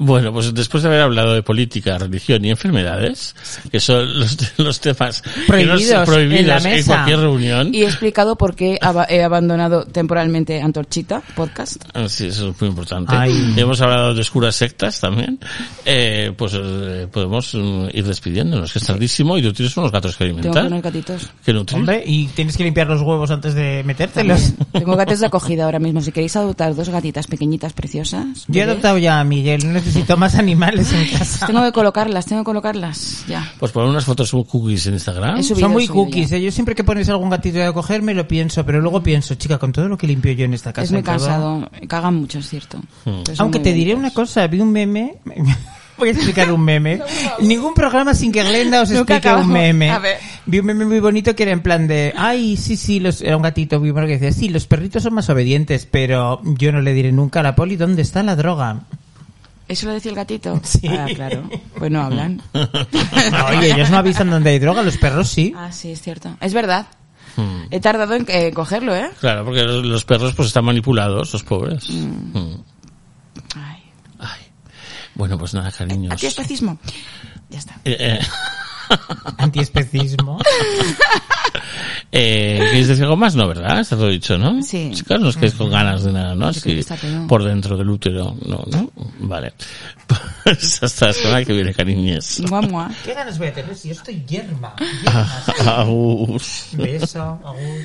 Speaker 3: Bueno, pues después de haber hablado de política, religión y enfermedades, que son los, los temas que no se-
Speaker 5: Prohibidos en la
Speaker 3: prohibidos en,
Speaker 5: mesa.
Speaker 3: cualquier reunión.
Speaker 4: Y he explicado por qué aba- he abandonado temporalmente Antorchita Podcast.
Speaker 3: Ah, Sí, eso es muy importante.
Speaker 5: Ay.
Speaker 3: Hemos hablado de oscuras sectas también. Eh, pues eh, podemos mm, ir despidiéndonos, que es tardísimo y tú tienes unos gatos que
Speaker 4: Tengo que
Speaker 3: alimentar.
Speaker 4: unos gatitos.
Speaker 3: Que nutrir.
Speaker 5: Hombre, y tienes que limpiar los huevos antes de metértelos.
Speaker 4: Tengo gatos de acogida ahora mismo. Si queréis adoptar dos gatitas pequeñitas, preciosas.
Speaker 5: Yo he
Speaker 4: bebés,
Speaker 5: adoptado ya a Miguel, no necesito más animales en casa.
Speaker 4: Tengo que colocarlas, tengo que colocarlas. Ya.
Speaker 3: Pues poner unas fotos cookies en Instagram.
Speaker 4: Eso- subido,
Speaker 5: Son muy
Speaker 4: subido
Speaker 5: cookies,
Speaker 4: ya.
Speaker 5: ¿eh? yo siempre que pones algún gatito de coger me lo pienso, pero luego pienso, chica, con todo lo que limpio yo en esta casa. Hmm.
Speaker 4: Es muy
Speaker 5: y todo.
Speaker 4: cansado. Cagan mucho, es cierto. Pero son
Speaker 5: Aunque
Speaker 4: muy
Speaker 5: te diré
Speaker 4: bonitos.
Speaker 5: una cosa, vi un meme, voy a explicar un meme. Ningún programa sin que Glenda os
Speaker 4: Nunca
Speaker 5: explique un
Speaker 4: acabamos.
Speaker 5: meme.
Speaker 4: A ver.
Speaker 5: Vi un meme muy bonito que era en plan de, ay, sí, sí, los, era un gatito muy bueno que decía, sí, los perritos son más obedientes, pero yo no le diré nunca a la poli dónde está la droga.
Speaker 4: ¿Eso lo decía el gatito?
Speaker 5: Sí.
Speaker 4: Ah, claro. Pues no hablan.
Speaker 5: Oye, ellos no avisan dónde hay droga, los perros sí.
Speaker 4: Ah, sí, es cierto. Es verdad. He tardado en eh, cogerlo, ¿eh?
Speaker 3: Mm. Claro, porque los, los perros pues están manipulados, los pobres. Mm.
Speaker 4: Ay.
Speaker 3: Ay. Bueno, pues nada, cariños.
Speaker 4: Aquí es fascismo. Ya está.
Speaker 3: Eh, eh.
Speaker 5: Antiespecismo.
Speaker 3: Eh, ¿Queréis decir algo más? No, ¿verdad? Está todo dicho, ¿no?
Speaker 4: Sí.
Speaker 3: Chicas, no os quedéis con ganas de nada, ¿no? Así
Speaker 4: creo que está todo.
Speaker 3: por dentro del útero, ¿no? ¿no? Vale. Pues hasta la semana que viene, cariñes.
Speaker 4: Mua, mua.
Speaker 5: ¿Qué ganas voy a tener si yo estoy yerma?
Speaker 3: Agus.
Speaker 5: Beso, agur.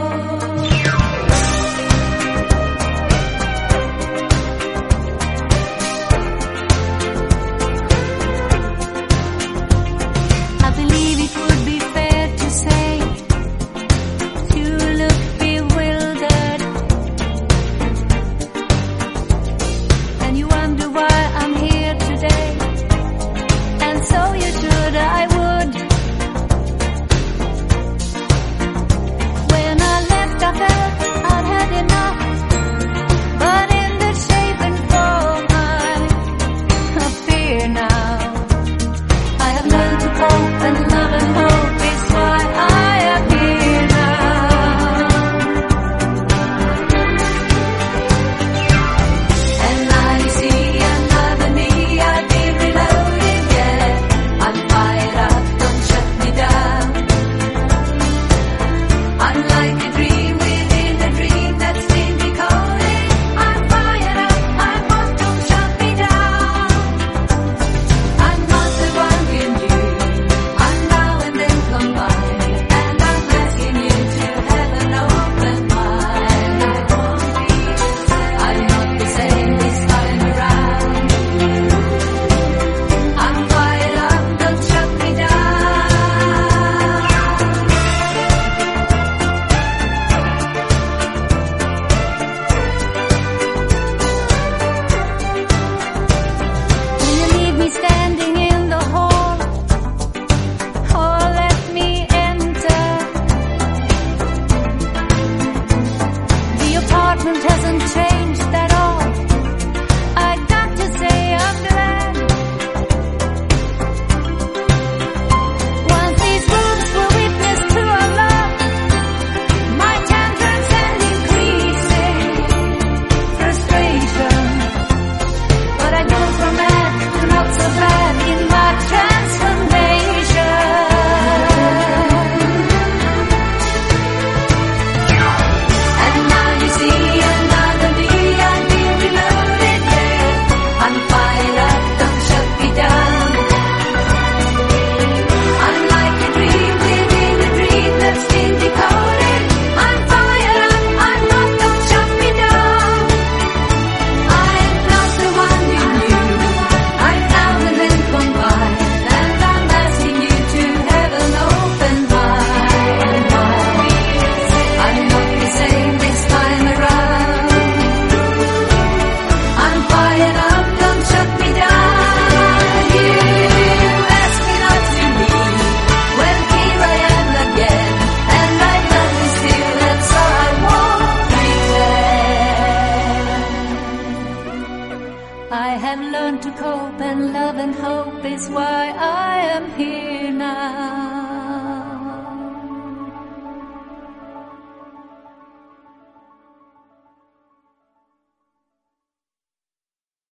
Speaker 7: I believe it would be fair to say you look bewildered, and you wonder why I'm here today. And so you should, I would. When I left, I felt I'd had enough, but in the shape and form I fear now. I have learned to cope and love and hope is why I am here now. And I see another me, I'd be reloaded, yeah. I'm fired up, don't shut me down. I'm like a dream within a dream that's been decoded. I'm fired up, I'm hot, don't shut me down. I'm not the one you knew. I'm now and then combined, and I'm asking you to have an open mind. I won't be. I'm not the same this time around. I'm fired up. Don't shut me down. Will you leave me standing in the hall? Or let me enter? The apartment hasn't changed at all. I got to say I'm glad. Once these rooms were witness to our love, my tantrums and increasing frustration. But I go from bad to not so bad in my transformation. And now you see another me, I've been reloaded, yeah. I'm fired up, don't shut me down. I'm like a dream within a dream that's been decoded. I'm fired up, I'm not, don't shut me down. I'm not the one you knew. I'm now and then combined, and I'm asking you to have an open mind. I'm not the same this time around. I'm fired up, don't shut me down. You ask me not to leave. Well, here I am again, and I love you still, and so I won't pretend. I have learned to cope and love and hope is why I am here now.